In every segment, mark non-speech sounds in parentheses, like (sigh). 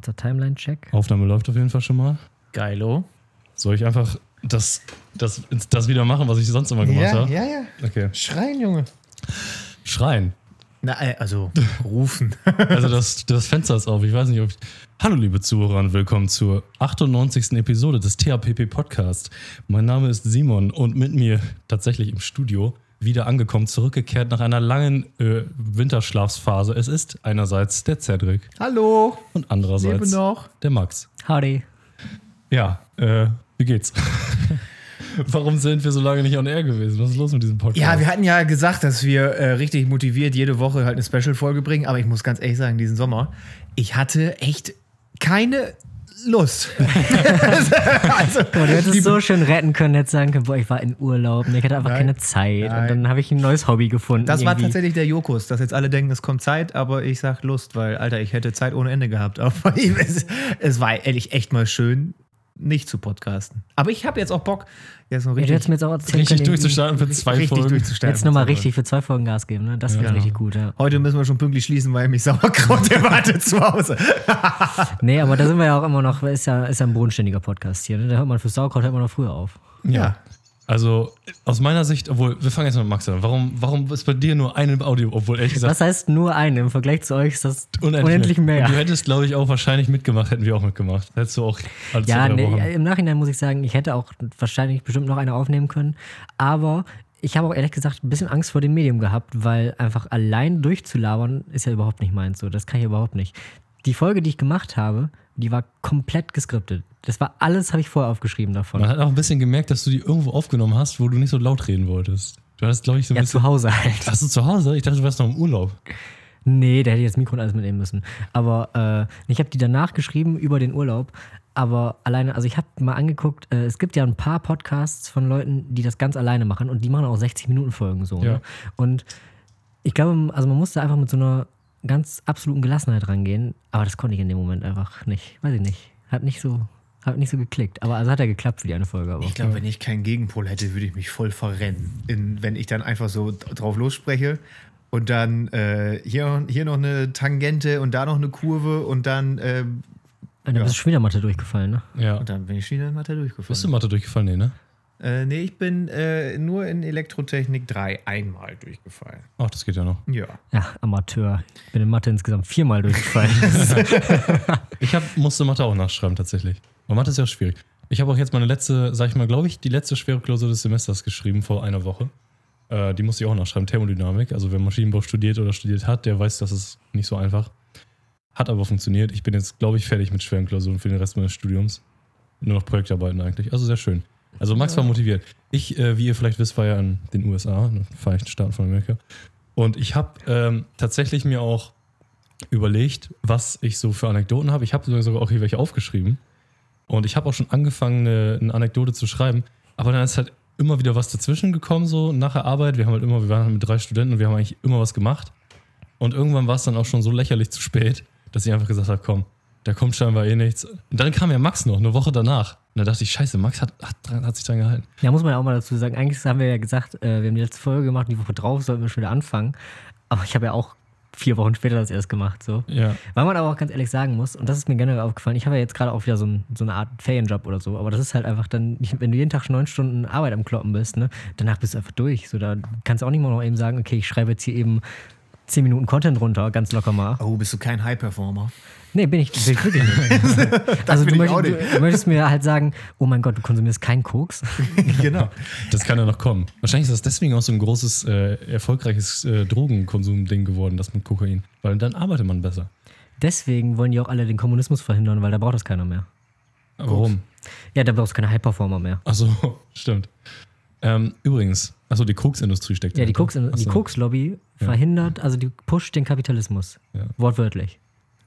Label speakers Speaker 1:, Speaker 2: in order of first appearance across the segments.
Speaker 1: Kurzer Timeline-Check.
Speaker 2: Aufnahme läuft auf jeden Fall schon mal.
Speaker 3: Geilo.
Speaker 2: Soll ich einfach das, das, das wieder machen, was ich sonst immer gemacht
Speaker 3: Ja,
Speaker 2: habe?
Speaker 3: ja, ja.
Speaker 2: Okay.
Speaker 3: Schreien, Junge.
Speaker 2: Schreien.
Speaker 3: Na, äh, (laughs) also rufen.
Speaker 2: Also das, das Fenster ist auf. Ich weiß nicht, ob ich. Hallo, liebe Zuhörer und willkommen zur 98. Episode des THPP Podcast. Mein Name ist Simon und mit mir tatsächlich im Studio wieder angekommen, zurückgekehrt nach einer langen äh, Winterschlafsphase. Es ist einerseits der Cedric
Speaker 3: Hallo.
Speaker 2: und
Speaker 3: Lebe
Speaker 2: andererseits
Speaker 3: noch.
Speaker 2: der Max.
Speaker 1: Howdy.
Speaker 2: Ja, äh, wie geht's? (laughs) Warum sind wir so lange nicht on air gewesen? Was ist los mit diesem Podcast?
Speaker 3: Ja, wir hatten ja gesagt, dass wir äh, richtig motiviert jede Woche halt eine Special-Folge bringen, aber ich muss ganz ehrlich sagen, diesen Sommer, ich hatte echt keine (laughs) Lust. also,
Speaker 1: Boah, Oh, du hättest es so schön retten können, hättest sagen können, boah, ich war in Urlaub und ich hatte einfach
Speaker 3: Nein.
Speaker 1: keine Zeit.
Speaker 3: Nein.
Speaker 1: Und dann habe ich ein neues Hobby gefunden.
Speaker 3: das war
Speaker 1: irgendwie.
Speaker 3: tatsächlich der Jokus, dass jetzt alle denken, es kommt Zeit, aber ich sag Lust, weil, Alter, ich hätte Zeit ohne Ende gehabt. (laughs) Aber ich- es, es war ehrlich echt mal schön, nicht zu podcasten. Aber ich habe jetzt auch Bock, jetzt noch
Speaker 1: Ja, du
Speaker 3: richtig, also.
Speaker 1: hättest mir jetzt auch erzählen
Speaker 2: richtig
Speaker 1: können,
Speaker 2: durchzustarten für zwei
Speaker 3: richtig
Speaker 2: Folgen.
Speaker 3: durchzustarten.
Speaker 1: Jetzt nochmal richtig für zwei Folgen Gas geben, ne? Das
Speaker 3: genau.
Speaker 1: wäre richtig gut, ja.
Speaker 3: Heute müssen wir schon pünktlich schließen, weil mich Sauerkraut (laughs) erwartet zu Hause.
Speaker 1: Nee, aber da sind wir ja auch immer noch, ist ja, ist ja ein bodenständiger Podcast hier, ne? Da hört man für Sauerkraut hört man noch früher auf.
Speaker 3: Ja.
Speaker 2: Also aus meiner Sicht, obwohl, wir fangen jetzt mit Max an. Warum, warum ist bei dir nur ein Audio, obwohl ehrlich gesagt
Speaker 1: Das heißt nur eine, im Vergleich zu euch ist das unendlich, mehr.
Speaker 2: Und du hättest, glaube ich, auch wahrscheinlich mitgemacht, hätten wir auch mitgemacht. Hättest du auch alles
Speaker 1: Ja, nee, äh,
Speaker 2: unterbrochen.
Speaker 1: im Nachhinein muss ich sagen, ich hätte auch wahrscheinlich bestimmt noch eine aufnehmen können. Aber ich habe auch ehrlich gesagt ein bisschen Angst vor dem Medium gehabt, weil einfach allein durchzulabern ist ja überhaupt nicht meins. So, das kann ich überhaupt nicht. Die Folge, die ich gemacht habe, die war komplett geskriptet. Das war alles, habe ich vorher aufgeschrieben davon.
Speaker 2: Man hat auch ein bisschen gemerkt, dass du die irgendwo aufgenommen hast, wo du nicht so laut reden wolltest. Du hast, glaube ich, so ein
Speaker 1: Ja,
Speaker 2: bisschen.
Speaker 1: zu Hause halt.
Speaker 2: Hast du zu Hause? Ich dachte, du warst noch im Urlaub.
Speaker 1: Nee, da hätte ich jetzt Mikro und alles mitnehmen müssen. Aber äh, ich habe die danach geschrieben über den Urlaub. Aber alleine, also ich habe mal angeguckt, äh, es gibt ja ein paar Podcasts von Leuten, die das ganz alleine machen und die machen auch 60 Minuten Folgen so.
Speaker 2: Ja.
Speaker 1: Ne? Und ich glaube, also man muss da einfach mit so einer ganz absoluten Gelassenheit rangehen. Aber das konnte ich in dem Moment einfach nicht. Weiß ich nicht. Hat nicht so, hat nicht so geklickt. Aber also hat ja geklappt für die eine Folge. Aber.
Speaker 3: Ich glaube, wenn ich keinen Gegenpol hätte, würde ich mich voll verrennen. In, wenn ich dann einfach so d- drauf losspreche und dann äh, hier, hier noch eine Tangente und da noch eine Kurve und dann, äh,
Speaker 1: Und dann bist du schon wieder Mathe durchgefallen, ne?
Speaker 2: Ja.
Speaker 3: und dann bin ich wieder in Mathe
Speaker 2: Bist du
Speaker 3: durchgefallen.
Speaker 2: Mathe durchgefallen? Nee, ne?
Speaker 3: Äh, nee, ich bin äh, nur in Elektrotechnik 3 einmal durchgefallen.
Speaker 2: Ach, das geht ja noch.
Speaker 3: Ja.
Speaker 1: Ja, Amateur. Ich bin in Mathe insgesamt viermal durchgefallen.
Speaker 2: Ich hab, musste Mathe auch nachschreiben, tatsächlich. Und Mathe ist ja auch schwierig. Ich habe auch jetzt meine letzte, sag ich mal, glaube ich, die letzte schwere Klausur des Semesters geschrieben vor einer Woche. Äh, die musste ich auch nachschreiben. Thermodynamik. Also, wer Maschinenbau studiert oder studiert hat, der weiß, das ist nicht so einfach. Hat aber funktioniert. Ich bin jetzt, glaube ich, fertig mit schweren Klausuren für den Rest meines Studiums. Nur noch Projektarbeiten eigentlich. Also, sehr schön. Also, Max war motiviert. Ich, äh, wie ihr vielleicht wisst, war ja in den USA, in ne, den Vereinigten Staaten von Amerika. Und ich habe ähm, tatsächlich mir auch überlegt, was ich so für Anekdoten habe. Ich habe sogar- sogar auch hier welche aufgeschrieben. Und ich habe auch schon angefangen, eine, eine Anekdote zu schreiben. Aber dann ist halt immer wieder was dazwischen gekommen, so nach der Arbeit. Wir haben halt immer, wir waren halt mit drei Studenten und wir haben eigentlich immer was gemacht. Und irgendwann war es dann auch schon so lächerlich zu spät, dass ich einfach gesagt habe, komm, da kommt scheinbar eh nichts. Und dann kam ja Max noch, eine Woche danach. Und da dachte ich, scheiße, Max hat, hat, dran- hat sich dran gehalten.
Speaker 1: Ja, muss man ja auch mal dazu sagen. Eigentlich haben wir ja gesagt, äh, wir haben die letzte Folge gemacht, und die Woche drauf sollten wir schon wieder anfangen. Aber ich habe ja auch vier Wochen später das erst gemacht. So.
Speaker 2: Ja.
Speaker 1: Weil man aber auch ganz ehrlich sagen muss, und das ist mir generell aufgefallen, ich habe ja jetzt gerade auch wieder so, ein, so eine Art Ferienjob oder so, aber das ist halt einfach dann, wenn du jeden Tag schon neun Stunden Arbeit am Kloppen bist, ne, danach bist du einfach durch. So, da kannst du auch nicht mal noch eben sagen, okay, ich schreibe jetzt hier eben zehn Minuten Content runter, ganz locker mal.
Speaker 3: Oh, bist du kein High-Performer?
Speaker 1: Nee, bin ich, bin ich wirklich nicht.
Speaker 3: (laughs)
Speaker 1: also
Speaker 3: bin
Speaker 1: du,
Speaker 3: ich auch
Speaker 1: möchtest,
Speaker 3: nicht.
Speaker 1: du möchtest mir halt sagen, oh mein Gott, du konsumierst keinen Koks.
Speaker 3: (laughs) genau.
Speaker 2: Das kann ja noch kommen. Wahrscheinlich ist das deswegen auch so ein großes, äh, erfolgreiches äh, Drogenkonsum-Ding geworden, das mit Kokain. Weil dann arbeitet man besser.
Speaker 1: Deswegen wollen die auch alle den Kommunismus verhindern, weil da braucht das keiner mehr.
Speaker 2: Warum?
Speaker 1: Ja, da brauchst du keine High-Performer mehr.
Speaker 2: Achso, (laughs) stimmt. Ähm, übrigens, achso, die Koksindustrie steckt
Speaker 1: Ja, die,
Speaker 2: dahinter.
Speaker 1: Koks, die
Speaker 2: Achso.
Speaker 1: Koks-Lobby verhindert, also die pusht den Kapitalismus.
Speaker 2: Ja.
Speaker 1: Wortwörtlich.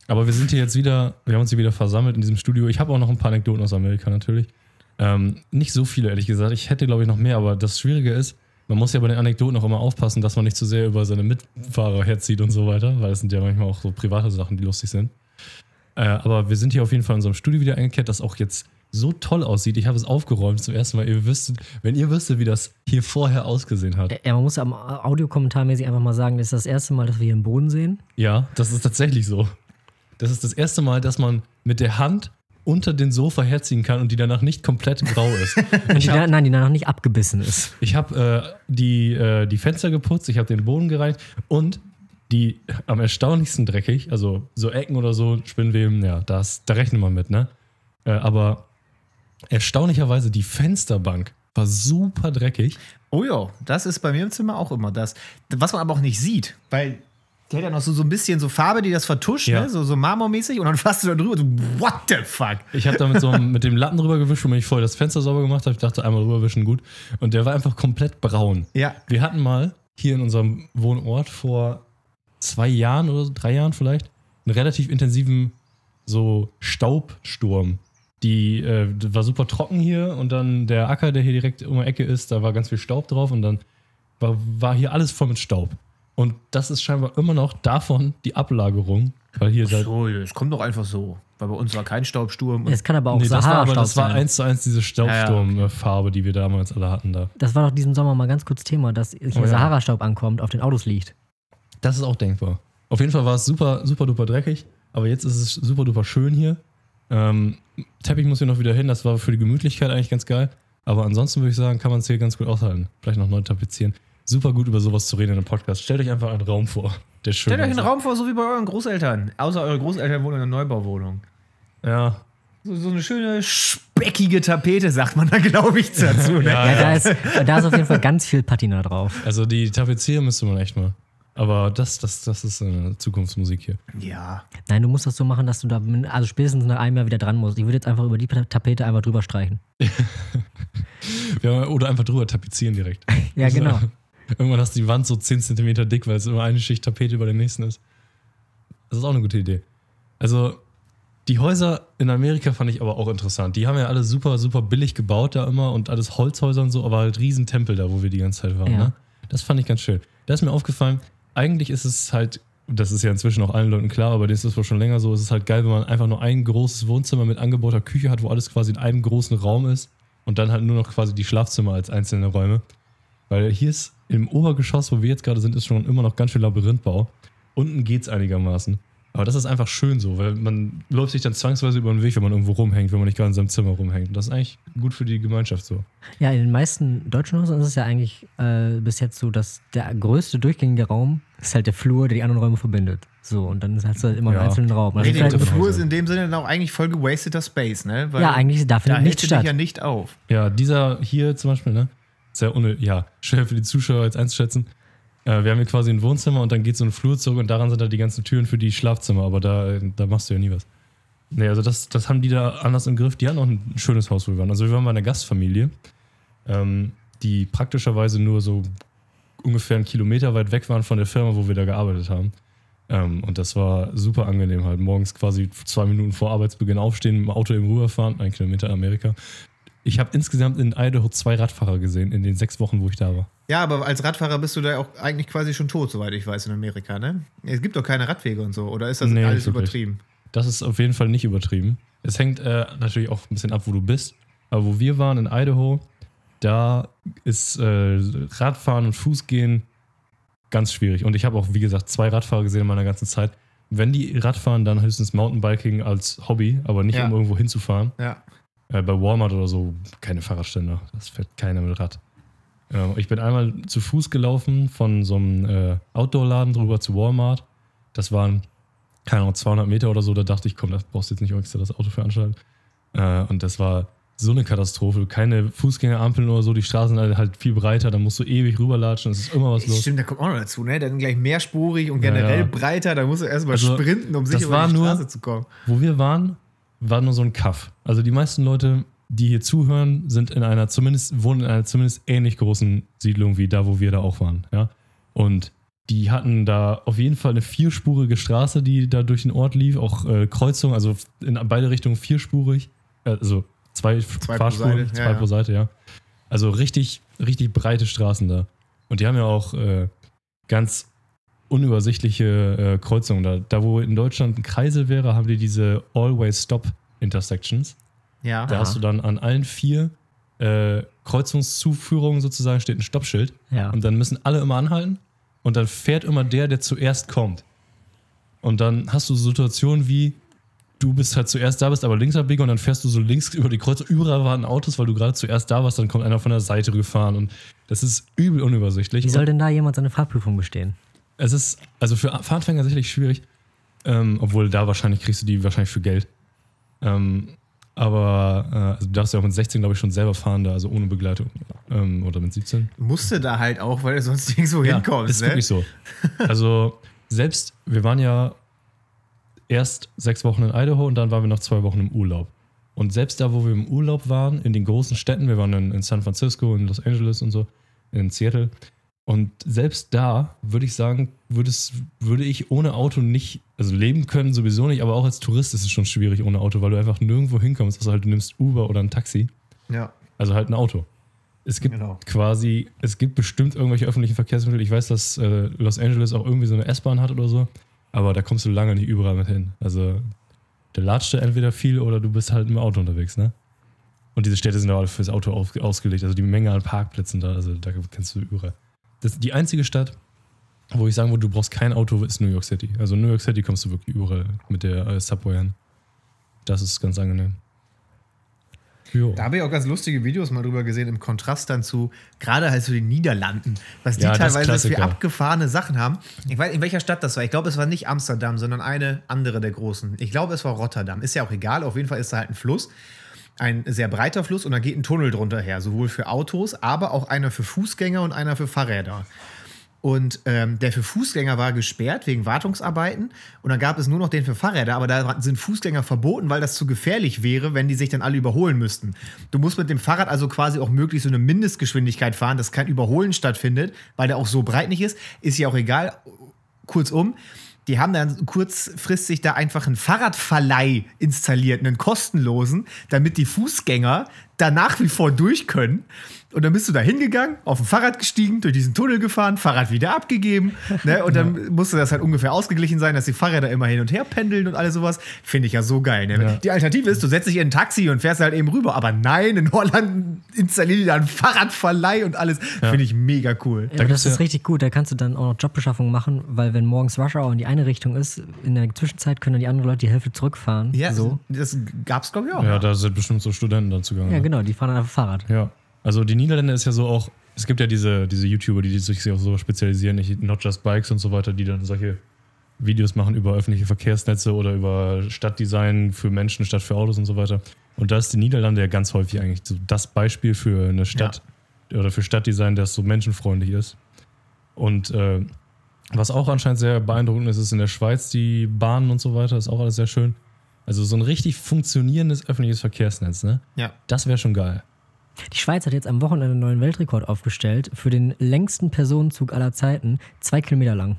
Speaker 2: Aber wir sind hier jetzt wieder, wir haben uns hier wieder versammelt in diesem Studio. Ich habe auch noch ein paar Anekdoten aus Amerika natürlich. Ähm, nicht so viele, ehrlich gesagt. Ich hätte, glaube ich, noch mehr, aber das Schwierige ist, man muss ja bei den Anekdoten auch immer aufpassen, dass man nicht zu sehr über seine Mitfahrer herzieht und so weiter, weil es sind ja manchmal auch so private Sachen, die lustig sind. Äh, aber wir sind hier auf jeden Fall in unserem Studio wieder eingekehrt, das auch jetzt so toll aussieht. Ich habe es aufgeräumt zum ersten Mal. Ihr wüsstet, wenn ihr wüsstet, wie das hier vorher ausgesehen hat.
Speaker 1: Ja, man muss am Audiokommentarmäßig einfach mal sagen, das ist das erste Mal, dass wir hier im Boden sehen.
Speaker 2: Ja, das ist tatsächlich so. Das ist das erste Mal, dass man mit der Hand unter den Sofa herziehen kann und die danach nicht komplett grau ist. Und
Speaker 1: Die
Speaker 2: ich
Speaker 1: da, nein, die da noch nicht abgebissen ist.
Speaker 2: Ich habe äh, die, äh, die Fenster geputzt, ich habe den Boden gereinigt und die am erstaunlichsten dreckig, also so Ecken oder so, Spinnweben, ja, das, da rechnet man mit, ne? Äh, aber erstaunlicherweise die Fensterbank war super dreckig.
Speaker 3: Oh ja, das ist bei mir im Zimmer auch immer das. Was man aber auch nicht sieht, weil die hat ja noch so, so ein bisschen so Farbe, die das vertuscht,
Speaker 2: Ja.
Speaker 3: ne? so, so marmormäßig und dann (laughs) fasst du da drüber, so, what the fuck?
Speaker 2: Ich habe da mit, so einem, mit dem Lappen drüber gewischt, womit ich vorher das Fenster sauber gemacht habe. Ich dachte, einmal rüberwischen, gut. Und der war einfach komplett braun.
Speaker 3: Ja.
Speaker 2: Wir hatten mal hier in unserem Wohnort vor zwei Jahren oder so, drei Jahren vielleicht einen relativ intensiven so Staubsturm. Die äh, das war super trocken hier und dann der Acker, der hier direkt um die Ecke ist, da war ganz viel Staub drauf und dann war, war hier alles voll mit Staub. Und das ist scheinbar immer noch davon die Ablagerung, weil hier seit
Speaker 3: So, es kommt doch einfach so. Weil bei uns war kein Staubsturm. Und
Speaker 1: Halt. Es kann aber auch
Speaker 2: Nee, das war, aber,
Speaker 1: Sahara-Staub
Speaker 2: das war
Speaker 1: sein.
Speaker 2: eins zu eins diese Staubsturmfarbe, die wir damals alle hatten da.
Speaker 1: Das war doch diesen Sommer mal ganz kurz Thema, dass hier
Speaker 2: Oh ja.
Speaker 1: Sahara-Staub ankommt, auf den Autos liegt.
Speaker 2: Das ist auch denkbar. Auf jeden Fall war es super, super duper dreckig, aber jetzt ist es super duper schön hier. Ähm, Teppich muss hier noch wieder hin, das war für die Gemütlichkeit eigentlich ganz geil. Aber ansonsten würde ich sagen, kann man es hier ganz gut aushalten. Vielleicht noch neu tapezieren. Super gut über sowas zu reden in einem Podcast. Stellt euch einfach einen Raum vor, der schön
Speaker 3: stellt euch einen
Speaker 2: aussieht.
Speaker 3: Raum vor, so wie bei euren Großeltern. Außer eure Großeltern wohnen in einer Neubauwohnung.
Speaker 2: Ja,
Speaker 3: So, so eine schöne speckige Tapete, sagt man da, (laughs) glaube ich, dazu. Ne?
Speaker 2: Ah,
Speaker 1: Ja, da ist, da ist auf jeden Fall ganz viel Patina drauf.
Speaker 2: also die tapezieren müsste man echt mal. Aber das, das, das ist äh, Zukunftsmusik hier.
Speaker 3: ja.
Speaker 1: Nein, du musst das so machen, dass du da min- also spätestens nach einem Jahr wieder dran musst. Ich würde jetzt einfach über die Ta- Tapete einfach drüber streichen.
Speaker 2: Ja, oder einfach drüber tapezieren direkt.
Speaker 1: Ja, genau.
Speaker 2: Also, (laughs) Irgendwann hast du die Wand so 10 cm dick, weil es immer eine Schicht Tapete über der nächsten ist. Das ist auch eine gute Idee. Also, die Häuser in Amerika fand ich aber auch interessant. Die haben ja alle super, super billig gebaut da immer und alles Holzhäuser und so, aber halt riesen Tempel da, wo wir die ganze Zeit waren.
Speaker 1: Ja.
Speaker 2: Ne? Das fand ich ganz schön. Da ist mir aufgefallen, eigentlich ist es halt, das ist ja inzwischen auch allen Leuten klar, aber denen ist das wohl schon länger so, es ist halt geil, wenn man einfach nur ein großes Wohnzimmer mit angebauter Küche hat, wo alles quasi in einem großen Raum ist und dann halt nur noch quasi die Schlafzimmer als einzelne Räume. Weil hier ist im Obergeschoss, wo wir jetzt gerade sind, ist schon immer noch ganz schön Labyrinthbau. Unten geht's einigermaßen. Aber das ist einfach schön so, weil man läuft sich dann zwangsweise über den Weg, wenn man irgendwo rumhängt, wenn man nicht gerade in seinem Zimmer rumhängt. Und das ist eigentlich gut für die Gemeinschaft so.
Speaker 1: Ja, in den meisten deutschen Häusern ist es ja eigentlich äh, bis jetzt so, dass der größte durchgängige Raum ist halt der Flur, der die anderen Räume verbindet. So, und dann hast du halt immer
Speaker 2: Ja.
Speaker 1: einen einzelnen Raum. Also
Speaker 3: Richtig,
Speaker 1: vielleicht-
Speaker 3: der
Speaker 2: genauso.
Speaker 3: Flur ist in dem Sinne dann auch eigentlich voll gewasteter Space, ne? Weil
Speaker 1: ja, eigentlich, da
Speaker 3: da
Speaker 1: findet nichts
Speaker 3: hältst du dich
Speaker 1: statt.
Speaker 3: ja nicht auf.
Speaker 2: Ja, dieser hier zum Beispiel, ne? Ist ja ohne, ja, schwer für die Zuschauer jetzt einzuschätzen. Äh, wir haben hier quasi ein Wohnzimmer und dann geht so ein Flur zurück und daran sind dann die ganzen Türen für die Schlafzimmer, aber da, äh, da machst du ja nie was. Nee, also das, das haben die da anders im Griff. Die hatten auch ein schönes Haus, wo wir waren. Also wir waren bei einer Gastfamilie, ähm, die praktischerweise nur so ungefähr einen Kilometer weit weg waren von der Firma, wo wir da gearbeitet haben. Ähm, und das war super angenehm halt. Morgens quasi zwei Minuten vor Arbeitsbeginn aufstehen, mit dem Auto eben rüberfahren, ein Kilometer Amerika. Ich habe insgesamt in Idaho zwei Radfahrer gesehen in den sechs Wochen, wo ich da war.
Speaker 3: Ja, aber als Radfahrer bist du da auch eigentlich quasi schon tot, soweit ich weiß, in Amerika, ne? Es gibt doch keine Radwege und so, oder ist das
Speaker 2: Nee,
Speaker 3: alles
Speaker 2: nicht wirklich.
Speaker 3: übertrieben?
Speaker 2: Das ist auf jeden Fall nicht übertrieben. Es hängt äh, natürlich auch ein bisschen ab, wo du bist. Aber wo wir waren in Idaho, da ist äh, Radfahren und Fußgehen ganz schwierig. Und ich habe auch, wie gesagt, zwei Radfahrer gesehen in meiner ganzen Zeit. Wenn die Radfahren, dann höchstens Mountainbiking als Hobby, aber nicht
Speaker 3: Ja.
Speaker 2: um irgendwo hinzufahren.
Speaker 3: Ja.
Speaker 2: Äh, bei Walmart oder so keine Fahrradständer. Das fährt keiner mit Rad. Ähm, ich bin einmal zu Fuß gelaufen von so einem äh, Outdoor-Laden drüber zu Walmart. Das waren, keine Ahnung, 200 Meter oder so. Da dachte ich, komm, das brauchst du jetzt nicht extra das Auto für anschalten. Äh, und das war so eine Katastrophe. Keine Fußgängerampeln oder so. Die Straßen sind halt viel breiter. Da musst du ewig rüberlatschen. Es ist immer was los.
Speaker 3: Stimmt, da kommt auch noch dazu, ne? Dann gleich mehrspurig und
Speaker 2: Ja,
Speaker 3: generell
Speaker 2: ja.
Speaker 3: breiter, da musst du erstmal
Speaker 2: Also,
Speaker 3: sprinten, um
Speaker 2: das
Speaker 3: sicher über
Speaker 2: war
Speaker 3: die
Speaker 2: nur-
Speaker 3: Straße zu kommen.
Speaker 2: Wo wir waren, war nur so ein Kaff. Also die meisten Leute, die hier zuhören, sind in einer zumindest, wohnen in einer zumindest ähnlich großen Siedlung wie da, wo wir da auch waren. Ja? Und die hatten da auf jeden Fall eine vierspurige Straße, die da durch den Ort lief, auch äh, Kreuzung, also in beide Richtungen vierspurig, äh, also zwei,
Speaker 3: Zwei pro
Speaker 2: Fahrspuren,
Speaker 3: Seite,
Speaker 2: zwei
Speaker 3: ja, ja.
Speaker 2: pro Seite, ja. Also richtig, richtig breite Straßen da. Und die haben ja auch äh, ganz unübersichtliche äh, Kreuzungen da. Da, wo in Deutschland ein Kreisel wäre, haben die diese Always-Stop-Intersections.
Speaker 3: Ja.
Speaker 2: Da
Speaker 1: Aha.
Speaker 2: hast du dann an allen vier äh, Kreuzungszuführungen sozusagen steht ein Stoppschild.
Speaker 1: Ja.
Speaker 2: Und dann müssen alle immer anhalten und dann fährt immer der, der zuerst kommt. Und dann hast du Situationen wie, du bist halt zuerst da bist, aber links abbiegen und dann fährst du so links über die Kreuzung. Überall waren Autos, weil du gerade zuerst da warst, dann kommt einer von der Seite gefahren und das ist übel unübersichtlich.
Speaker 1: Wie soll denn da jemand seine Fahrprüfung bestehen?
Speaker 2: Es ist also für Fahranfänger sicherlich schwierig, ähm, obwohl da wahrscheinlich kriegst du die wahrscheinlich für Geld. Ähm, aber äh, also du darfst ja auch mit 16, glaube ich, schon selber fahren da, also ohne Begleitung. Ähm, oder mit 17.
Speaker 3: Musste da halt auch, weil du sonst (laughs) nirgendwo hinkommst.
Speaker 2: ist
Speaker 3: ne?
Speaker 2: wirklich so. Also selbst, wir waren ja erst sechs Wochen in Idaho und dann waren wir noch zwei Wochen im Urlaub. Und selbst da, wo wir im Urlaub waren, in den großen Städten, wir waren in, in San Francisco, in Los Angeles und so, in Seattle. Und selbst da würde ich sagen, würde, es, würde ich ohne Auto nicht, also leben können sowieso nicht, aber auch als Tourist ist es schon schwierig ohne Auto, weil du einfach nirgendwo hinkommst. Also halt, du nimmst Uber oder ein Taxi.
Speaker 3: Ja.
Speaker 2: Also halt ein Auto. Es gibt
Speaker 3: Genau.
Speaker 2: quasi, es gibt bestimmt irgendwelche öffentlichen Verkehrsmittel. Ich weiß, dass äh, Los Angeles auch irgendwie so eine S-Bahn hat oder so, aber da kommst du lange nicht überall mit hin. Also da latscht du entweder viel oder du bist halt im Auto unterwegs, ne? Und diese Städte sind auch alle fürs Auto auf, ausgelegt. Also die Menge an Parkplätzen da, also da kannst du überall. Das, die einzige Stadt, wo ich sagen würde, du brauchst kein Auto, ist New York City. Also in New York City kommst du wirklich überall mit der äh, Subway an. Das ist ganz angenehm. Jo.
Speaker 3: Da habe ich auch ganz lustige Videos mal drüber gesehen, im Kontrast dann zu, gerade halt zu den Niederlanden, was die
Speaker 2: Ja, das
Speaker 3: teilweise für
Speaker 2: Klassiker.
Speaker 3: abgefahrene Sachen haben. Ich weiß, in welcher Stadt das war. Ich glaube, es war nicht Amsterdam, sondern eine andere der großen. Ich glaube, es war Rotterdam. Ist ja auch egal. Auf jeden Fall ist da halt ein Fluss. Ein sehr breiter Fluss und da geht ein Tunnel drunter her, sowohl für Autos, aber auch einer für Fußgänger und einer für Fahrräder. Und ähm, der für Fußgänger war gesperrt wegen Wartungsarbeiten. Und dann gab es nur noch den für Fahrräder, aber da sind Fußgänger verboten, weil das zu gefährlich wäre, wenn die sich dann alle überholen müssten. Du musst mit dem Fahrrad also quasi auch möglichst so eine Mindestgeschwindigkeit fahren, dass kein Überholen stattfindet, weil der auch so breit nicht ist. Ist ja auch egal. Kurzum, die haben dann kurzfristig da einfach einen Fahrradverleih installiert, einen kostenlosen, damit die Fußgänger da nach wie vor durch können. Und dann bist du da hingegangen, auf dem Fahrrad gestiegen, durch diesen Tunnel gefahren, Fahrrad wieder abgegeben.
Speaker 2: (laughs)
Speaker 3: Ne? Und dann musste das halt ungefähr ausgeglichen sein, dass die Fahrräder immer hin und her pendeln und alles sowas. Finde ich ja so geil. Ne?
Speaker 2: Ja.
Speaker 3: Die Alternative ist, du setzt dich in ein Taxi und fährst halt eben rüber. Aber nein, in Holland installieren die da einen Fahrradverleih und alles. Finde ich mega cool.
Speaker 1: Ja, aber
Speaker 2: gibt's
Speaker 1: das ist
Speaker 2: ja-
Speaker 1: richtig gut. Da kannst du dann auch noch Jobbeschaffung machen, weil wenn morgens Rush Hour in die eine Richtung ist, in der Zwischenzeit können dann die anderen Leute die Hälfte zurückfahren.
Speaker 3: Ja,
Speaker 1: so.
Speaker 3: das gab's, glaube ich, auch.
Speaker 2: Ja, da sind bestimmt so Studenten dann zugange.
Speaker 1: Ja, genau, die fahren dann einfach Fahrrad.
Speaker 2: Ja. Also die Niederländer ist ja so auch, es gibt ja diese, diese YouTuber, die sich auf so spezialisieren, nicht Not Just Bikes und so weiter, die dann solche Videos machen über öffentliche Verkehrsnetze oder über Stadtdesign für Menschen statt für Autos und so weiter. Und da ist die Niederlande ja ganz häufig eigentlich so das Beispiel für eine Stadt oder für Stadtdesign, das so menschenfreundlich ist. Und äh, was auch anscheinend sehr beeindruckend ist, ist in der Schweiz die Bahnen und so weiter, ist auch alles sehr schön. Also so ein richtig funktionierendes öffentliches Verkehrsnetz, ne?
Speaker 3: Ja.
Speaker 2: Das wäre schon geil.
Speaker 1: Die Schweiz hat jetzt am Wochenende einen neuen Weltrekord aufgestellt für den längsten Personenzug aller Zeiten, zwei Kilometer lang.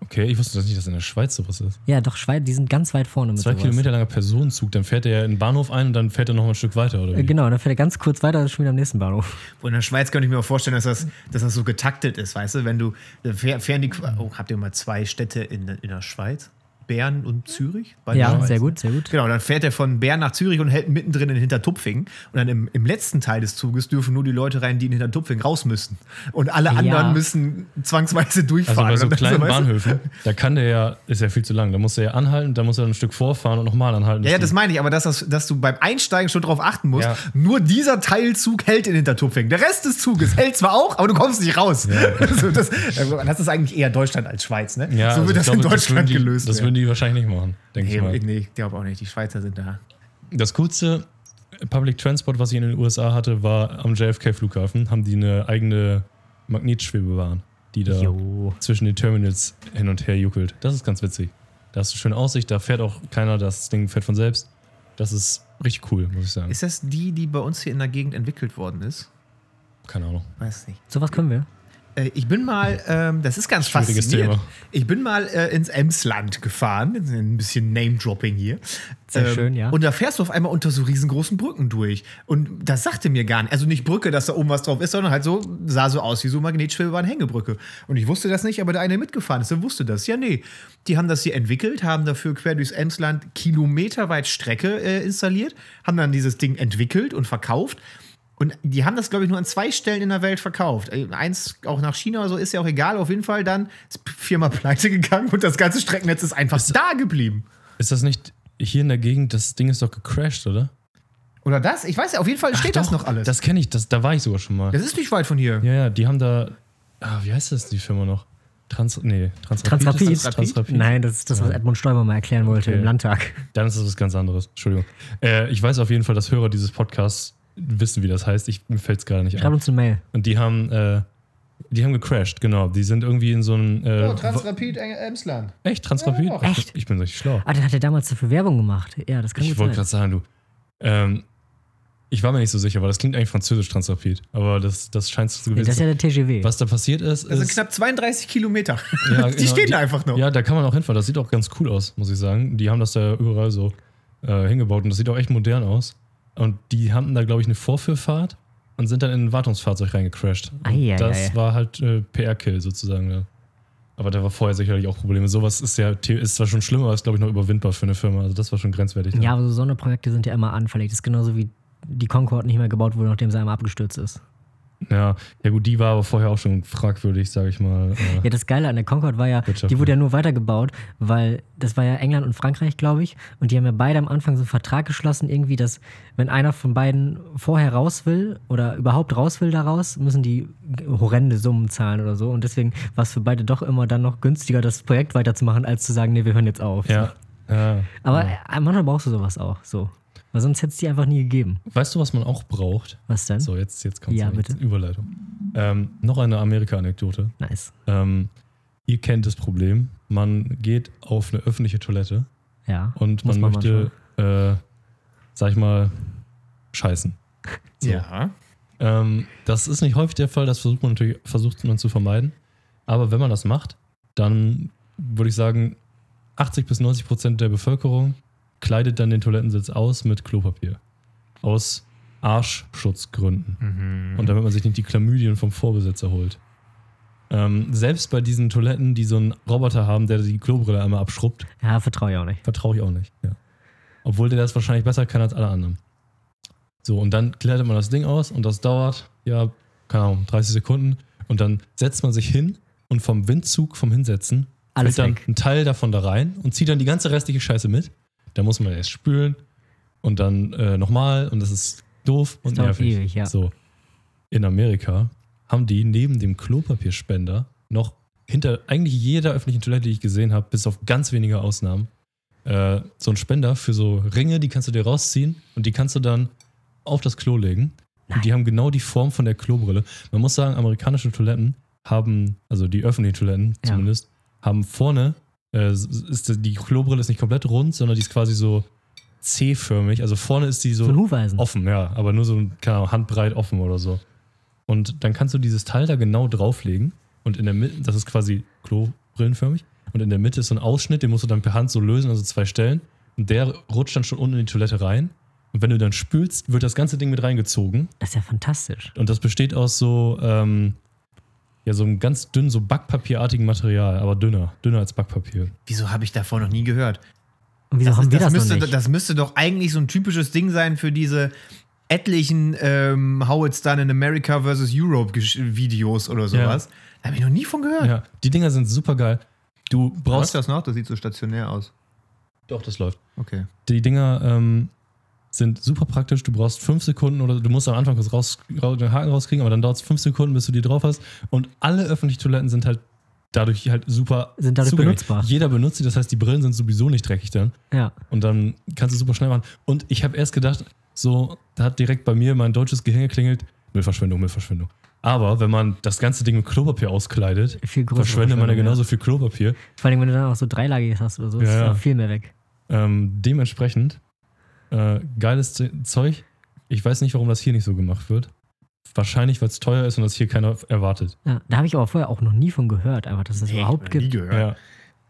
Speaker 2: Okay, ich wusste das nicht, dass in der Schweiz sowas ist.
Speaker 1: Ja, doch, Schweiz, die sind ganz weit vorne mit
Speaker 2: Zwei
Speaker 1: sowas.
Speaker 2: Kilometer langer Personenzug, dann fährt er in den Bahnhof ein und dann fährt er noch mal ein Stück weiter, oder?
Speaker 1: Äh,
Speaker 2: Wie?
Speaker 1: Genau, dann fährt er ganz kurz weiter, ist schon wieder am nächsten Bahnhof.
Speaker 3: Und in der Schweiz könnte ich mir auch vorstellen, dass das, dass das so getaktet ist, weißt du? Wenn du, da fähr- fähren die, oh, habt ihr mal zwei Städte in, in der Schweiz? Bern und Zürich? Beide
Speaker 1: Ja,
Speaker 3: Schweiz,
Speaker 1: sehr
Speaker 3: ne?
Speaker 1: gut, sehr gut.
Speaker 3: Genau, dann fährt er von Bern nach Zürich und hält mittendrin in Hintertupfingen. Und dann im, im letzten Teil des Zuges dürfen nur die Leute rein, die in Hintertupfingen raus müssen. Und alle anderen müssen zwangsweise
Speaker 2: Also
Speaker 3: durchfahren.
Speaker 2: bei so
Speaker 3: Und (laughs) dann
Speaker 2: kleinen
Speaker 3: weißt du-
Speaker 2: Bahnhöfen, da kann der ja, ist ja viel zu lang. Da muss er ja anhalten, da muss er ein Stück vorfahren und nochmal anhalten.
Speaker 3: Ja, ja,
Speaker 2: dass
Speaker 3: das
Speaker 2: die-
Speaker 3: meine ich, aber dass, das, dass du beim Einsteigen schon drauf achten musst,
Speaker 2: Ja.
Speaker 3: nur dieser Teilzug hält in Hintertupfingen. Der Rest
Speaker 2: (laughs)
Speaker 3: des Zuges hält zwar auch, aber du kommst nicht raus. (laughs) Also das, also das ist eigentlich eher Deutschland als Schweiz, ne?
Speaker 2: ja,
Speaker 3: so
Speaker 2: also
Speaker 3: wird
Speaker 2: ich
Speaker 3: das in
Speaker 2: glaube,
Speaker 3: Deutschland
Speaker 2: würden die,
Speaker 3: gelöst.
Speaker 2: Das würden die wahrscheinlich nicht machen, denke ich
Speaker 3: nee,
Speaker 2: mal.
Speaker 3: nee, ich glaube auch nicht. Die Schweizer sind da.
Speaker 2: Das coolste Public Transport, was ich in den USA hatte, war am JFK-Flughafen. Haben die eine eigene Magnetschwebebahn, die da
Speaker 1: Jo.
Speaker 2: zwischen den Terminals hin und her juckelt. Das ist ganz witzig. Da hast du schöne Aussicht, da fährt auch keiner, das Ding fährt von selbst. Das ist richtig cool, muss ich sagen.
Speaker 3: Ist das die, die bei uns hier in der Gegend entwickelt worden ist?
Speaker 2: Keine Ahnung.
Speaker 3: Weiß nicht.
Speaker 1: Sowas können wir.
Speaker 3: Äh, Ich bin mal, ähm, das ist ganz
Speaker 2: Schwieriges
Speaker 3: faszinierend.
Speaker 2: Thema.
Speaker 3: Ich bin mal äh, ins Emsland gefahren. Ein bisschen Name-Dropping hier.
Speaker 1: Sehr schön, ja.
Speaker 3: Ähm, Und da fährst du auf einmal unter so riesengroßen Brücken durch. Und das sagte mir gar nicht, also nicht Brücke, dass da oben was drauf ist, sondern halt so, sah so aus wie so Magnetschwebebahn Hängebrücke. Und ich wusste das nicht, aber der eine der mitgefahren ist, der wusste das. Ja, nee. Die haben das hier entwickelt, haben dafür quer durchs Emsland kilometerweit Strecke äh, installiert, haben dann dieses Ding entwickelt und verkauft. Und die haben das, glaube ich, nur an zwei Stellen in der Welt verkauft. Äh, Eins auch nach China oder so, ist ja auch egal. Auf jeden (laughs) Fall dann ist die Firma pleite gegangen und das ganze Streckennetz ist einfach da geblieben.
Speaker 2: Ist das nicht, hier in der Gegend, das Ding ist doch gecrashed, oder?
Speaker 3: Oder das? Ich weiß ja, auf jeden Fall
Speaker 2: Ach
Speaker 3: steht das
Speaker 2: doch,
Speaker 3: noch alles. Das,
Speaker 2: Das kenne ich, das, da war ich sogar schon mal.
Speaker 3: ist nicht weit von hier.
Speaker 2: Ja, ja, die haben da. Ah, wie heißt das, die Firma noch? Trans. Nee, Transrapid.
Speaker 1: Transrapid?
Speaker 2: Ist das? Transrapid.
Speaker 1: Nein, das ist das, was Edmund Stoiber mal erklären wollte
Speaker 2: Okay.
Speaker 1: im Landtag.
Speaker 2: Dann ist das was ganz anderes. Entschuldigung. Äh, ich weiß auf jeden Fall, dass Hörer dieses Podcasts wissen, wie das heißt. Ich, mir fällt es gerade nicht
Speaker 1: Schreib
Speaker 2: ein.
Speaker 1: uns eine Mail.
Speaker 2: Und die haben. Äh, die haben gecrashed, genau. Die sind irgendwie in so einem. Äh,
Speaker 3: Oh, Transrapid Eng- Emsland.
Speaker 2: wa- echt, Transrapid?
Speaker 3: Ja, doch.
Speaker 1: Echt?
Speaker 2: Ich bin richtig schlau.
Speaker 1: Ah, dann hat er damals dafür Werbung gemacht. Ja, das kann
Speaker 2: Ich wollte
Speaker 1: gut
Speaker 2: gerade
Speaker 1: sein.
Speaker 2: sagen, du. Ähm, ich war mir nicht so sicher, weil das klingt eigentlich französisch Transrapid. Aber das, das scheint es zu
Speaker 1: Nee,
Speaker 2: gewesen.
Speaker 1: das ist ja
Speaker 2: sein.
Speaker 1: der TGW.
Speaker 2: was da passiert ist,
Speaker 3: Das
Speaker 2: ist
Speaker 3: sind knapp 32 Kilometer.
Speaker 2: Ja,
Speaker 3: (laughs) die
Speaker 2: genau,
Speaker 3: stehen da einfach noch.
Speaker 2: Ja, da kann man auch hinfahren. Das sieht auch ganz cool aus, muss ich sagen. Die haben das da überall so äh, hingebaut und das sieht auch echt modern aus. Und die hatten da, glaube ich, eine Vorführfahrt und sind dann in ein Wartungsfahrzeug reingecrashed. Und
Speaker 1: Eieiei.
Speaker 2: das war halt äh, PR-Kill sozusagen. Ja. Aber da war vorher sicherlich auch Probleme. Sowas ist ja the- ist zwar schon schlimm, aber ist, glaube ich, noch überwindbar für eine Firma. Also das war schon grenzwertig.
Speaker 1: Ja, aber so Sonderprojekte sind ja immer anfällig. Das ist genauso wie die Concorde nicht mehr gebaut wurde, nachdem sie einmal abgestürzt ist.
Speaker 2: ja. Ja, gut, die war aber vorher auch schon fragwürdig, sage ich mal. Äh,
Speaker 1: Ja, das Geile an der Concorde war ja, die
Speaker 2: Wirtschaftlich.
Speaker 1: wurde ja nur weitergebaut, weil das war ja England und Frankreich, glaube ich. Und die haben ja beide am Anfang so einen Vertrag geschlossen, irgendwie, dass wenn einer von beiden vorher raus will oder überhaupt raus will daraus, müssen die horrende Summen zahlen oder so. Und deswegen war es für beide doch immer dann noch günstiger, das Projekt weiterzumachen, als zu sagen, nee, wir hören jetzt auf.
Speaker 2: ja. ja.
Speaker 1: Aber äh, manchmal brauchst du sowas auch, so. Weil sonst hätte es die einfach nie gegeben.
Speaker 2: Weißt du, was man auch braucht?
Speaker 1: Was denn?
Speaker 2: So, jetzt, jetzt kommt
Speaker 1: Ja, bitte.
Speaker 2: Überleitung. Ähm, noch eine Amerika-Anekdote.
Speaker 1: Nice.
Speaker 2: Ähm, ihr kennt das Problem. Man geht auf eine öffentliche Toilette
Speaker 1: Ja.
Speaker 2: und
Speaker 1: Muss
Speaker 2: man,
Speaker 1: man
Speaker 2: möchte, äh, sag ich mal, scheißen.
Speaker 3: Ja.
Speaker 2: Ähm, das ist nicht häufig der Fall, das versucht man natürlich versucht man zu vermeiden. Aber wenn man das macht, dann würde ich sagen, 80 bis 90 Prozent der Bevölkerung kleidet dann den Toilettensitz aus mit Klopapier. Aus Arschschutzgründen. Und damit man sich nicht die Chlamydien vom Vorbesitzer holt. Ähm, selbst bei diesen Toiletten, die so einen Roboter haben, der die Klobrille einmal abschrubbt,
Speaker 1: Ja, vertraue ich auch nicht.
Speaker 2: Vertraue ich auch nicht. Ja. Obwohl der das wahrscheinlich besser kann als alle anderen. So, und dann kleidet man das Ding aus und das dauert, ja, keine Ahnung, 30 Sekunden. Und dann setzt man sich hin und vom Windzug, vom Hinsetzen,
Speaker 1: Alles
Speaker 2: fällt dann
Speaker 1: weg.
Speaker 2: ein Teil davon da rein und zieht dann die ganze restliche Scheiße mit. Da muss man erst spülen und dann äh, nochmal und das ist doof und
Speaker 1: dauert
Speaker 2: nervig.
Speaker 1: ewig, ja.
Speaker 2: So. In Amerika haben die neben dem Klopapierspender noch hinter eigentlich jeder öffentlichen Toilette, die ich gesehen habe, bis auf ganz wenige Ausnahmen, äh, so einen Spender für so Ringe, die kannst du dir rausziehen und die kannst du dann auf das Klo legen. Und die haben genau die Form von der Klobrille. Man muss sagen, amerikanische Toiletten haben, also die öffentlichen Toiletten
Speaker 1: Ja.
Speaker 2: zumindest, haben vorne, äh, s- ist, die Klobrille ist nicht komplett rund, sondern die ist quasi so C-förmig. Also vorne ist die
Speaker 1: So ein
Speaker 2: so
Speaker 1: Hufeisen.
Speaker 2: offen, ja, aber nur so, keine Ahnung, handbreit offen oder so. Und dann kannst du dieses Teil da genau drauflegen und in der Mitte, das ist quasi klobrillenförmig, und in der Mitte ist so ein Ausschnitt, den musst du dann per Hand so lösen, also zwei Stellen. Und der rutscht dann schon unten in die Toilette rein. Und wenn du dann spülst, wird das ganze Ding mit reingezogen.
Speaker 1: Das ist ja fantastisch.
Speaker 2: Und das besteht aus so, ähm, ja, so einem ganz dünnen, so backpapierartigen Material, aber dünner. Dünner als Backpapier.
Speaker 3: Wieso habe ich davon noch nie gehört?
Speaker 1: Und wieso
Speaker 3: Das,
Speaker 1: haben
Speaker 3: ist,
Speaker 1: wir
Speaker 3: das,
Speaker 1: das,
Speaker 3: müsste,
Speaker 1: noch nicht?
Speaker 3: das müsste doch eigentlich so ein typisches Ding sein für diese etlichen ähm, How It's Done in America versus Europe Gesch- Videos oder sowas. Da habe ich noch nie von gehört.
Speaker 2: Ja, die Dinger sind super geil. Du
Speaker 3: Brauchst
Speaker 2: brauchst.
Speaker 3: du das noch? Das sieht so stationär aus.
Speaker 2: Doch, das läuft.
Speaker 3: Okay.
Speaker 2: Die Dinger ähm, sind super praktisch. Du brauchst fünf Sekunden oder du musst am Anfang kurz raus, ra- den Haken rauskriegen, aber dann dauert es fünf Sekunden, bis du die drauf hast. Und alle öffentlichen Toiletten sind halt dadurch halt super
Speaker 1: Sind dadurch
Speaker 2: zugänglich.
Speaker 1: benutzbar.
Speaker 2: Jeder benutzt sie, das heißt, die Brillen sind sowieso nicht dreckig dann.
Speaker 1: ja.
Speaker 2: Und dann kannst du super schnell machen. Und ich habe erst gedacht, so, da hat direkt bei mir mein deutsches Gehirn geklingelt. Müllverschwendung, Müllverschwendung. Aber wenn man das ganze Ding mit Klopapier auskleidet,
Speaker 1: Viel größere
Speaker 2: verschwendet
Speaker 1: Verschwendung,
Speaker 2: man ja
Speaker 1: ja.
Speaker 2: genauso viel Klopapier.
Speaker 1: Vor allem, wenn du dann auch so dreilagiges hast oder so, ist
Speaker 2: Ja, ja.
Speaker 1: noch viel mehr weg.
Speaker 2: Ähm, dementsprechend, äh, geiles Ze- Zeug. Ich weiß nicht, warum das hier nicht so gemacht wird. Wahrscheinlich, weil es teuer ist und das hier keiner erwartet.
Speaker 1: Ja, da habe ich aber vorher auch noch nie von gehört, einfach, dass es das
Speaker 3: Nee,
Speaker 1: überhaupt
Speaker 3: hab ich noch nie
Speaker 1: gibt.
Speaker 3: gehört.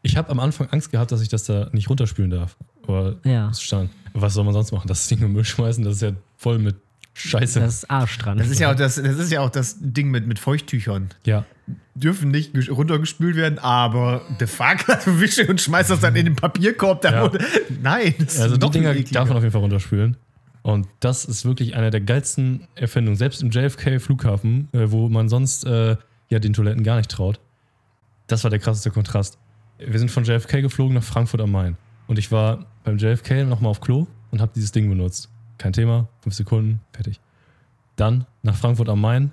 Speaker 2: Ich habe am Anfang Angst gehabt, dass ich das da nicht runterspülen darf. Aber
Speaker 1: Ja.
Speaker 2: es stand. Was soll man sonst machen? Das Ding im Müll schmeißen, das ist ja voll mit Scheiße.
Speaker 1: Das ist Arsch dran.
Speaker 3: Das ist ja auch das, das, ist ja auch das Ding mit, mit Feuchttüchern.
Speaker 2: ja.
Speaker 3: Dürfen nicht gesch- runtergespült werden, aber de (laughs) facto wische und schmeißt das dann in den Papierkorb. Da
Speaker 2: Ja.
Speaker 3: runter. Nein, das
Speaker 2: Also die
Speaker 3: noch
Speaker 2: Dinger
Speaker 3: ekliger.
Speaker 2: darf man auf jeden Fall runterspülen. Und das ist wirklich eine der geilsten Erfindungen. Selbst im JFK-Flughafen, äh, wo man sonst äh, ja den Toiletten gar nicht traut. Das war der krasseste Kontrast. Wir sind von JFK geflogen nach Frankfurt am Main. Und ich war beim JFK nochmal auf Klo und habe dieses Ding benutzt. Kein Thema, fünf Sekunden, fertig. Dann nach Frankfurt am Main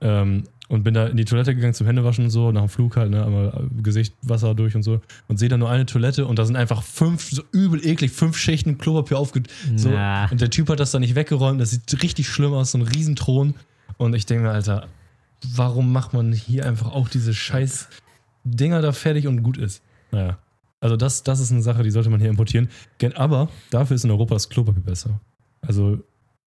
Speaker 2: ähm, und bin da in die Toilette gegangen zum Händewaschen und so, nach dem Flug halt, ne, einmal Gesicht, Wasser durch und so. Und sehe da nur eine Toilette und da sind einfach fünf, so übel eklig, fünf Schichten Klopapier aufge... So.
Speaker 1: Na.
Speaker 2: Und der Typ hat das da nicht weggeräumt, das sieht richtig schlimm aus, so ein Riesenthron. Und ich denke mir, Alter, warum macht man hier einfach auch diese scheiß Dinger da fertig und gut ist? Naja. Also das, das ist eine Sache, die sollte man hier importieren. Gen- Aber dafür ist in Europa das Klopapier besser. Also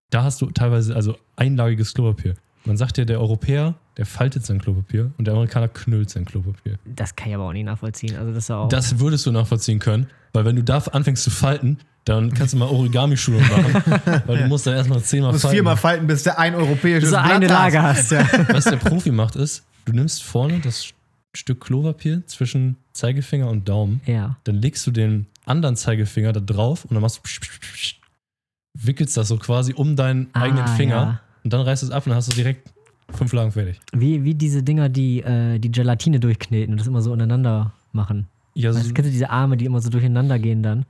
Speaker 2: da hast du teilweise also einlagiges Klopapier. Man sagt ja, der Europäer, der faltet sein Klopapier und der Amerikaner knüllt sein Klopapier.
Speaker 1: Das kann ich aber auch nicht nachvollziehen. Also das ist auch.
Speaker 2: Das würdest du nachvollziehen können, weil wenn du da anfängst zu falten, dann kannst du mal Origami-Schulung machen, weil du musst dann erstmal zehnmal
Speaker 3: Du musst
Speaker 2: falten.
Speaker 3: viermal falten, bis du ein europäisches
Speaker 1: so eine
Speaker 3: Blatt
Speaker 1: Lage hast. Ja.
Speaker 2: Was der Profi macht, ist, du nimmst vorne das Stück Klopapier zwischen Zeigefinger und Daumen,
Speaker 1: ja.
Speaker 2: dann legst du den anderen Zeigefinger da drauf und dann machst du psch, psch, psch, psch, wickelst das so quasi um deinen eigenen
Speaker 1: Ah,
Speaker 2: Finger
Speaker 1: ja.
Speaker 2: und dann reißt du es ab und dann hast du direkt fünf Lagen fertig.
Speaker 1: Wie, wie diese Dinger, die äh, die Gelatine durchkneten und das immer so untereinander machen.
Speaker 2: Ja, so,
Speaker 1: Weißt, du, kennst du diese Arme, die immer so durcheinander gehen dann?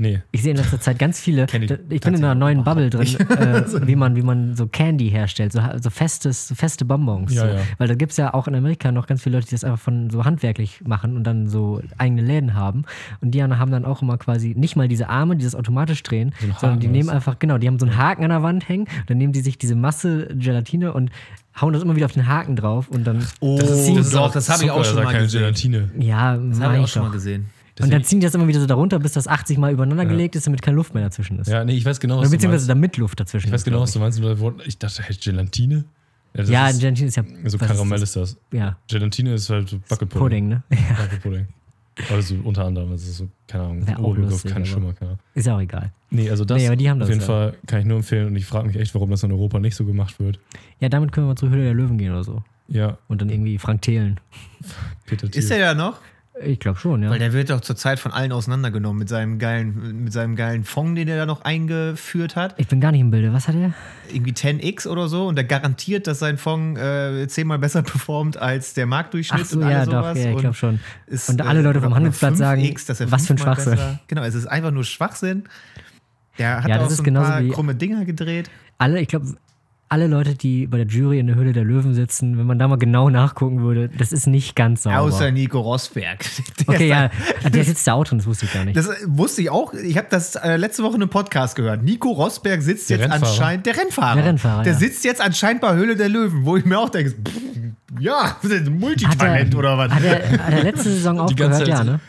Speaker 2: nee.
Speaker 1: Ich sehe in letzter Zeit ganz viele.
Speaker 3: Kenn ich also
Speaker 1: da- ich bin in einer neuen Bubble
Speaker 3: (laughs)
Speaker 1: drin, äh, wie, man, wie man so Candy herstellt, so, ha- so, festes, so feste Bonbons.
Speaker 2: Ja,
Speaker 1: so.
Speaker 2: ja.
Speaker 1: Weil da gibt es ja auch in Amerika noch ganz viele Leute, die das einfach von so handwerklich machen und dann so eigene Läden haben. Und die haben dann auch immer quasi nicht mal diese Arme, die das automatisch drehen,
Speaker 2: einen Haken
Speaker 1: sondern die
Speaker 2: oder
Speaker 1: nehmen
Speaker 2: was?
Speaker 1: einfach, genau, die haben so einen Haken an der Wand hängen, dann nehmen die sich diese Masse Gelatine und hauen das immer wieder auf den Haken drauf und dann
Speaker 3: Oh,
Speaker 1: ziehen
Speaker 3: das ist auch- habe ich
Speaker 2: Zucker,
Speaker 3: auch schon
Speaker 2: ist ja
Speaker 3: mal
Speaker 2: keine
Speaker 3: gesehen.
Speaker 2: Gelatine.
Speaker 1: ja,
Speaker 3: Das habe ich
Speaker 1: meine
Speaker 3: auch
Speaker 1: ich
Speaker 3: schon mal
Speaker 1: doch.
Speaker 3: gesehen.
Speaker 1: Und dann ziehen die das immer wieder so darunter, bis das 80 Mal übereinander gelegt ist, damit keine Luft mehr dazwischen ist.
Speaker 2: Ja, nee, ich weiß genau,
Speaker 1: Oder
Speaker 2: was du meinst.
Speaker 1: beziehungsweise damit Luft dazwischen
Speaker 2: Ich weiß
Speaker 1: ist,
Speaker 2: genau,
Speaker 1: glaub
Speaker 2: was du meinst. mit dem Wort. Ich dachte, hey, Gelatine? Ja, das
Speaker 1: Ja,
Speaker 2: ist,
Speaker 1: Gelatine ist ja.
Speaker 2: so
Speaker 1: was
Speaker 2: Karamell
Speaker 1: ist.
Speaker 2: ist das.
Speaker 1: das? Ja,
Speaker 2: Gelatine ist halt so Backepudding. (laughs)
Speaker 1: Pudding, ne? (laughs)
Speaker 2: Backepudding. Also unter anderem, das ist so, keine Ahnung,
Speaker 1: Wär auch
Speaker 2: Ohrluft,
Speaker 1: lustig,
Speaker 2: keine
Speaker 1: aber-
Speaker 2: Schimmer, keine Ahnung.
Speaker 1: Ist ja auch egal.
Speaker 2: Nee, also das,
Speaker 1: Nee, aber die haben
Speaker 2: auf
Speaker 1: das
Speaker 2: jeden
Speaker 1: ja.
Speaker 2: Fall kann ich nur empfehlen und ich frage mich echt, warum das in Europa nicht so gemacht wird.
Speaker 1: Ja, damit können wir mal zur Höhle der Löwen gehen oder so.
Speaker 2: Ja,
Speaker 1: Und dann irgendwie Frank Thelen.
Speaker 2: Peter Thiel.
Speaker 3: Ist der da noch?
Speaker 1: Ich glaube schon, ja.
Speaker 3: Weil der wird doch zurzeit von allen auseinandergenommen mit seinem geilen, mit seinem geilen Fond, den er da noch eingeführt hat.
Speaker 1: Ich bin gar nicht im Bilde. Was hat er?
Speaker 3: Irgendwie 10x oder so. Und der garantiert, dass sein Fond äh, zehnmal besser (laughs) performt als der Marktdurchschnitt
Speaker 1: Ach so,
Speaker 3: und alles
Speaker 1: ja, doch.
Speaker 3: sowas.
Speaker 1: Ja, ich
Speaker 3: Und
Speaker 1: glaube schon.
Speaker 3: ist,
Speaker 1: Und alle
Speaker 3: äh,
Speaker 1: Leute
Speaker 3: oder-
Speaker 1: vom
Speaker 3: oder
Speaker 1: Handelsplatz sagen,
Speaker 3: 5x, dass er
Speaker 1: was für ein
Speaker 3: fünfmal
Speaker 1: Schwachsinn.
Speaker 3: besser- Genau, es ist einfach nur Schwachsinn. Der hat
Speaker 1: Ja,
Speaker 3: auch
Speaker 1: das ist
Speaker 3: so ein
Speaker 1: genauso
Speaker 3: paar
Speaker 1: wie-
Speaker 3: krumme Dinger gedreht.
Speaker 1: Alle, ich glaube, alle Leute, die bei der Jury in der Höhle der Löwen sitzen, wenn man da mal genau nachgucken würde, das ist nicht ganz sauber.
Speaker 3: Außer Nico Rosberg. (laughs) Der
Speaker 1: okay,
Speaker 3: ist
Speaker 1: ja. Ah, Der sitzt da auch drin, das wusste ich gar nicht.
Speaker 3: Das äh, wusste ich auch. Ich habe das äh, letzte Woche in einem Podcast gehört. Nico Rosberg sitzt
Speaker 2: Der
Speaker 3: jetzt
Speaker 2: Rennfahrer.
Speaker 3: anscheinend, der Rennfahrer.
Speaker 1: Der Rennfahrer,
Speaker 3: Der
Speaker 1: ja.
Speaker 3: sitzt jetzt anscheinend bei Höhle der Löwen, wo ich mir auch denke, pff, ja, (laughs) Multitalent oder was.
Speaker 1: Hat er, hat er letzte
Speaker 3: (laughs)
Speaker 1: Saison
Speaker 2: Die ganze
Speaker 1: aufgehört? Ja,
Speaker 2: Zeit
Speaker 1: ne?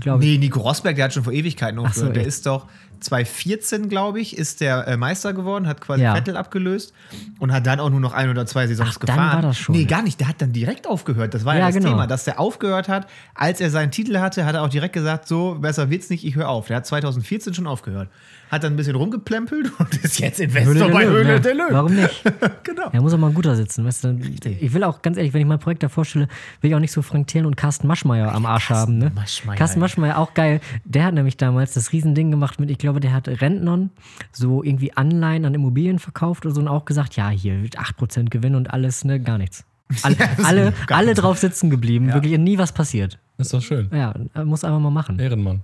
Speaker 1: Glaube ich.
Speaker 3: Nee, Nico Rosberg, der hat schon vor Ewigkeiten
Speaker 1: so,
Speaker 3: aufgehört. der
Speaker 1: echt?
Speaker 3: ist doch 2014, glaube ich, ist der äh, Meister geworden, hat quasi
Speaker 1: Ja.
Speaker 3: Vettel abgelöst und hat dann auch nur noch ein oder zwei Saisons
Speaker 1: Ach, dann
Speaker 3: gefahren.
Speaker 1: war das schon.
Speaker 3: Nee, gar nicht. Der hat dann direkt aufgehört. Das war ja,
Speaker 1: Ja,
Speaker 3: das
Speaker 1: genau.
Speaker 3: Thema, dass der aufgehört hat. Als er seinen Titel hatte, hat er auch direkt gesagt, so, besser wird's nicht, ich höre auf. Der hat 2014 schon aufgehehört. Hat dann ein bisschen rumgeplempelt (laughs) und ist jetzt
Speaker 1: Höhle
Speaker 3: Investor
Speaker 1: der
Speaker 3: bei
Speaker 1: Löwen,
Speaker 3: Höhle
Speaker 1: ja.
Speaker 3: der Löwen.
Speaker 1: Warum nicht?
Speaker 3: (laughs) Genau.
Speaker 1: Er muss auch mal ein guter sitzen. Weißt du, ich will auch ganz ehrlich, wenn ich mein Projekt da vorstelle, will ich auch nicht so Frank Thelen und Carsten Maschmeyer am Arsch haben. Ne?
Speaker 3: Maschmeyer,
Speaker 1: Carsten
Speaker 3: ey.
Speaker 1: Maschmeyer auch geil. Der hat nämlich damals das Riesending gemacht mit, ich glaube, der hat Rentnern so irgendwie Anleihen an Immobilien verkauft oder so und auch gesagt, ja, hier 8% Gewinn und alles, ne, gar
Speaker 3: (laughs)
Speaker 1: nichts. Alle,
Speaker 3: das ist
Speaker 1: alle,
Speaker 3: gar
Speaker 1: alle drauf sitzen geblieben, wirklich nie was passiert.
Speaker 2: ist doch schön.
Speaker 1: Ja, muss einfach mal machen.
Speaker 2: Ehrenmann.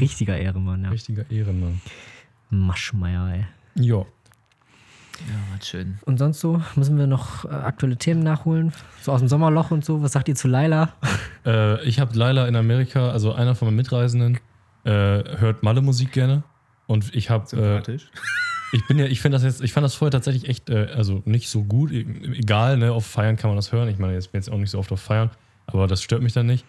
Speaker 1: Richtiger Ehrenmann, ja.
Speaker 2: Richtiger Ehrenmann.
Speaker 1: Maschmeyer, ey.
Speaker 2: Ja.
Speaker 3: Ja, schön.
Speaker 1: Und sonst so müssen wir noch äh, aktuelle Themen nachholen. So aus dem Sommerloch und so. Was sagt ihr zu Also Laila?
Speaker 2: Äh, ich habe Laila in Amerika, also einer von meinen Mitreisenden, äh, hört Malle-Musik gerne. Und ich habe äh,
Speaker 3: Sympathisch.
Speaker 2: Ich bin ja, ich finde das jetzt, ich fand das vorher tatsächlich echt, äh, also nicht so gut. E- Egal, ne, auf Feiern kann man das hören. Ich meine, jetzt bin jetzt auch nicht so oft auf Feiern, aber das stört mich dann nicht.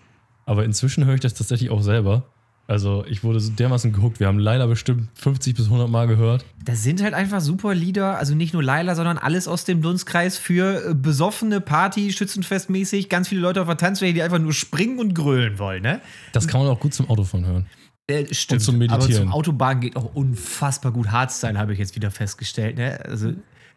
Speaker 2: Aber inzwischen höre ich das tatsächlich auch selber. Also ich wurde so dermaßen gehuckt. Wir haben leider bestimmt 50 bis 100 Mal gehört.
Speaker 3: Das sind halt einfach super Lieder, also nicht nur Laila, sondern alles aus dem Dunstkreis für äh, besoffene Party, schützenfestmäßig, ganz viele Leute auf der Tanzfläche, die einfach nur springen und grölen wollen, ne?
Speaker 2: Das kann man auch gut zum Autofahren hören.
Speaker 3: Äh, stimmt,
Speaker 2: zum
Speaker 3: aber
Speaker 2: Meditieren.
Speaker 3: zum Autobahn geht auch unfassbar gut. Hardstyle habe ich jetzt wieder festgestellt, ne? Also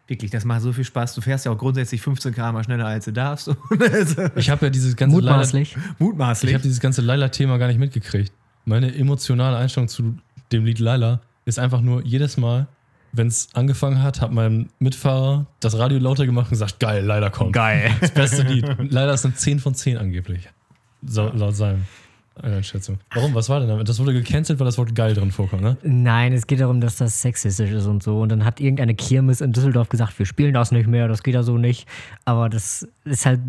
Speaker 3: wirklich, das macht so viel Spaß. Du fährst ja auch grundsätzlich 15 km schneller, als du darfst. (laughs) Und also,
Speaker 2: Ich habe ja dieses ganze Laila,
Speaker 1: Mutmaßlich.
Speaker 2: ich
Speaker 3: mutmaßlich.
Speaker 2: habe dieses ganze Laila-Thema gar nicht mitgekriegt. Meine emotionale Einstellung zu dem Lied Laila ist einfach nur jedes Mal, wenn es angefangen hat, hat mein Mitfahrer das Radio lauter gemacht und gesagt, geil, Laila kommt. (laughs)
Speaker 3: Geil.
Speaker 2: Beste Lied. Leider ist eine 10 von 10 angeblich. So, laut seinem. äh, Einschätzung. Warum? Was war denn damit? Das wurde gecancelt, weil das Wort geil drin vorkommt, ne?
Speaker 1: Nein, es geht darum, dass das sexistisch ist und so. Und dann hat irgendeine Kirmes in Düsseldorf gesagt, wir spielen das nicht mehr, das geht ja so nicht. Aber das ist halt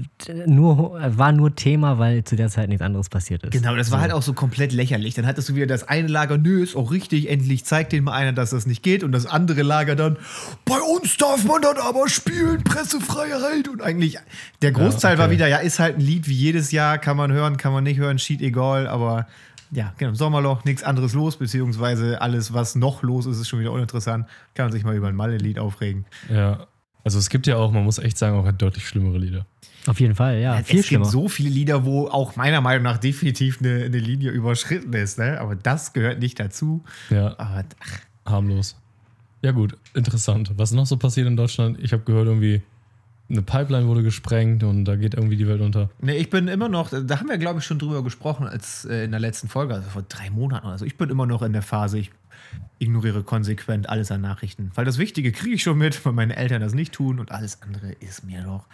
Speaker 1: nur, war nur Thema, weil zu der Zeit nichts anderes passiert ist.
Speaker 3: Genau, das war halt auch so komplett lächerlich. Dann hattest du wieder das eine Lager, nö, ist auch richtig, endlich zeigt denen mal einer, dass das nicht geht. Und das andere Lager dann, bei uns darf man dann aber spielen, Pressefreiheit. Und eigentlich, der Großteil war
Speaker 2: okay.
Speaker 3: wieder, ja, ist halt ein Lied wie jedes Jahr, kann man hören, kann man nicht hören, schied egal, aber. Ja, genau. Sommerloch, nichts anderes los, beziehungsweise alles, was noch los ist, ist schon wieder uninteressant. Kann man sich mal über ein Malle-Lied aufregen.
Speaker 2: Ja. Also es gibt ja auch, man muss echt sagen, auch halt deutlich schlimmere Lieder.
Speaker 1: Auf jeden Fall, ja. viel
Speaker 3: es
Speaker 1: schlimmer.
Speaker 3: gibt so viele Lieder, wo auch meiner Meinung nach definitiv eine, eine Linie überschritten ist, ne? aber das gehört nicht dazu.
Speaker 2: Ja,
Speaker 3: Aber ach,
Speaker 2: harmlos. Ja gut, interessant. Was noch so passiert in Deutschland? Ich habe gehört, irgendwie eine Pipeline wurde gesprengt und da geht irgendwie die Welt unter.
Speaker 3: nee, ich bin immer noch, da haben wir glaube ich schon drüber gesprochen, als äh, in der letzten Folge, also vor drei Monaten oder so. Ich bin immer noch in der Phase, ich ignoriere konsequent alles an Nachrichten, weil das Wichtige kriege ich schon mit, weil meine Eltern das nicht tun und alles andere ist mir doch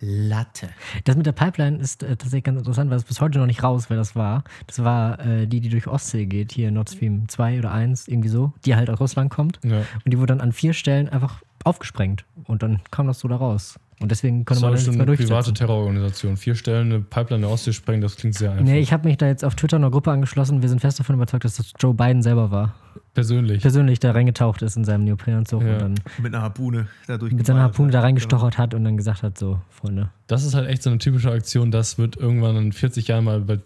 Speaker 3: Latte.
Speaker 1: Das mit der Pipeline ist äh, tatsächlich ganz interessant, weil es bis heute noch nicht raus, wer das war. Das war äh, die, die durch Ostsee geht, hier Nord Stream 2 oder 1, irgendwie so, die halt aus Russland kommt.
Speaker 2: Ja.
Speaker 1: Und die wurde dann an vier Stellen einfach aufgesprengt. Und dann kam das so da raus. Und deswegen konnte
Speaker 2: Das war
Speaker 1: man das
Speaker 2: Also schon
Speaker 1: nicht mehr
Speaker 2: eine private
Speaker 1: durchsetzen.
Speaker 2: Terrororganisation. Vier Stellen eine Pipeline in der Ostsee sprengen, das klingt sehr einfach.
Speaker 1: Nee, ich habe mich da jetzt auf Twitter einer Gruppe angeschlossen. Wir sind fest davon überzeugt, dass das Joe Biden selber war.
Speaker 2: Persönlich.
Speaker 1: Persönlich da reingetaucht ist in seinem Neoprenanzug
Speaker 2: Ja.
Speaker 1: und dann
Speaker 3: Mit einer Harpune dadurch
Speaker 1: mit seiner Harpune da reingestochert hat und dann gesagt hat, so, Freunde.
Speaker 2: Das ist halt echt so eine typische Aktion, das wird irgendwann in 40 Jahren mal bei äh,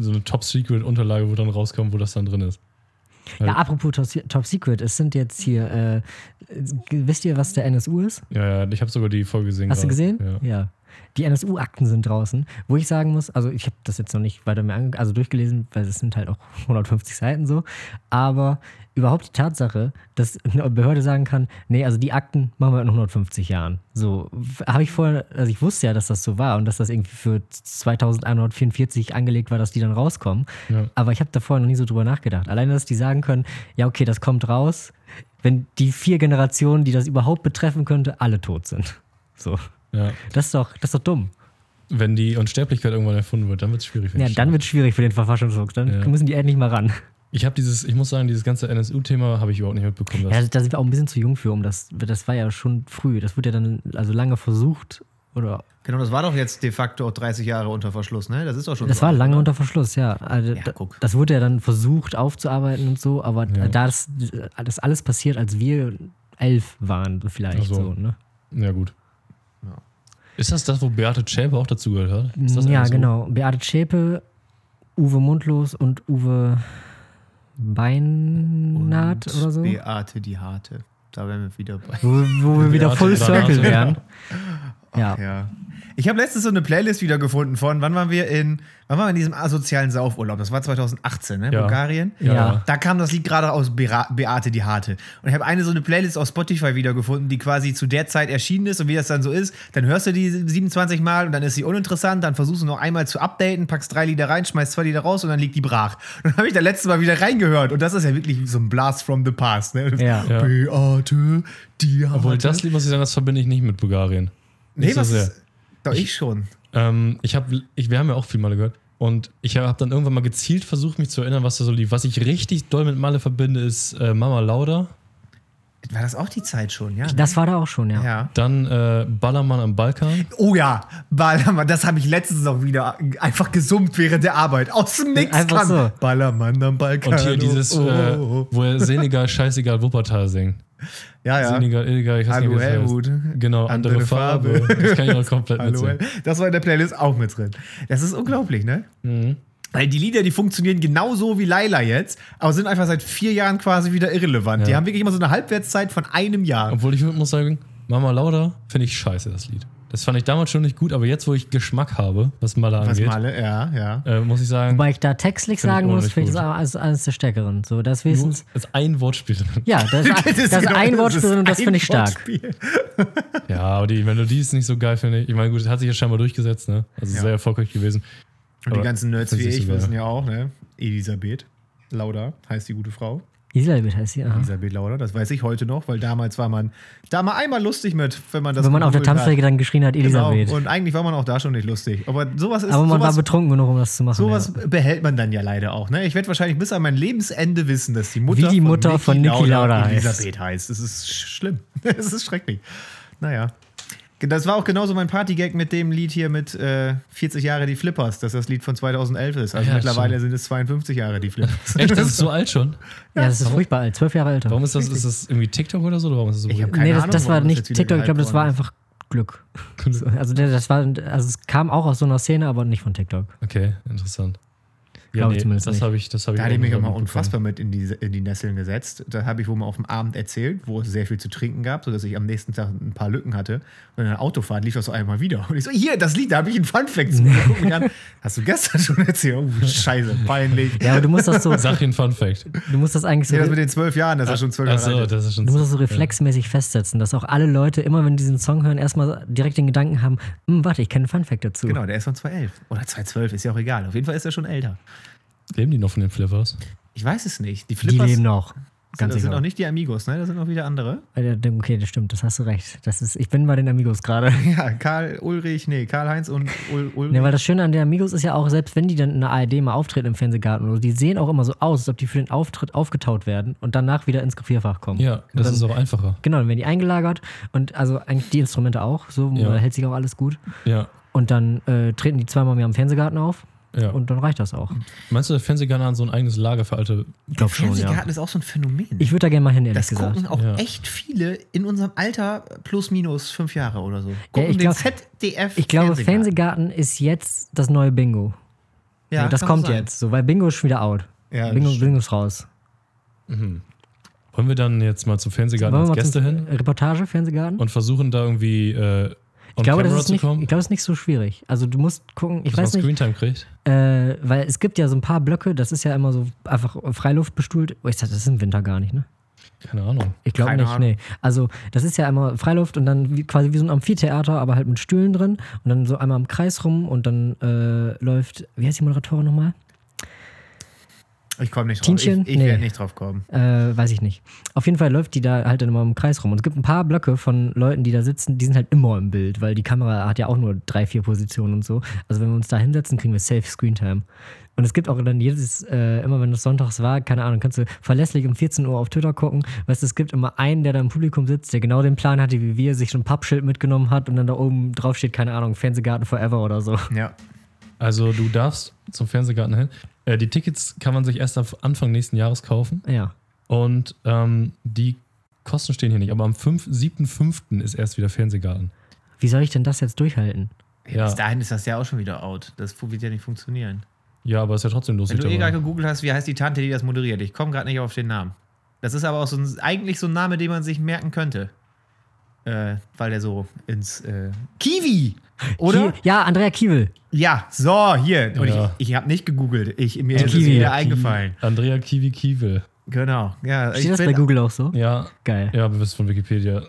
Speaker 2: so eine Top-Secret-Unterlage, wo dann rauskommt, wo das dann drin ist.
Speaker 1: Ja, apropos Top- Top Secret, es sind jetzt hier, äh, wisst ihr, was der NSU ist?
Speaker 2: Ja, ja, ich habe sogar die Folge gesehen.
Speaker 1: Hast du
Speaker 2: gerade.
Speaker 1: gesehen?
Speaker 2: Ja.
Speaker 1: Die NSU-Akten sind draußen, wo ich sagen muss, also ich habe das jetzt noch nicht weiter mehr ange also durchgelesen, weil es sind halt auch (laughs) 150 Seiten so, aber überhaupt die Tatsache, dass eine Behörde sagen kann, nee, also die Akten machen wir in 150 Jahren. So w- habe ich vorher, also ich wusste ja, dass das so war und dass das irgendwie für 2144 angelegt war, dass die dann rauskommen,
Speaker 2: Ja.
Speaker 1: aber ich habe da vorher noch nie so drüber nachgedacht. Alleine, dass die sagen können, ja, okay, das kommt raus, wenn die vier Generationen, die das überhaupt betreffen könnte, alle tot sind. So.
Speaker 2: Ja.
Speaker 1: Das ist doch, das ist doch dumm.
Speaker 2: Wenn die Unsterblichkeit irgendwann erfunden wird, dann wird es schwierig. für
Speaker 1: Ja,
Speaker 2: den
Speaker 1: dann wird es schwierig für den Verfassungsschutz. Dann
Speaker 2: Ja.
Speaker 1: müssen die endlich mal ran.
Speaker 2: Ich habe dieses, ich muss sagen, dieses ganze NSU-Thema habe ich überhaupt nicht mitbekommen.
Speaker 1: Ja,
Speaker 2: Das,
Speaker 1: da sind wir auch ein bisschen zu jung für, um das. Das war ja schon früh. Das wurde ja dann also lange versucht. Oder
Speaker 3: Genau, das war doch jetzt de facto auch 30 Jahre unter Verschluss, ne? Das ist doch schon
Speaker 1: das
Speaker 3: so
Speaker 1: war
Speaker 3: alt,
Speaker 1: lange
Speaker 3: oder?
Speaker 1: unter Verschluss, ja. Also,
Speaker 3: Ja,
Speaker 1: da-
Speaker 3: guck.
Speaker 1: Das wurde ja dann versucht aufzuarbeiten und so, aber
Speaker 2: Ja.
Speaker 1: da das, das alles passiert, als wir elf waren, vielleicht
Speaker 2: Ach so.
Speaker 1: so, ne?
Speaker 2: ja gut. Ist das das, wo Beate Schäpe auch dazu gehört hat? Ist das
Speaker 1: Ja,
Speaker 2: NSU?
Speaker 1: genau. Beate Schäpe, Uwe Mundlos und Uwe Beinnaht
Speaker 3: Und
Speaker 1: oder so.
Speaker 3: Beate die Harte. Da wären wir
Speaker 1: (laughs)
Speaker 3: wieder bei.
Speaker 1: Wo, wo wir wieder
Speaker 2: Beate
Speaker 1: Full
Speaker 2: Beinnaht,
Speaker 1: Circle
Speaker 2: ja.
Speaker 1: wären. Ja.
Speaker 3: Ja. Ich habe letztens so eine Playlist wieder gefunden von, wann waren wir in, wann waren wir in diesem asozialen Saufurlaub? Das war 2018, ne?
Speaker 2: Ja.
Speaker 3: Bulgarien.
Speaker 1: Ja.
Speaker 2: Ja.
Speaker 3: Da kam das Lied gerade aus Bera- Beate die Harte. Und ich habe eine so eine Playlist auf Spotify wiedergefunden, die quasi zu der Zeit erschienen ist und wie das dann so ist. Dann hörst du die 27 Mal und dann ist sie uninteressant. Dann versuchst du noch einmal zu updaten, packst drei Lieder rein, schmeißt zwei Lieder raus und dann liegt die brach. Und dann habe ich da letztes Mal wieder reingehört. Und das ist ja wirklich so ein Blast from the Past. Ne?
Speaker 1: Ja.
Speaker 2: Ja.
Speaker 3: Beate die Harte.
Speaker 2: Obwohl, das Lied, muss ich sagen, das verbinde ich nicht mit Bulgarien. Nicht
Speaker 3: nee, was?
Speaker 2: sehr.
Speaker 3: Doch, ich schon.
Speaker 2: Ähm, ich habe, ich, wir haben ja auch viel Malle gehört. Und ich habe dann irgendwann mal gezielt versucht, mich zu erinnern, was da so lief. Was ich richtig doll mit Malle verbinde, ist äh, Mama Lauda,
Speaker 3: War das auch die Zeit schon, ja?
Speaker 1: Das war da auch schon, ja.
Speaker 3: ja.
Speaker 2: dann äh, Ballermann am Balkan.
Speaker 3: Oh ja, Ballermann, das habe ich letztens noch wieder einfach gesummt während der Arbeit. Aus dem Nix
Speaker 1: Einfach
Speaker 3: kam
Speaker 1: so.
Speaker 3: Ballermann am Balkan.
Speaker 2: Und hier dieses,
Speaker 3: oh,
Speaker 2: äh,
Speaker 3: oh, oh.
Speaker 2: wo er
Speaker 3: (laughs)
Speaker 2: Senegal, scheißegal, Wuppertal singt.
Speaker 3: Ja, ja.
Speaker 2: Senegal, illegal, ich weiß nicht, wie das
Speaker 3: Hallo,
Speaker 2: heißt.
Speaker 3: Helmut.
Speaker 2: Genau, andere,
Speaker 3: Andere
Speaker 2: Farbe.
Speaker 3: Farbe.
Speaker 2: Das kann ich auch komplett
Speaker 3: (laughs) Hallo.
Speaker 2: mitsingen.
Speaker 3: Das war in der Playlist auch mit drin. Das ist unglaublich, ne?
Speaker 1: Mhm.
Speaker 3: Weil die Lieder, die funktionieren genauso wie Laila jetzt, aber sind einfach seit vier Jahren quasi wieder irrelevant. Die haben wirklich immer so eine Halbwertszeit von einem Jahr.
Speaker 2: Obwohl ich muss sagen, Mama Lauda finde ich scheiße, das Lied. Das fand ich damals schon nicht gut, aber jetzt, wo ich Geschmack habe, was Malle
Speaker 3: Was
Speaker 2: angeht,
Speaker 3: Male, ja, ja.
Speaker 2: Äh, muss ich sagen,
Speaker 1: Wobei ich da textlich
Speaker 2: Finde ich
Speaker 1: sagen muss,
Speaker 2: unheimlich
Speaker 1: finde ich das
Speaker 2: gut.
Speaker 1: auch eines, eines der stärkeren. So, das wenigstens.
Speaker 2: ist ein Wortspiel drin.
Speaker 1: Ja,
Speaker 3: (laughs)
Speaker 1: da ist,
Speaker 3: Das ist
Speaker 1: da ist
Speaker 3: genau-
Speaker 1: ein
Speaker 3: das
Speaker 1: Wort
Speaker 3: ist
Speaker 1: drin und das
Speaker 3: ein
Speaker 1: finde ich stark.
Speaker 3: Wortspiel.
Speaker 2: (laughs) Ja, aber die Melodie ist nicht so geil, finde ich. Ich meine, gut, das hat sich ja scheinbar durchgesetzt, ne? Also sehr erfolgreich gewesen.
Speaker 3: Und
Speaker 2: Aber
Speaker 3: die ganzen Nerds
Speaker 2: das
Speaker 3: wie
Speaker 2: ist
Speaker 3: ich
Speaker 2: sogar-
Speaker 3: wissen ja auch, ne? Elisabeth Lauda heißt die gute Frau.
Speaker 1: Elisabeth heißt sie. Aha.
Speaker 3: Elisabeth Lauder, das weiß ich heute noch, weil damals war man da mal einmal lustig mit, wenn man das.
Speaker 1: Wenn man auf der
Speaker 3: gegoogelt hat.
Speaker 1: Tanzfläche dann geschrien hat, Elisabeth.
Speaker 3: Genau. Und eigentlich war man auch da schon nicht lustig. Aber sowas ist.
Speaker 1: Aber man war
Speaker 3: sowas,
Speaker 1: betrunken genug, um das zu machen.
Speaker 3: sowas
Speaker 1: ja.
Speaker 3: behält man dann ja leider auch. Ne? Ich werde wahrscheinlich bis an mein Lebensende wissen, dass die Mutter,
Speaker 1: Wie die Mutter von Niki Lauda heißt.
Speaker 3: Elisabeth heißt. Das ist sch- schlimm. (laughs) Das ist schrecklich. Naja. Das war auch genauso mein Partygag mit dem Lied hier mit äh, 40 Jahre die Flippers, dass das Lied von 2011 ist. Also
Speaker 2: Ja,
Speaker 3: mittlerweile
Speaker 2: stimmt.
Speaker 3: sind es 52 Jahre die
Speaker 2: (laughs)
Speaker 3: Flippers. (laughs)
Speaker 2: Echt, das ist so alt schon?
Speaker 1: Ja, das ist furchtbar alt. Zwölf Jahre älter.
Speaker 2: Warum ist das, ist das irgendwie TikTok oder so? Oder warum ist das so
Speaker 3: Ich hab
Speaker 2: berühmt?
Speaker 1: nee,
Speaker 3: keine
Speaker 1: das,
Speaker 3: Ahnung,
Speaker 1: das war
Speaker 3: warum das
Speaker 1: nicht
Speaker 3: jetzt wieder
Speaker 1: TikTok. Ich glaube,
Speaker 3: gehypt
Speaker 1: das war
Speaker 3: worden ist.
Speaker 1: einfach
Speaker 3: (laughs)
Speaker 1: Glück. So, Also der- das war, also es kam auch aus so einer Szene, aber nicht von TikTok.
Speaker 2: Okay, interessant. Ja,
Speaker 1: Glaube
Speaker 2: nee,
Speaker 1: zumindest
Speaker 2: das
Speaker 1: nicht.
Speaker 2: habe ich, das habe ich.
Speaker 3: Da hatte ich mich
Speaker 2: noch
Speaker 3: auch mal
Speaker 2: mitbekommen.
Speaker 3: unfassbar mit in die, in die Nesseln gesetzt. Da habe ich wohl mal auf dem Abend erzählt, wo es sehr viel zu trinken gab, sodass ich am nächsten Tag ein paar Lücken hatte. Und in der Autofahrt lief das so einmal wieder. Und ich so, hier, das Lied, da habe ich einen
Speaker 1: (laughs)
Speaker 3: Funfact zu. Und guck mich an, hast du gestern schon erzählt? Oh, scheiße, peinlich.
Speaker 1: Ja, aber du musst das so,
Speaker 2: Sag dir ein Fun Fact.
Speaker 1: du musst das eigentlich so,
Speaker 3: Ja, das mit
Speaker 1: du
Speaker 3: den zwölf Jahren, das ist schon (laughs) zwölf Jahre
Speaker 2: Achso,
Speaker 3: alt.
Speaker 2: das ist schon.
Speaker 1: musst das so reflexmäßig festsetzen, dass auch alle Leute immer, wenn die diesen Song hören, erstmal direkt den Gedanken haben, "Hm, warte, ich kenne einen Funfact dazu.
Speaker 3: Genau, der ist von 211. Oder 212, ist ja auch egal. Auf jeden Fall ist er schon älter.
Speaker 2: Leben die noch von den Flippers?
Speaker 3: Ich weiß es nicht. Die
Speaker 1: Die
Speaker 3: Flippers
Speaker 1: leben noch. Ganz
Speaker 3: das sind
Speaker 1: sicher.
Speaker 3: auch nicht die Amigos, ne? Das sind auch wieder andere. (laughs)
Speaker 1: Äh, Okay, das stimmt, das hast du recht. Das ist, ich bin bei den Amigos gerade.
Speaker 3: Ja, Karl Ulrich, nee, Karl-Heinz und Ul Ulrich.
Speaker 1: Ja, weil das Schöne an den Amigos ist ja auch, selbst wenn die dann in der ARD mal auftreten im Fernsehgarten oder so, die sehen auch immer so aus, als ob die für den Auftritt aufgetaut werden und danach wieder ins Gefrierfach kommen.
Speaker 2: Ja,
Speaker 1: Und
Speaker 2: das
Speaker 1: dann,
Speaker 2: ist auch einfacher.
Speaker 1: Genau, dann werden die eingelagert und also eigentlich die Instrumente auch, so
Speaker 2: Ja.
Speaker 1: hält sich auch alles gut.
Speaker 2: Ja.
Speaker 1: Und dann äh, treten die zweimal im Jahr im Fernsehgarten auf
Speaker 2: Ja.
Speaker 1: und dann reicht das auch.
Speaker 2: Meinst du, der Fernsehgarten hat so ein eigenes Lager für alte.
Speaker 1: Ich glaube schon, ja.
Speaker 3: Fernsehgarten ist auch so ein Phänomen.
Speaker 1: Ich würde da gerne mal hin, ehrlich
Speaker 3: Das
Speaker 1: gesagt.
Speaker 3: gucken auch
Speaker 2: Ja.
Speaker 3: echt viele in unserem Alter plus minus fünf Jahre oder so. Gucken
Speaker 1: ich glaub-
Speaker 3: den ZDF.
Speaker 1: Ich glaube,
Speaker 3: Fernsehgarten.
Speaker 1: Fernsehgarten ist jetzt das neue Bingo.
Speaker 3: Ja,
Speaker 1: das
Speaker 3: kann so
Speaker 1: kommt
Speaker 3: sein.
Speaker 1: jetzt, so, weil Bingo ist schon wieder out.
Speaker 3: Ja, das
Speaker 1: Bingo,
Speaker 3: stimmt.
Speaker 1: Bingo ist raus.
Speaker 2: Wollen wir dann jetzt mal zum Fernsehgarten als Gäste
Speaker 1: zum
Speaker 2: hin
Speaker 1: Reportage, Fernsehgarten?
Speaker 2: und versuchen da irgendwie äh, on
Speaker 1: Ich glaube, das
Speaker 2: camera
Speaker 1: ist
Speaker 2: zu
Speaker 1: nicht,
Speaker 2: kommen?
Speaker 1: ich glaube, es ist nicht so schwierig. Also du musst gucken, ich weiß
Speaker 2: dass man
Speaker 1: nicht,
Speaker 2: Screentime kriegt?
Speaker 1: äh, weil es gibt ja so ein paar Blöcke, das ist ja immer so einfach Freiluft bestuhlt. Oh, ich dachte, das ist im Winter gar nicht, ne?
Speaker 2: Keine Ahnung.
Speaker 1: Ich glaube
Speaker 3: Keine
Speaker 1: nicht,
Speaker 3: Ahnung.
Speaker 1: nee. Also das ist ja einmal Freiluft und dann wie, quasi wie so ein Amphitheater, aber halt mit Stühlen drin und dann so einmal im Kreis rum und dann äh, läuft, wie heißt die Moderatorin nochmal?
Speaker 3: Ich komme nicht drauf.
Speaker 1: Tienchen?
Speaker 3: Ich, ich
Speaker 1: Nee.
Speaker 3: werde nicht drauf kommen.
Speaker 1: Äh, weiß ich nicht. Auf jeden Fall läuft die da halt dann immer im Kreis rum. Und es gibt ein paar Blöcke von Leuten, die da sitzen, die sind halt immer im Bild, weil die Kamera hat ja auch nur drei, vier Positionen und so. Also wenn wir uns da hinsetzen, kriegen wir safe Screentime. Und es gibt auch dann jedes, äh, immer wenn es sonntags war, keine Ahnung, kannst du verlässlich um 14 Uhr auf Twitter gucken, weißt du, es gibt immer einen, der da im Publikum sitzt, der genau den Plan hatte wie wir, sich so ein Pappschild mitgenommen hat und dann da oben drauf steht, keine Ahnung, Fernsehgarten Forever oder so.
Speaker 3: Ja.
Speaker 2: Also du darfst zum Fernsehgarten hin. Äh, die Tickets kann man sich erst auf Anfang nächsten Jahres kaufen.
Speaker 1: Ja.
Speaker 2: Und ähm, die Kosten stehen hier nicht. Aber am 5., 7.5. ist erst wieder Fernsehgarten.
Speaker 1: Wie soll ich denn das jetzt durchhalten?
Speaker 3: Ja, Bis
Speaker 2: Ja,
Speaker 3: dahin ist das ja auch schon wieder out. Das wird ja nicht funktionieren.
Speaker 2: ja aber ist ja trotzdem
Speaker 3: Wenn
Speaker 2: lustig.
Speaker 3: du eh gerade
Speaker 2: dabei.
Speaker 3: gegoogelt hast, wie heißt die Tante, die das moderiert? Ich komme gerade nicht auf den Namen. Das ist aber auch so ein, eigentlich so ein Name, den man sich merken könnte. Äh, weil der so ins äh, Kiwi! Oder?
Speaker 1: Ki- Ja, Andrea Kiewel.
Speaker 3: Ja, so, hier. Und
Speaker 2: Ja.
Speaker 3: ich, ich habe nicht gegoogelt. Ich, mir ist es
Speaker 1: Kiwi.
Speaker 3: wieder eingefallen.
Speaker 2: Andrea Kiwi Kiewel.
Speaker 3: Genau. Ja,
Speaker 1: Steht das bei Google auch so?
Speaker 2: Ja,
Speaker 1: Geil.
Speaker 2: ja, du bist von Wikipedia.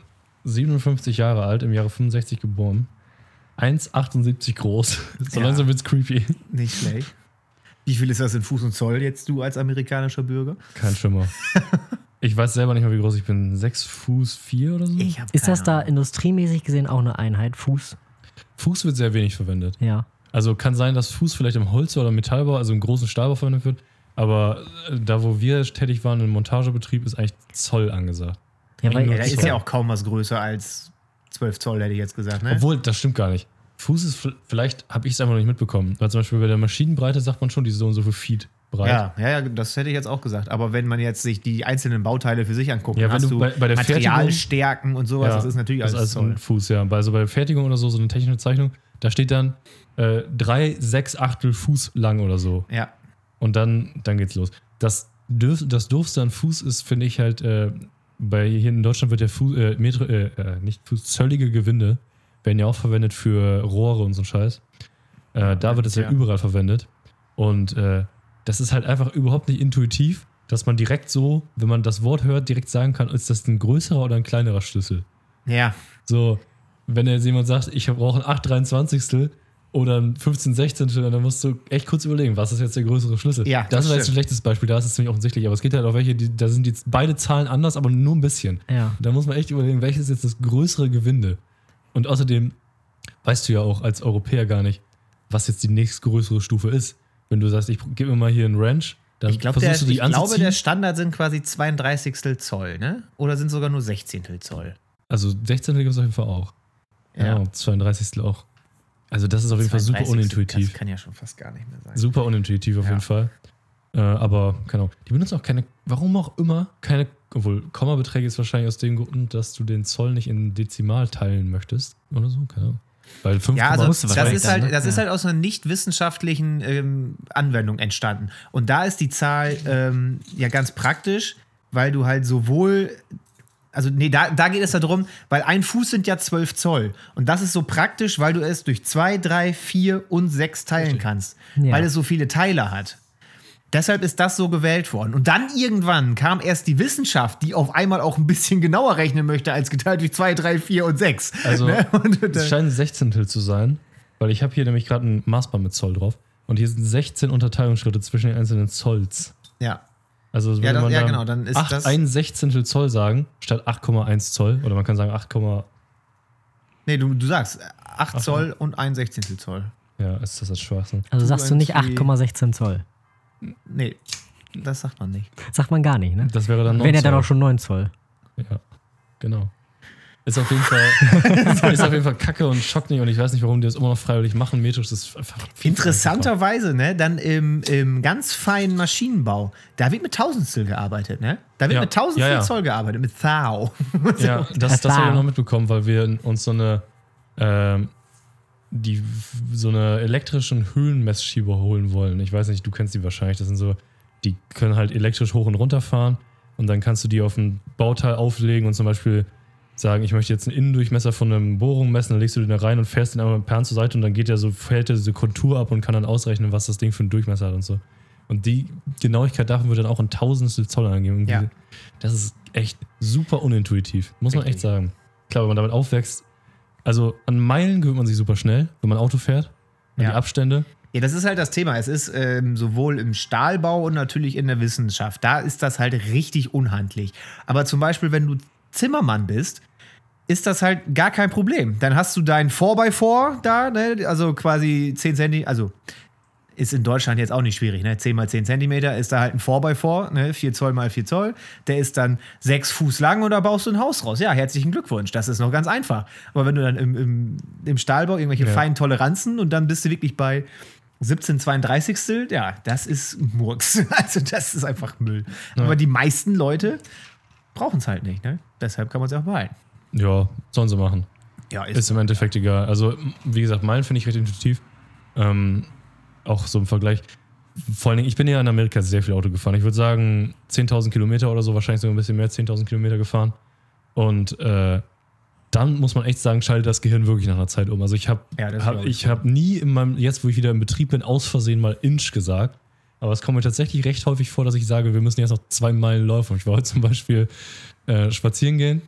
Speaker 2: 57 Jahre alt, im Jahre 65 geboren. 1,78 groß. (laughs) So
Speaker 3: Ja.
Speaker 2: langsam wird's creepy.
Speaker 3: nicht schlecht. Wie viel ist das in Fuß und Zoll jetzt, du als amerikanischer Bürger?
Speaker 2: Kein Schimmer. (laughs) Ich weiß selber nicht mehr, wie groß ich bin. 6 Fuß 4 oder so?
Speaker 3: habe
Speaker 1: Ist das da industriemäßig gesehen auch eine Einheit? Fuß?
Speaker 2: Fuß wird sehr wenig verwendet.
Speaker 1: Ja.
Speaker 2: Also kann sein, dass Fuß vielleicht im Holz- oder Metallbau, also im großen Stahlbau verwendet wird. Aber äh, da, wo wir tätig waren, im Montagebetrieb, ist eigentlich Zoll angesagt.
Speaker 1: Ja, weil,
Speaker 2: Nur
Speaker 3: Ja, da ist
Speaker 2: Zoll.
Speaker 3: ja auch kaum was größer als 12 Zoll, hätte ich jetzt gesagt. Ne?
Speaker 2: Obwohl, das stimmt gar nicht. Fuß ist, v- vielleicht habe ich es einfach noch nicht mitbekommen. Weil zum Beispiel bei der Maschinenbreite sagt man schon, die ist so und so viel Feet breit.
Speaker 3: ja, ja, ja, das hätte ich jetzt auch gesagt. Aber wenn man jetzt sich die einzelnen Bauteile für sich anguckt,
Speaker 2: Ja,
Speaker 3: dann
Speaker 2: wenn
Speaker 3: hast
Speaker 2: du
Speaker 3: du
Speaker 2: bei- bei der
Speaker 3: Materialstärken und sowas,
Speaker 2: Ja,
Speaker 3: das ist natürlich alles
Speaker 2: alles
Speaker 3: Zoll.
Speaker 2: ein Fuß, ja. Bei, also bei Fertigung oder so, so eine technische Zeichnung, da steht dann äh, drei, sechs Achtel Fuß lang oder so.
Speaker 3: Ja,
Speaker 2: Und dann, dann geht's los. Das, dürf, das Doofste an Fuß ist, finde ich halt, äh, bei hier in Deutschland wird der Fuß, äh, Meter, äh, äh, nicht Fuß, zöllige Gewinde werden ja auch verwendet für Rohre und so ein Scheiß. Äh, da wird es ja,
Speaker 3: Ja.
Speaker 2: überall verwendet. Und äh, das ist halt einfach überhaupt nicht intuitiv, dass man direkt so, wenn man das Wort hört, direkt sagen kann, ist das ein größerer oder ein kleinerer Schlüssel.
Speaker 3: ja,
Speaker 2: So, wenn jetzt jemand sagt, ich brauche ein 823. oder ein 15, 16. Und dann musst du echt kurz überlegen, was ist jetzt der größere Schlüssel.
Speaker 3: Ja,
Speaker 2: das,
Speaker 3: das
Speaker 2: ist jetzt ein
Speaker 3: stimmt.
Speaker 2: schlechtes Beispiel, da ist es ziemlich offensichtlich. Aber es geht halt auch welche, die, da sind jetzt beide Zahlen anders, aber nur ein bisschen.
Speaker 1: Ja.
Speaker 2: Da muss man echt überlegen, welches ist jetzt das größere Gewinde. Und außerdem weißt du ja auch als Europäer gar nicht, was jetzt die nächstgrößere Stufe ist. Wenn du sagst, ich gebe mir mal hier einen Ranch, dann
Speaker 3: Ich, glaub, der,
Speaker 2: versuchst
Speaker 3: ich
Speaker 2: du die
Speaker 3: glaube,
Speaker 2: anzuziehen.
Speaker 3: der Standard sind quasi 32 Zoll, ne? Oder sind sogar nur 16 Zoll.
Speaker 2: also 16. gibt es auf jeden Fall auch. Ja, 32. auch. Also das ist auf jeden Fall super
Speaker 3: 32.
Speaker 2: unintuitiv.
Speaker 3: Das kann ja schon fast gar nicht mehr sein.
Speaker 2: Super unintuitiv auf
Speaker 3: Ja.
Speaker 2: jeden Fall. Äh, aber, keine Ahnung. Die benutzen auch keine, warum auch immer, keine, obwohl Kommabeträge ist wahrscheinlich aus dem Grund, dass du den Zoll nicht in Dezimal teilen möchtest oder so, keine Ahnung. Weil 5,
Speaker 3: Ja, also
Speaker 1: musst du
Speaker 3: das
Speaker 1: wahrscheinlich
Speaker 3: ist
Speaker 1: dann, ne?
Speaker 3: halt, das ist
Speaker 1: Ja.
Speaker 3: halt aus einer nicht wissenschaftlichen ähm, Anwendung entstanden. Und da ist die Zahl ähm, ja ganz praktisch, weil du halt sowohl, also nee, da, da geht es darum, weil ein Fuß sind ja 12 Zoll. Und das ist so praktisch, weil du es durch 2, 3, 4 und 6 teilen kannst,
Speaker 1: Ja.
Speaker 3: weil es so viele Teile hat. Deshalb ist das so gewählt worden. Und dann irgendwann kam erst die Wissenschaft, die auf einmal auch ein bisschen genauer rechnen möchte als geteilt durch 2, 3, 4 und 6.
Speaker 2: also
Speaker 3: (laughs) Und, äh,
Speaker 2: es scheinen 16 zu sein, weil ich habe hier nämlich gerade ein Maßband mit Zoll drauf und hier sind 16 Unterteilungsschritte zwischen den einzelnen Zolls.
Speaker 3: ja.
Speaker 2: Also würde
Speaker 3: das-
Speaker 2: man
Speaker 3: ja,
Speaker 2: da
Speaker 3: genau, dann ist
Speaker 2: acht-
Speaker 3: das-
Speaker 2: ein Sechzehntel Zoll sagen, statt 8,1 Zoll. Oder man kann sagen 8,
Speaker 3: Nee, du, du sagst 8 Zoll und ein Sechzehntel Zoll.
Speaker 2: ja, ist das jetzt Schwachsinn.
Speaker 1: Also sagst du nicht
Speaker 3: 22.
Speaker 1: 8,16 Zoll.
Speaker 3: Nee, das sagt man nicht.
Speaker 1: Sagt man gar nicht, ne?
Speaker 2: Das wäre dann 9
Speaker 1: Wären ja dann
Speaker 2: Zoll.
Speaker 1: auch schon 9 Zoll.
Speaker 2: Ja, genau. Ist auf jeden Fall, (laughs) ist auf jeden Fall Kacke und schockt nicht und ich weiß nicht, warum die das immer noch freiwillig machen. Metrisch ist einfach viel
Speaker 3: Interessanterweise, ne, dann im, im ganz feinen Maschinenbau, da wird mit Tausendstel gearbeitet, ne? Da wird
Speaker 2: Ja,
Speaker 3: mit Tausendstel
Speaker 2: ja, ja.
Speaker 3: Zoll gearbeitet, mit Thau. (laughs)
Speaker 2: einfacher. Ja, das, das habe ich noch mitbekommen, weil wir uns so eine, ähm, die, so eine elektrischen Höhenmessschieber holen wollen. Ich weiß nicht, du kennst die wahrscheinlich. Das sind so, die können halt elektrisch hoch und runter fahren und dann kannst du die auf ein Bauteil auflegen und zum Beispiel sagen, ich möchte jetzt einen Innendurchmesser von einem Bohrung messen, dann legst du den da rein und fährst den einmal mit Perlen zur Seite und dann geht der so, fällt der diese Kontur ab und kann dann ausrechnen, was das Ding für einen Durchmesser hat und so. Und die Genauigkeit davon wird dann auch in tausendstel Zoll angegeben. Und
Speaker 3: Ja.
Speaker 2: diese- Das ist echt super unintuitiv, muss man echt
Speaker 3: Richtig.
Speaker 2: sagen. Klar, wenn man damit aufwächst, also an Meilen gewöhnt man sich super schnell, wenn man Auto fährt, an
Speaker 3: Ja.
Speaker 2: die Abstände.
Speaker 3: Ja, das ist halt das Thema. Es ist ähm, sowohl im Stahlbau und natürlich in der Wissenschaft. Da ist das halt richtig unhandlich. Aber zum Beispiel, wenn du Zimmermann bist, ist das halt gar kein Problem. Dann hast du dein 4x4 da, ne? also quasi 10 cm, also ist in Deutschland jetzt auch nicht schwierig, ne? 10 mal 10 Zentimeter ist da halt ein 4x4, ne? 4 Zoll mal 4 Zoll. Der ist dann 6 Fuß lang und da baust du ein Haus raus. Ja, herzlichen Glückwunsch, das ist noch ganz einfach. Aber wenn du dann im, im, im Stahlbau irgendwelche
Speaker 2: Ja.
Speaker 3: feinen Toleranzen und dann bist du wirklich bei 17,32, ja, das ist Murks. (laughs) Also das ist einfach Müll. Aber die meisten Leute brauchen es halt nicht, ne? Deshalb kann man es auch behalten.
Speaker 2: Ja, sollen sie machen.
Speaker 3: Ja,
Speaker 2: Ist im Endeffekt egal. Also, m- wie gesagt, Meilen finde ich recht intuitiv. Ähm, auch so im Vergleich. Vor allen Dingen, ich bin ja in Amerika sehr viel Auto gefahren. Ich würde sagen, 10.000 Kilometer oder so, wahrscheinlich sogar ein bisschen mehr, 10.000 Kilometer gefahren. Und äh, dann muss man echt sagen, schaltet das Gehirn wirklich nach einer Zeit um. Also, ich habe
Speaker 3: Ja, das
Speaker 2: hab,
Speaker 3: glaub ich.
Speaker 2: ich hab nie in meinem, jetzt wo ich wieder im Betrieb bin, aus Versehen mal Inch gesagt. Aber es kommt mir tatsächlich recht häufig vor, dass ich sage, wir müssen jetzt noch zwei Meilen laufen. Ich war heute zum Beispiel äh, spazieren gehen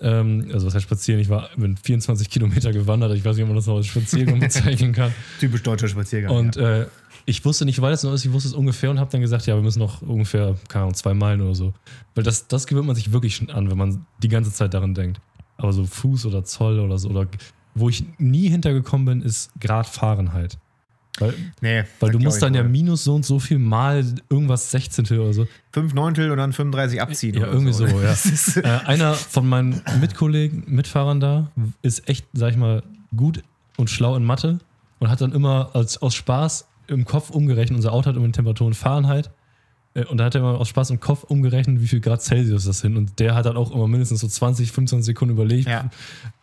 Speaker 2: ähm, also was heißt spazieren? Ich war bin 24 Kilometer gewandert. Ich weiß nicht, ob man das noch als Spaziergang (laughs) bezeichnen kann.
Speaker 3: typisch deutscher Spaziergang.
Speaker 2: Und äh, ich wusste nicht weiter, sondern ich wusste es ungefähr und habe dann gesagt, ja, wir müssen noch ungefähr, keine Ahnung, zwei Meilen oder so. Weil das, das gewöhnt man sich wirklich schon an, wenn man die ganze Zeit daran denkt. Aber so Fuß oder Zoll oder so, oder wo ich nie hintergekommen bin, ist Gradfahrenheit. Weil,
Speaker 3: nee,
Speaker 2: weil
Speaker 3: das
Speaker 2: du
Speaker 3: glaub
Speaker 2: musst
Speaker 3: ich
Speaker 2: dann ja
Speaker 3: wohl.
Speaker 2: minus so und so viel mal irgendwas Sechzehntel oder so.
Speaker 3: fünf Neuntel und dann 35 abziehen.
Speaker 2: Ja,
Speaker 3: oder ne?
Speaker 2: irgendwie so, ja.
Speaker 3: (laughs) Das
Speaker 2: (laughs)
Speaker 3: ist,
Speaker 2: Äh, einer von meinen Mitkollegen, Mitfahrern da, ist echt, sag ich mal, gut und schlau in Mathe und hat dann immer als, aus Spaß im Kopf umgerechnet, unser Auto hat immer die Temperaturen Fahrenheit. äh, Und da hat er immer aus Spaß im Kopf umgerechnet, wie viel Grad Celsius das sind. Und der hat dann auch immer mindestens so 20, 25 Sekunden überlegt.
Speaker 3: ja.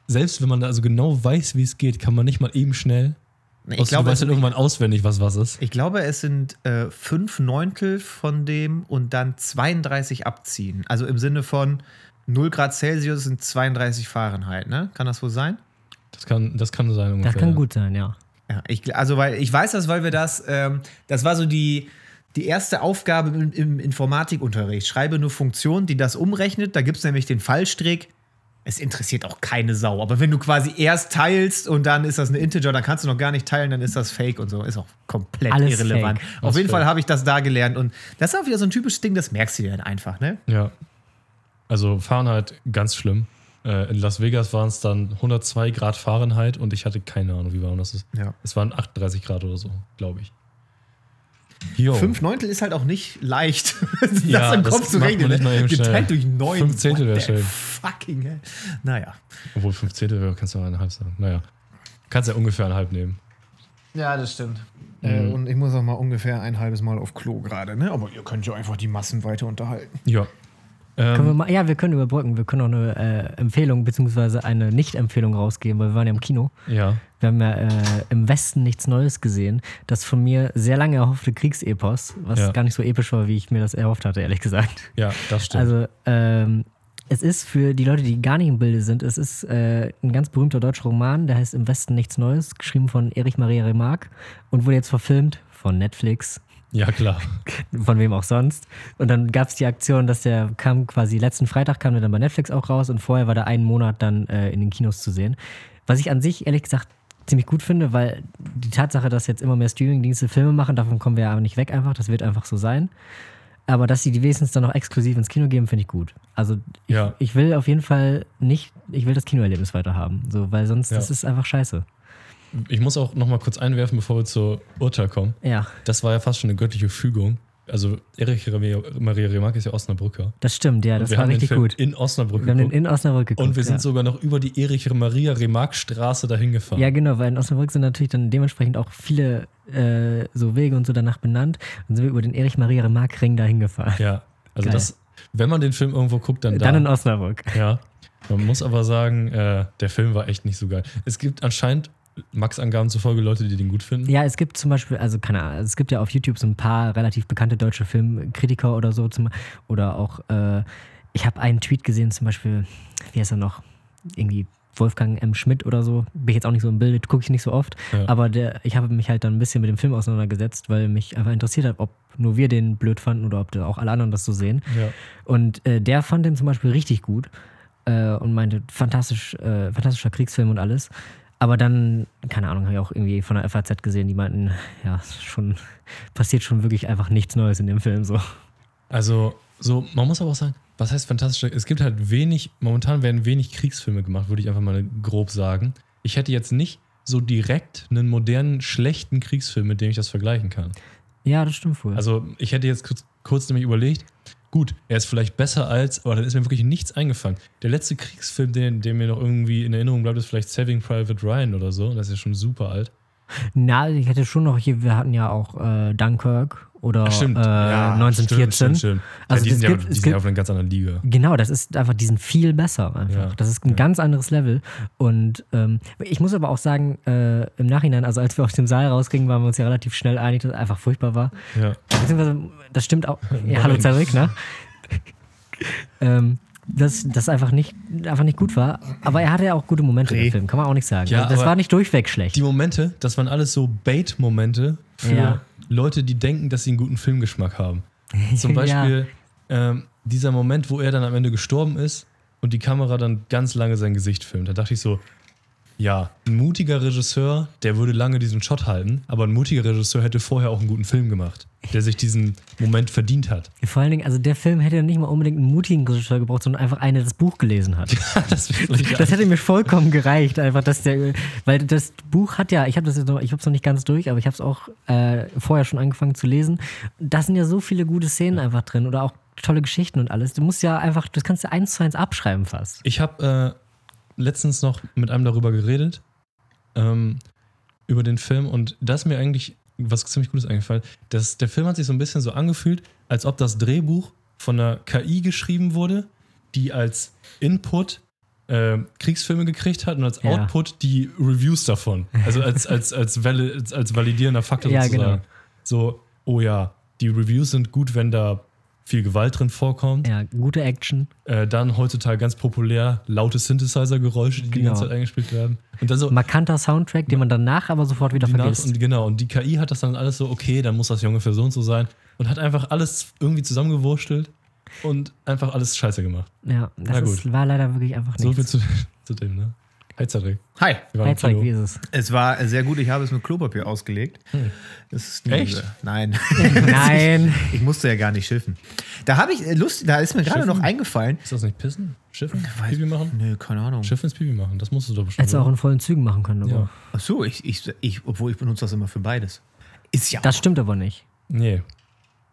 Speaker 2: Selbst wenn man da also genau weiß, wie es geht, kann man nicht mal eben schnell.
Speaker 3: Ich
Speaker 2: Ich du
Speaker 3: glaube, es
Speaker 2: weißt dann
Speaker 3: sind,
Speaker 2: irgendwann auswendig, was was ist.
Speaker 3: ich glaube, es sind äh, fünf Neuntel von dem und dann 32 abziehen. Also im Sinne von 0 Grad Celsius sind 32 Fahrenheit, ne? Kann das wohl sein?
Speaker 2: Das kann, das kann sein. Ungefähr.
Speaker 1: Das kann gut sein, ja.
Speaker 3: Ja, ich, gl- also weil ich weiß das, weil wir das, ähm, das war so die, die erste Aufgabe im, im Informatikunterricht. Schreibe nur Funktion, die das umrechnet. Da gibt es nämlich den Fallstrick. Es interessiert auch keine Sau. Aber wenn du quasi erst teilst und dann ist das eine Integer, dann kannst du noch gar nicht teilen, dann ist das Fake und so. Ist auch komplett
Speaker 1: Alles
Speaker 3: irrelevant.
Speaker 1: Fake.
Speaker 3: Auf
Speaker 2: Alles
Speaker 3: jeden
Speaker 2: Fake.
Speaker 3: Fall habe ich das da gelernt. Und das ist auch wieder so ein typisches Ding, das merkst du dir dann einfach, ne?
Speaker 2: Ja. Also Fahrenheit ganz schlimm. Äh, in Las Vegas waren es dann 102 Grad Fahrenheit und ich hatte keine Ahnung, wie warm das ist.
Speaker 3: Ja.
Speaker 2: Es waren 38 Grad oder so, glaube ich. Jo.
Speaker 3: Fünf Neuntel ist halt auch nicht leicht, (laughs) das
Speaker 2: Ja,
Speaker 3: im
Speaker 2: das
Speaker 3: Kopf zu
Speaker 2: macht man
Speaker 3: rechnen.
Speaker 2: nicht mal
Speaker 3: ne?
Speaker 2: eben schnell.
Speaker 3: Geteilt durch neun.
Speaker 2: Fünf Zehntel
Speaker 3: What
Speaker 2: wär
Speaker 3: the
Speaker 2: schön.
Speaker 3: Fucking hell. Naja.
Speaker 2: Obwohl 5 Zehntel wäre, kannst du noch eineinhalb sagen. Naja. Kannst ja ungefähr eineinhalb nehmen.
Speaker 3: Ja, das stimmt. Äh,
Speaker 1: Mhm.
Speaker 3: und ich muss auch mal ungefähr ein halbes Mal auf Klo gerade, ne? Aber ihr könnt ja einfach die Massen weiter unterhalten.
Speaker 2: Ja.
Speaker 1: Können wir mal, ja, wir können überbrücken. Wir können auch eine äh, Empfehlung beziehungsweise eine Nicht-Empfehlung rausgeben, weil wir waren ja im Kino.
Speaker 2: Ja.
Speaker 1: Wir haben ja äh, im Westen nichts Neues gesehen. Das von mir sehr lange erhoffte Kriegsepos, was
Speaker 2: Ja.
Speaker 1: gar nicht so episch war, wie ich mir das erhofft hatte, ehrlich gesagt.
Speaker 2: Ja, das stimmt.
Speaker 1: Also, ähm, es ist für die Leute, die gar nicht im Bilde sind, es ist äh, ein ganz berühmter deutscher Roman, der heißt Im Westen nichts Neues, geschrieben von Erich Maria Remarque und wurde jetzt verfilmt von Netflix
Speaker 2: ja, klar.
Speaker 1: von wem auch sonst. Und dann gab es die Aktion, dass der kam quasi letzten Freitag kam der dann bei Netflix auch raus und vorher war der einen Monat dann äh, in den Kinos zu sehen. Was ich an sich ehrlich gesagt ziemlich gut finde, weil die Tatsache, dass jetzt immer mehr Streamingdienste Filme machen, davon kommen wir ja aber nicht weg einfach, das wird einfach so sein. Aber dass sie die wenigstens dann noch exklusiv ins Kino geben, finde ich gut. Also ich,
Speaker 2: Ja.
Speaker 1: ich will auf jeden Fall nicht, ich will das Kinoerlebnis weiterhaben, so, weil sonst
Speaker 2: Ja.
Speaker 1: das ist einfach scheiße.
Speaker 2: Ich muss auch noch mal kurz einwerfen, bevor wir zur Urteil kommen.
Speaker 1: Ja,
Speaker 2: Das war ja fast schon eine göttliche Fügung. Also Erich Maria Maria Remarque ist ja Osnabrücker.
Speaker 1: das stimmt, ja, das
Speaker 2: wir
Speaker 1: war
Speaker 2: haben den
Speaker 1: richtig
Speaker 2: Film
Speaker 1: gut.
Speaker 2: in Osnabrück
Speaker 1: Wir haben den
Speaker 2: geguckt.
Speaker 1: in Osnabrück geguckt.
Speaker 2: und wir
Speaker 1: ja.
Speaker 2: sind sogar noch über die Erich Maria Remarque Straße dahin gefahren.
Speaker 1: Ja, genau, weil in Osnabrück sind natürlich dann dementsprechend auch viele äh, so Wege und so danach benannt. Dann sind wir über den Erich-Maria-Remark-Ring dahin gefahren.
Speaker 2: Ja, also
Speaker 1: Geil. Äh,
Speaker 2: das, wenn man den Film irgendwo guckt, dann da.
Speaker 1: Dann in Osnabrück.
Speaker 2: ja. Man muss aber sagen, äh, der Film war echt nicht so geil. Es gibt anscheinend Max-Angaben zufolge Leute, die den gut finden.
Speaker 1: Ja, es gibt zum Beispiel, also keine Ahnung, es gibt ja auf YouTube so ein paar relativ bekannte deutsche Filmkritiker oder so. Zum, oder auch, äh, ich habe einen Tweet gesehen, zum Beispiel, wie heißt er noch? Irgendwie Wolfgang M. Schmidt oder so. Bin ich jetzt auch nicht so im Bild, gucke ich nicht so oft.
Speaker 2: Ja.
Speaker 1: Aber der, ich habe mich halt dann ein bisschen mit dem Film auseinandergesetzt, weil mich einfach interessiert hat, ob nur wir den blöd fanden oder ob da auch alle anderen das so sehen.
Speaker 2: Ja.
Speaker 1: Und äh, der fand den zum Beispiel richtig gut äh, und meinte, fantastisch, äh, fantastischer Kriegsfilm und alles. Aber dann, keine Ahnung, habe ich auch irgendwie von der FAZ gesehen, die meinten, ja, es ist schon passiert schon wirklich einfach nichts Neues in dem Film so.
Speaker 2: Also, so, man muss aber auch sagen, was heißt fantastisch? Es gibt halt wenig, momentan werden wenig Kriegsfilme gemacht, würde ich einfach mal grob sagen. Ich hätte jetzt nicht so direkt einen modernen, schlechten Kriegsfilm, mit dem ich das vergleichen kann.
Speaker 1: Ja, das stimmt wohl.
Speaker 2: Also, ich hätte jetzt kurz, kurz nämlich überlegt, gut, er ist vielleicht besser als, aber dann ist mir wirklich nichts eingefallen. Der letzte Kriegsfilm, der, der mir noch irgendwie in Erinnerung bleibt, ist vielleicht Saving Private Ryan oder so. Das ist ja schon super alt.
Speaker 1: Na, ich hätte schon noch hier, wir hatten ja auch äh, Dunkirk oder
Speaker 2: Ach,
Speaker 1: äh,
Speaker 2: Ja,
Speaker 1: 1914.
Speaker 2: Stimmt, stimmt, stimmt.
Speaker 1: Also
Speaker 2: Also, ja, die
Speaker 1: es
Speaker 2: sind, ja,
Speaker 1: gibt-
Speaker 2: die
Speaker 1: es
Speaker 2: sind
Speaker 1: gibt-
Speaker 2: ja auf einer ganz anderen Liga.
Speaker 1: Genau, das ist einfach, die sind viel besser einfach.
Speaker 2: Ja,
Speaker 1: das ist ein ganz anderes Level. Und ähm, ich muss aber auch sagen, äh, im Nachhinein, also als wir aus dem Saal rausgingen, waren wir uns ja relativ schnell einig, dass es einfach furchtbar war.
Speaker 2: Ja.
Speaker 1: Beziehungsweise, das stimmt
Speaker 2: (laughs)
Speaker 1: auch. Ja, hallo Zerrick, ne? ähm, dass das einfach nicht, einfach nicht gut war. Aber er hatte ja auch gute Momente im
Speaker 3: Dreh.
Speaker 1: Film, kann man auch nicht sagen.
Speaker 2: Ja,
Speaker 1: also das
Speaker 2: aber
Speaker 1: war nicht durchweg schlecht.
Speaker 2: die Momente, das waren alles so Bait-Momente für
Speaker 1: Ja.
Speaker 2: Leute, die denken, dass sie einen guten Filmgeschmack haben. Zum
Speaker 1: (laughs) Ja.
Speaker 2: Beispiel ähm, dieser Moment, wo er dann am Ende gestorben ist und die Kamera dann ganz lange sein Gesicht filmt. Da dachte ich so, ja, ein mutiger Regisseur, der würde lange diesen Shot halten, aber ein mutiger Regisseur hätte vorher auch einen guten Film gemacht, der sich diesen Moment verdient hat.
Speaker 1: Vor allen Dingen, also der Film hätte nicht mal unbedingt einen mutigen Regisseur gebraucht, sondern einfach einer, der das Buch gelesen hat.
Speaker 2: das wäre
Speaker 1: (laughs)
Speaker 2: vielleicht
Speaker 1: Das hätte mir vollkommen gereicht, einfach, dass der, weil das Buch hat ja, ich habe das jetzt noch, ich habe es noch nicht ganz durch, aber ich habe es auch äh, vorher schon angefangen zu lesen. Da sind ja so viele gute Szenen einfach drin oder auch tolle Geschichten und alles. Du musst ja einfach, das kannst du eins zu eins abschreiben fast.
Speaker 2: Ich habe äh, letztens noch mit einem darüber geredet, ähm, über den Film, und da ist mir eigentlich was ziemlich Gutes eingefallen. Das, der Film hat sich so ein bisschen so angefühlt, als ob das Drehbuch von einer KI geschrieben wurde, die als Input äh, Kriegsfilme gekriegt hat und als
Speaker 1: Ja.
Speaker 2: Output die Reviews davon. Also als, als, als, vali als, als validierender Faktor
Speaker 1: Ja,
Speaker 2: sozusagen.
Speaker 1: genau.
Speaker 2: So, oh ja, die Reviews sind gut, wenn da viel Gewalt drin vorkommt
Speaker 1: Ja, gute Action.
Speaker 2: äh, dann heutzutage ganz populär laute Synthesizer-Geräusche, die die
Speaker 1: Genau.
Speaker 2: ganze Zeit eingespielt werden. Und dann so
Speaker 1: Markanter Soundtrack, den man danach aber sofort wieder
Speaker 2: die Nach
Speaker 1: vergisst.
Speaker 2: und genau, und die KI hat das dann alles so, okay, dann muss das junge Person so sein und hat einfach alles irgendwie zusammengewurschtelt und einfach alles scheiße gemacht.
Speaker 1: Ja, das
Speaker 2: Na gut.
Speaker 1: ist, war leider wirklich einfach
Speaker 2: So viel
Speaker 1: nichts.
Speaker 2: zu, (laughs) zu dem, ne? Heizdreck.
Speaker 3: Hi.
Speaker 2: Wir waren im
Speaker 1: Heizzeug,
Speaker 2: Kino.
Speaker 1: wie ist
Speaker 2: (laughs)
Speaker 1: es?
Speaker 3: Es war sehr gut, ich habe es mit Klopapier ausgelegt. Das ist eine
Speaker 2: Echt?
Speaker 3: Lüge. Nein.
Speaker 1: Hm. (laughs) Nein.
Speaker 3: (laughs) Ich musste ja gar nicht schiffen. Da habe ich äh, Lust, da ist mir gerade
Speaker 2: Schiffen?
Speaker 3: noch eingefallen.
Speaker 2: Ist das nicht Pissen? Schiffen? Pipi machen?
Speaker 3: Nö, keine Ahnung.
Speaker 2: Schiffen ist Pipi machen, das musst du doch bestimmt.
Speaker 1: Hättest du auch in vollen Zügen machen können, aber.
Speaker 2: Ja.
Speaker 3: Ach so, ich, ich, ich, obwohl ich benutze das immer für beides. Ist ja.
Speaker 1: Das stimmt aber nicht.
Speaker 2: Nee.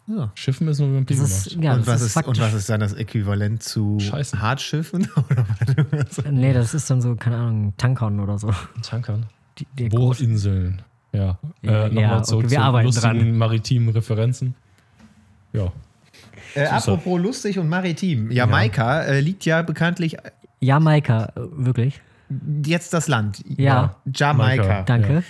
Speaker 3: Ja.
Speaker 2: Schiffen ist nur, wenn man Pipi
Speaker 1: Das ist,
Speaker 2: macht.
Speaker 1: ja,
Speaker 3: und,
Speaker 1: das
Speaker 3: was
Speaker 1: ist
Speaker 3: ist, und
Speaker 1: faktisch.
Speaker 3: was ist dann das Äquivalent zu
Speaker 2: Scheiße.
Speaker 3: Hartschiffen? (laughs) Oder was?
Speaker 1: nee, das ist dann so, keine Ahnung, Tankern oder so.
Speaker 2: Tankern.
Speaker 1: Die, die
Speaker 2: Bohrinseln. Ja.
Speaker 1: Ja,
Speaker 2: äh, nochmal
Speaker 1: ja,
Speaker 2: zurück
Speaker 1: okay, wir
Speaker 2: zu
Speaker 1: arbeiten
Speaker 2: lustigen
Speaker 1: dran.
Speaker 2: maritimen Referenzen. Ja.
Speaker 3: äh, apropos lustig und maritim. Jamaika äh, liegt ja bekanntlich äh,
Speaker 1: Jamaika, äh, wirklich.
Speaker 3: jetzt das Land.
Speaker 1: Ja.
Speaker 3: Jamaika.
Speaker 2: Ja.
Speaker 1: Danke.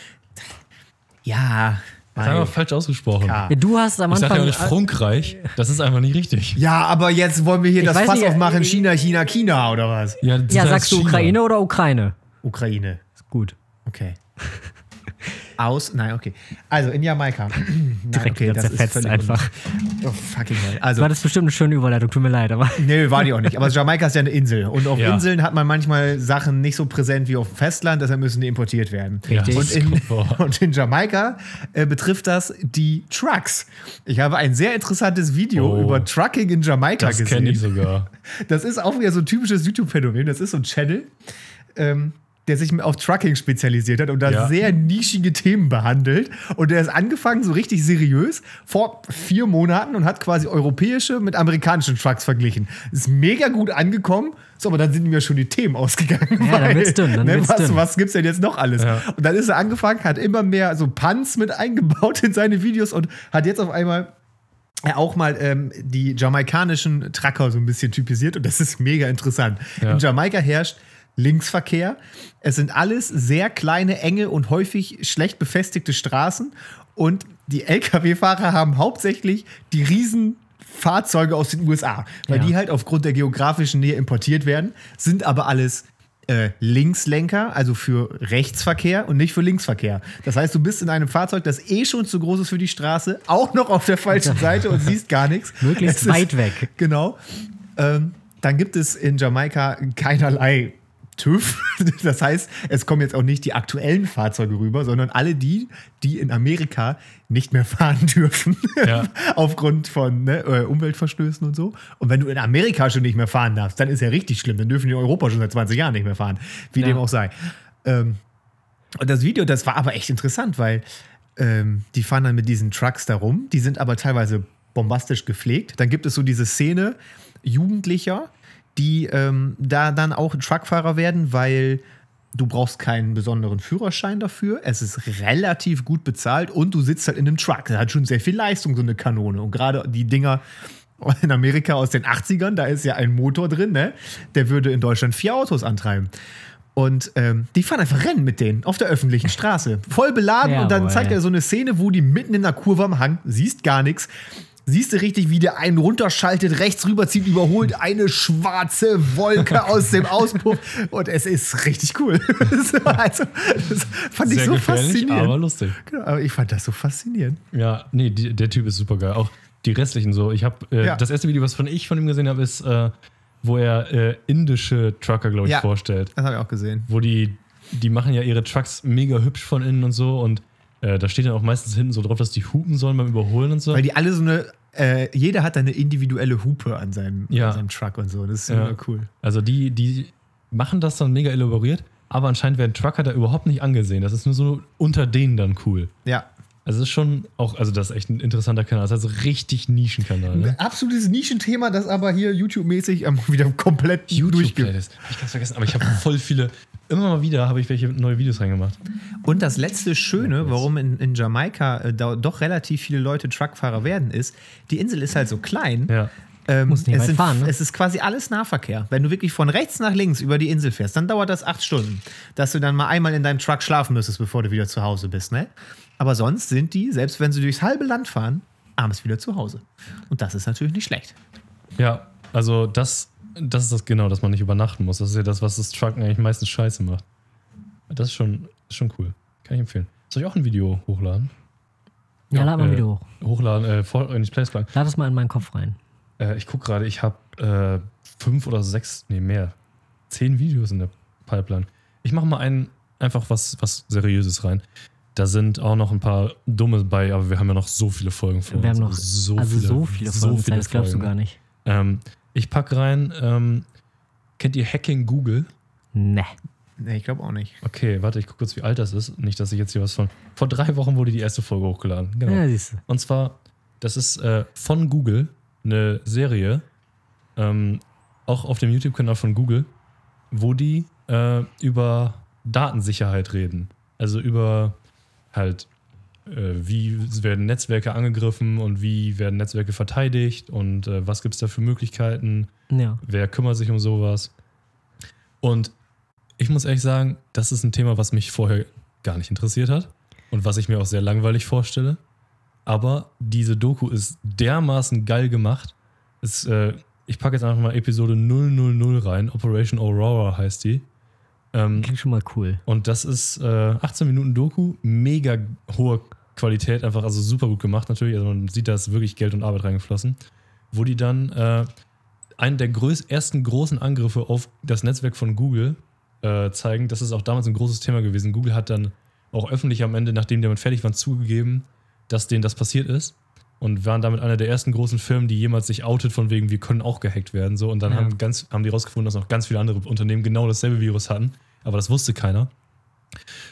Speaker 3: Ja.
Speaker 2: Das haben wir
Speaker 3: Mike.
Speaker 2: falsch ausgesprochen.
Speaker 3: Ja.
Speaker 1: Ja, du hast am
Speaker 2: Ich sage ja
Speaker 1: Anfang.
Speaker 2: auch nicht Frankreich.
Speaker 3: äh,
Speaker 2: Das ist einfach nicht richtig.
Speaker 3: Ja, aber jetzt wollen wir hier
Speaker 1: Ich
Speaker 3: das
Speaker 1: weiß
Speaker 3: Fass
Speaker 1: nicht,
Speaker 3: aufmachen.
Speaker 1: äh,
Speaker 3: China, China, China oder was?
Speaker 2: Ja, das
Speaker 1: ja,
Speaker 2: heißt
Speaker 1: sagst du
Speaker 2: China.
Speaker 1: Ukraine oder Ukraine?
Speaker 3: Ukraine.
Speaker 1: Ist gut. (laughs)
Speaker 3: Okay. Aus? Nein, okay. Also in Jamaika. (clears throat) Nein,
Speaker 1: Direkt wieder zerfetzt
Speaker 3: völlig
Speaker 1: einfach.
Speaker 3: un- Oh, fucking hell.
Speaker 1: Du
Speaker 3: Also,
Speaker 1: hattest bestimmt eine schöne Überleitung, tut mir leid, aber.
Speaker 3: nee, war die auch nicht. Aber Jamaika ist ja eine Insel. Und auf
Speaker 2: Ja.
Speaker 3: Inseln hat man manchmal Sachen nicht so präsent wie auf dem Festland, deshalb müssen die importiert werden.
Speaker 2: Ja, das
Speaker 3: Und in,
Speaker 2: kommt vor.
Speaker 3: (laughs) und in Jamaika äh, betrifft das die Trucks. Ich habe ein sehr interessantes Video
Speaker 2: Oh.
Speaker 3: über Trucking in Jamaika
Speaker 2: Das
Speaker 3: gesehen.
Speaker 2: kenne ich
Speaker 3: (laughs)
Speaker 2: sogar.
Speaker 3: Das ist auch wieder so ein typisches YouTube-Phänomen. Das ist so ein Channel, ähm, der sich auf Trucking spezialisiert hat und da
Speaker 2: Ja.
Speaker 3: sehr nischige Themen behandelt. Und der ist angefangen so richtig seriös vor vier Monaten und hat quasi europäische mit amerikanischen Trucks verglichen. Ist mega gut angekommen. So, aber dann sind mir schon die Themen ausgegangen. ne,
Speaker 1: Ja, dann wird's dünn, dann wird's
Speaker 3: was,
Speaker 1: dünn.
Speaker 3: was gibt's denn jetzt noch alles?
Speaker 2: Ja.
Speaker 3: Und dann ist er angefangen, hat immer mehr so Punts mit eingebaut in seine Videos und hat jetzt auf einmal ja, auch mal ähm, die jamaikanischen Trucker so ein bisschen typisiert und das ist mega interessant.
Speaker 2: Ja.
Speaker 3: In Jamaika herrscht Linksverkehr. Es sind alles sehr kleine, enge und häufig schlecht befestigte Straßen und die Lkw-Fahrer haben hauptsächlich die riesen Fahrzeuge aus den USA, weil
Speaker 1: Ja.
Speaker 3: die halt aufgrund der geografischen Nähe importiert werden, sind aber alles äh, Linkslenker, also für Rechtsverkehr und nicht für Linksverkehr. Das heißt, du bist in einem Fahrzeug, das eh schon zu groß ist für die Straße, auch noch auf der falschen Seite und siehst gar nichts.
Speaker 1: (laughs) Möglichst
Speaker 3: Es ist-
Speaker 1: weit weg.
Speaker 3: Genau. Ähm, dann gibt es in Jamaika keinerlei TÜV. (laughs) Das heißt, es kommen jetzt auch nicht die aktuellen Fahrzeuge rüber, sondern alle die, die in Amerika nicht mehr fahren (laughs) dürfen.
Speaker 2: Ja.
Speaker 3: (laughs) Aufgrund von ne, äh, Umweltverstößen und so. Und wenn du in Amerika schon nicht mehr fahren darfst, dann ist ja richtig schlimm. Dann dürfen die in Europa schon seit 20 Jahren nicht mehr fahren. Wie
Speaker 1: Ja.
Speaker 3: dem auch sei. Ähm, und das Video, das war aber echt interessant, weil ähm, die fahren dann mit diesen Trucks da rum. Die sind aber teilweise bombastisch gepflegt. Dann gibt es so diese Szene Jugendlicher, die ähm, da dann auch Truckfahrer werden, weil du brauchst keinen besonderen Führerschein dafür. Es ist relativ gut bezahlt und du sitzt halt in einem Truck. Das hat schon sehr viel Leistung, so eine Kanone. Und gerade die Dinger in Amerika aus den 80ern, da ist ja ein Motor drin, ne? Der würde in Deutschland vier Autos antreiben. Und ähm, die fahren einfach Rennen mit denen auf der öffentlichen Straße. Voll beladen und dann
Speaker 1: Jawohl.
Speaker 3: zeigt er so eine Szene, wo die mitten in einer Kurve am Hang, siehst gar nichts, siehst du richtig, wie der einen runterschaltet, rechts rüberzieht, überholt, eine schwarze Wolke aus dem Auspuff. Und es ist richtig cool. (laughs) also, das fand ich
Speaker 2: Sehr
Speaker 3: so
Speaker 2: gefährlich,
Speaker 3: faszinierend.
Speaker 2: aber
Speaker 3: Aber,
Speaker 2: lustig.
Speaker 3: genau, aber ich fand das so faszinierend.
Speaker 2: Ja, nee, die, der Typ ist super geil. Auch die restlichen so. Ich habe äh,
Speaker 3: Ja.
Speaker 2: das erste Video, was von ich von ihm gesehen habe, ist, äh, wo er äh, indische Trucker, glaube ich,
Speaker 3: Ja.
Speaker 2: vorstellt.
Speaker 3: Das habe ich auch gesehen.
Speaker 2: Wo die, die machen ja ihre Trucks mega hübsch von innen und so und äh, da steht dann auch meistens hinten so drauf, dass die hupen sollen beim Überholen und so.
Speaker 3: Weil die alle so eine, äh, jeder hat da eine individuelle Hupe an seinem,
Speaker 2: Ja.
Speaker 3: an seinem Truck und so. Das ist
Speaker 2: Ja.
Speaker 3: immer cool.
Speaker 2: also die, die machen das dann mega elaboriert, aber anscheinend werden Trucker da überhaupt nicht angesehen. Das ist nur so unter denen dann cool.
Speaker 3: Ja.
Speaker 2: Also es ist schon auch, also das ist echt ein interessanter Kanal. Das ist also richtig Nischenkanal.
Speaker 3: (laughs)
Speaker 2: Ne?
Speaker 3: Absolutes Nischenthema, das aber hier YouTube-mäßig ähm, (laughs) wieder komplett durchgeht.
Speaker 2: YouTube-Playlist. Ich hab's vergessen, aber ich habe voll viele. Immer mal wieder habe ich welche neue Videos reingemacht.
Speaker 3: Und das letzte Schöne, warum in, in Jamaika äh, da, doch relativ viele Leute Truckfahrer werden, ist, die Insel ist halt so klein.
Speaker 2: Ja.
Speaker 3: Ähm,
Speaker 1: Muss nicht
Speaker 3: es,
Speaker 1: weit
Speaker 3: sind,
Speaker 1: fahren, ne?
Speaker 3: es ist quasi alles Nahverkehr. Wenn du wirklich von rechts nach links über die Insel fährst, dann dauert das acht Stunden, dass du dann mal einmal in deinem Truck schlafen müsstest, bevor du wieder zu Hause bist. Ne? Aber sonst sind die, selbst wenn sie durchs halbe Land fahren, abends wieder zu Hause. Und das ist natürlich nicht schlecht.
Speaker 2: Ja, also das, das ist das genau, dass man nicht übernachten muss. Das ist ja das, was das Trucken eigentlich meistens scheiße macht. Das ist schon, ist schon cool. Kann ich empfehlen. Soll ich auch ein Video hochladen?
Speaker 1: Ja, lad mal
Speaker 2: äh,
Speaker 1: wieder hoch.
Speaker 2: Hochladen, äh, vor, äh, nicht Playsplayen.
Speaker 1: Lad es mal in meinen Kopf rein.
Speaker 2: Äh, ich gucke gerade, ich habe äh, fünf oder sechs, nee, mehr. Zehn Videos in der Pipeline. Ich mache mal einen, einfach was, was Seriöses rein. Da sind auch noch ein paar Dumme bei, aber wir haben ja noch so viele Folgen vor
Speaker 1: Wir haben noch
Speaker 2: uns. so
Speaker 1: also so viele Folgen, Zeit, das glaubst
Speaker 2: Folgen.
Speaker 1: du gar nicht.
Speaker 2: Ähm, ich packe rein, ähm, kennt ihr Hacking Google?
Speaker 1: Ne.
Speaker 3: Nee, ich glaube auch nicht.
Speaker 2: Okay, warte, ich gucke kurz, wie alt das ist. Nicht, dass ich jetzt hier was von. Vor drei Wochen wurde die erste Folge hochgeladen. Genau.
Speaker 1: Ja, siehst du.
Speaker 2: Und zwar, das ist äh, von Google eine Serie, ähm, auch auf dem YouTube-Kanal von Google, wo die äh, über Datensicherheit reden. Also über halt, äh, wie werden Netzwerke angegriffen und wie werden Netzwerke verteidigt und äh, was gibt es da für Möglichkeiten,
Speaker 1: Ja.
Speaker 2: wer kümmert sich um sowas. Und ich muss ehrlich sagen, das ist ein Thema, was mich vorher gar nicht interessiert hat und was ich mir auch sehr langweilig vorstelle. Aber diese Doku ist dermaßen geil gemacht. Es, äh, ich packe jetzt einfach mal Episode 000 rein. Operation Aurora heißt die. Ähm,
Speaker 1: Klingt schon mal cool.
Speaker 2: und das ist äh, 18 Minuten Doku, mega hohe Qualität, einfach also super gut gemacht natürlich. Also man sieht, da ist wirklich Geld und Arbeit reingeflossen. Wo die dann äh, einen der größ ersten großen Angriffe auf das Netzwerk von Google äh, zeigen. Das ist auch damals ein großes Thema gewesen. Google hat dann auch öffentlich am Ende, nachdem die damit fertig waren, zugegeben, dass denen das passiert ist. Und waren damit einer der ersten großen Firmen, die jemals sich outet von wegen, wir können auch gehackt werden. So. Und dann
Speaker 1: Ja.
Speaker 2: haben, ganz, haben die rausgefunden, dass noch ganz viele andere Unternehmen genau dasselbe Virus hatten. Aber das wusste keiner.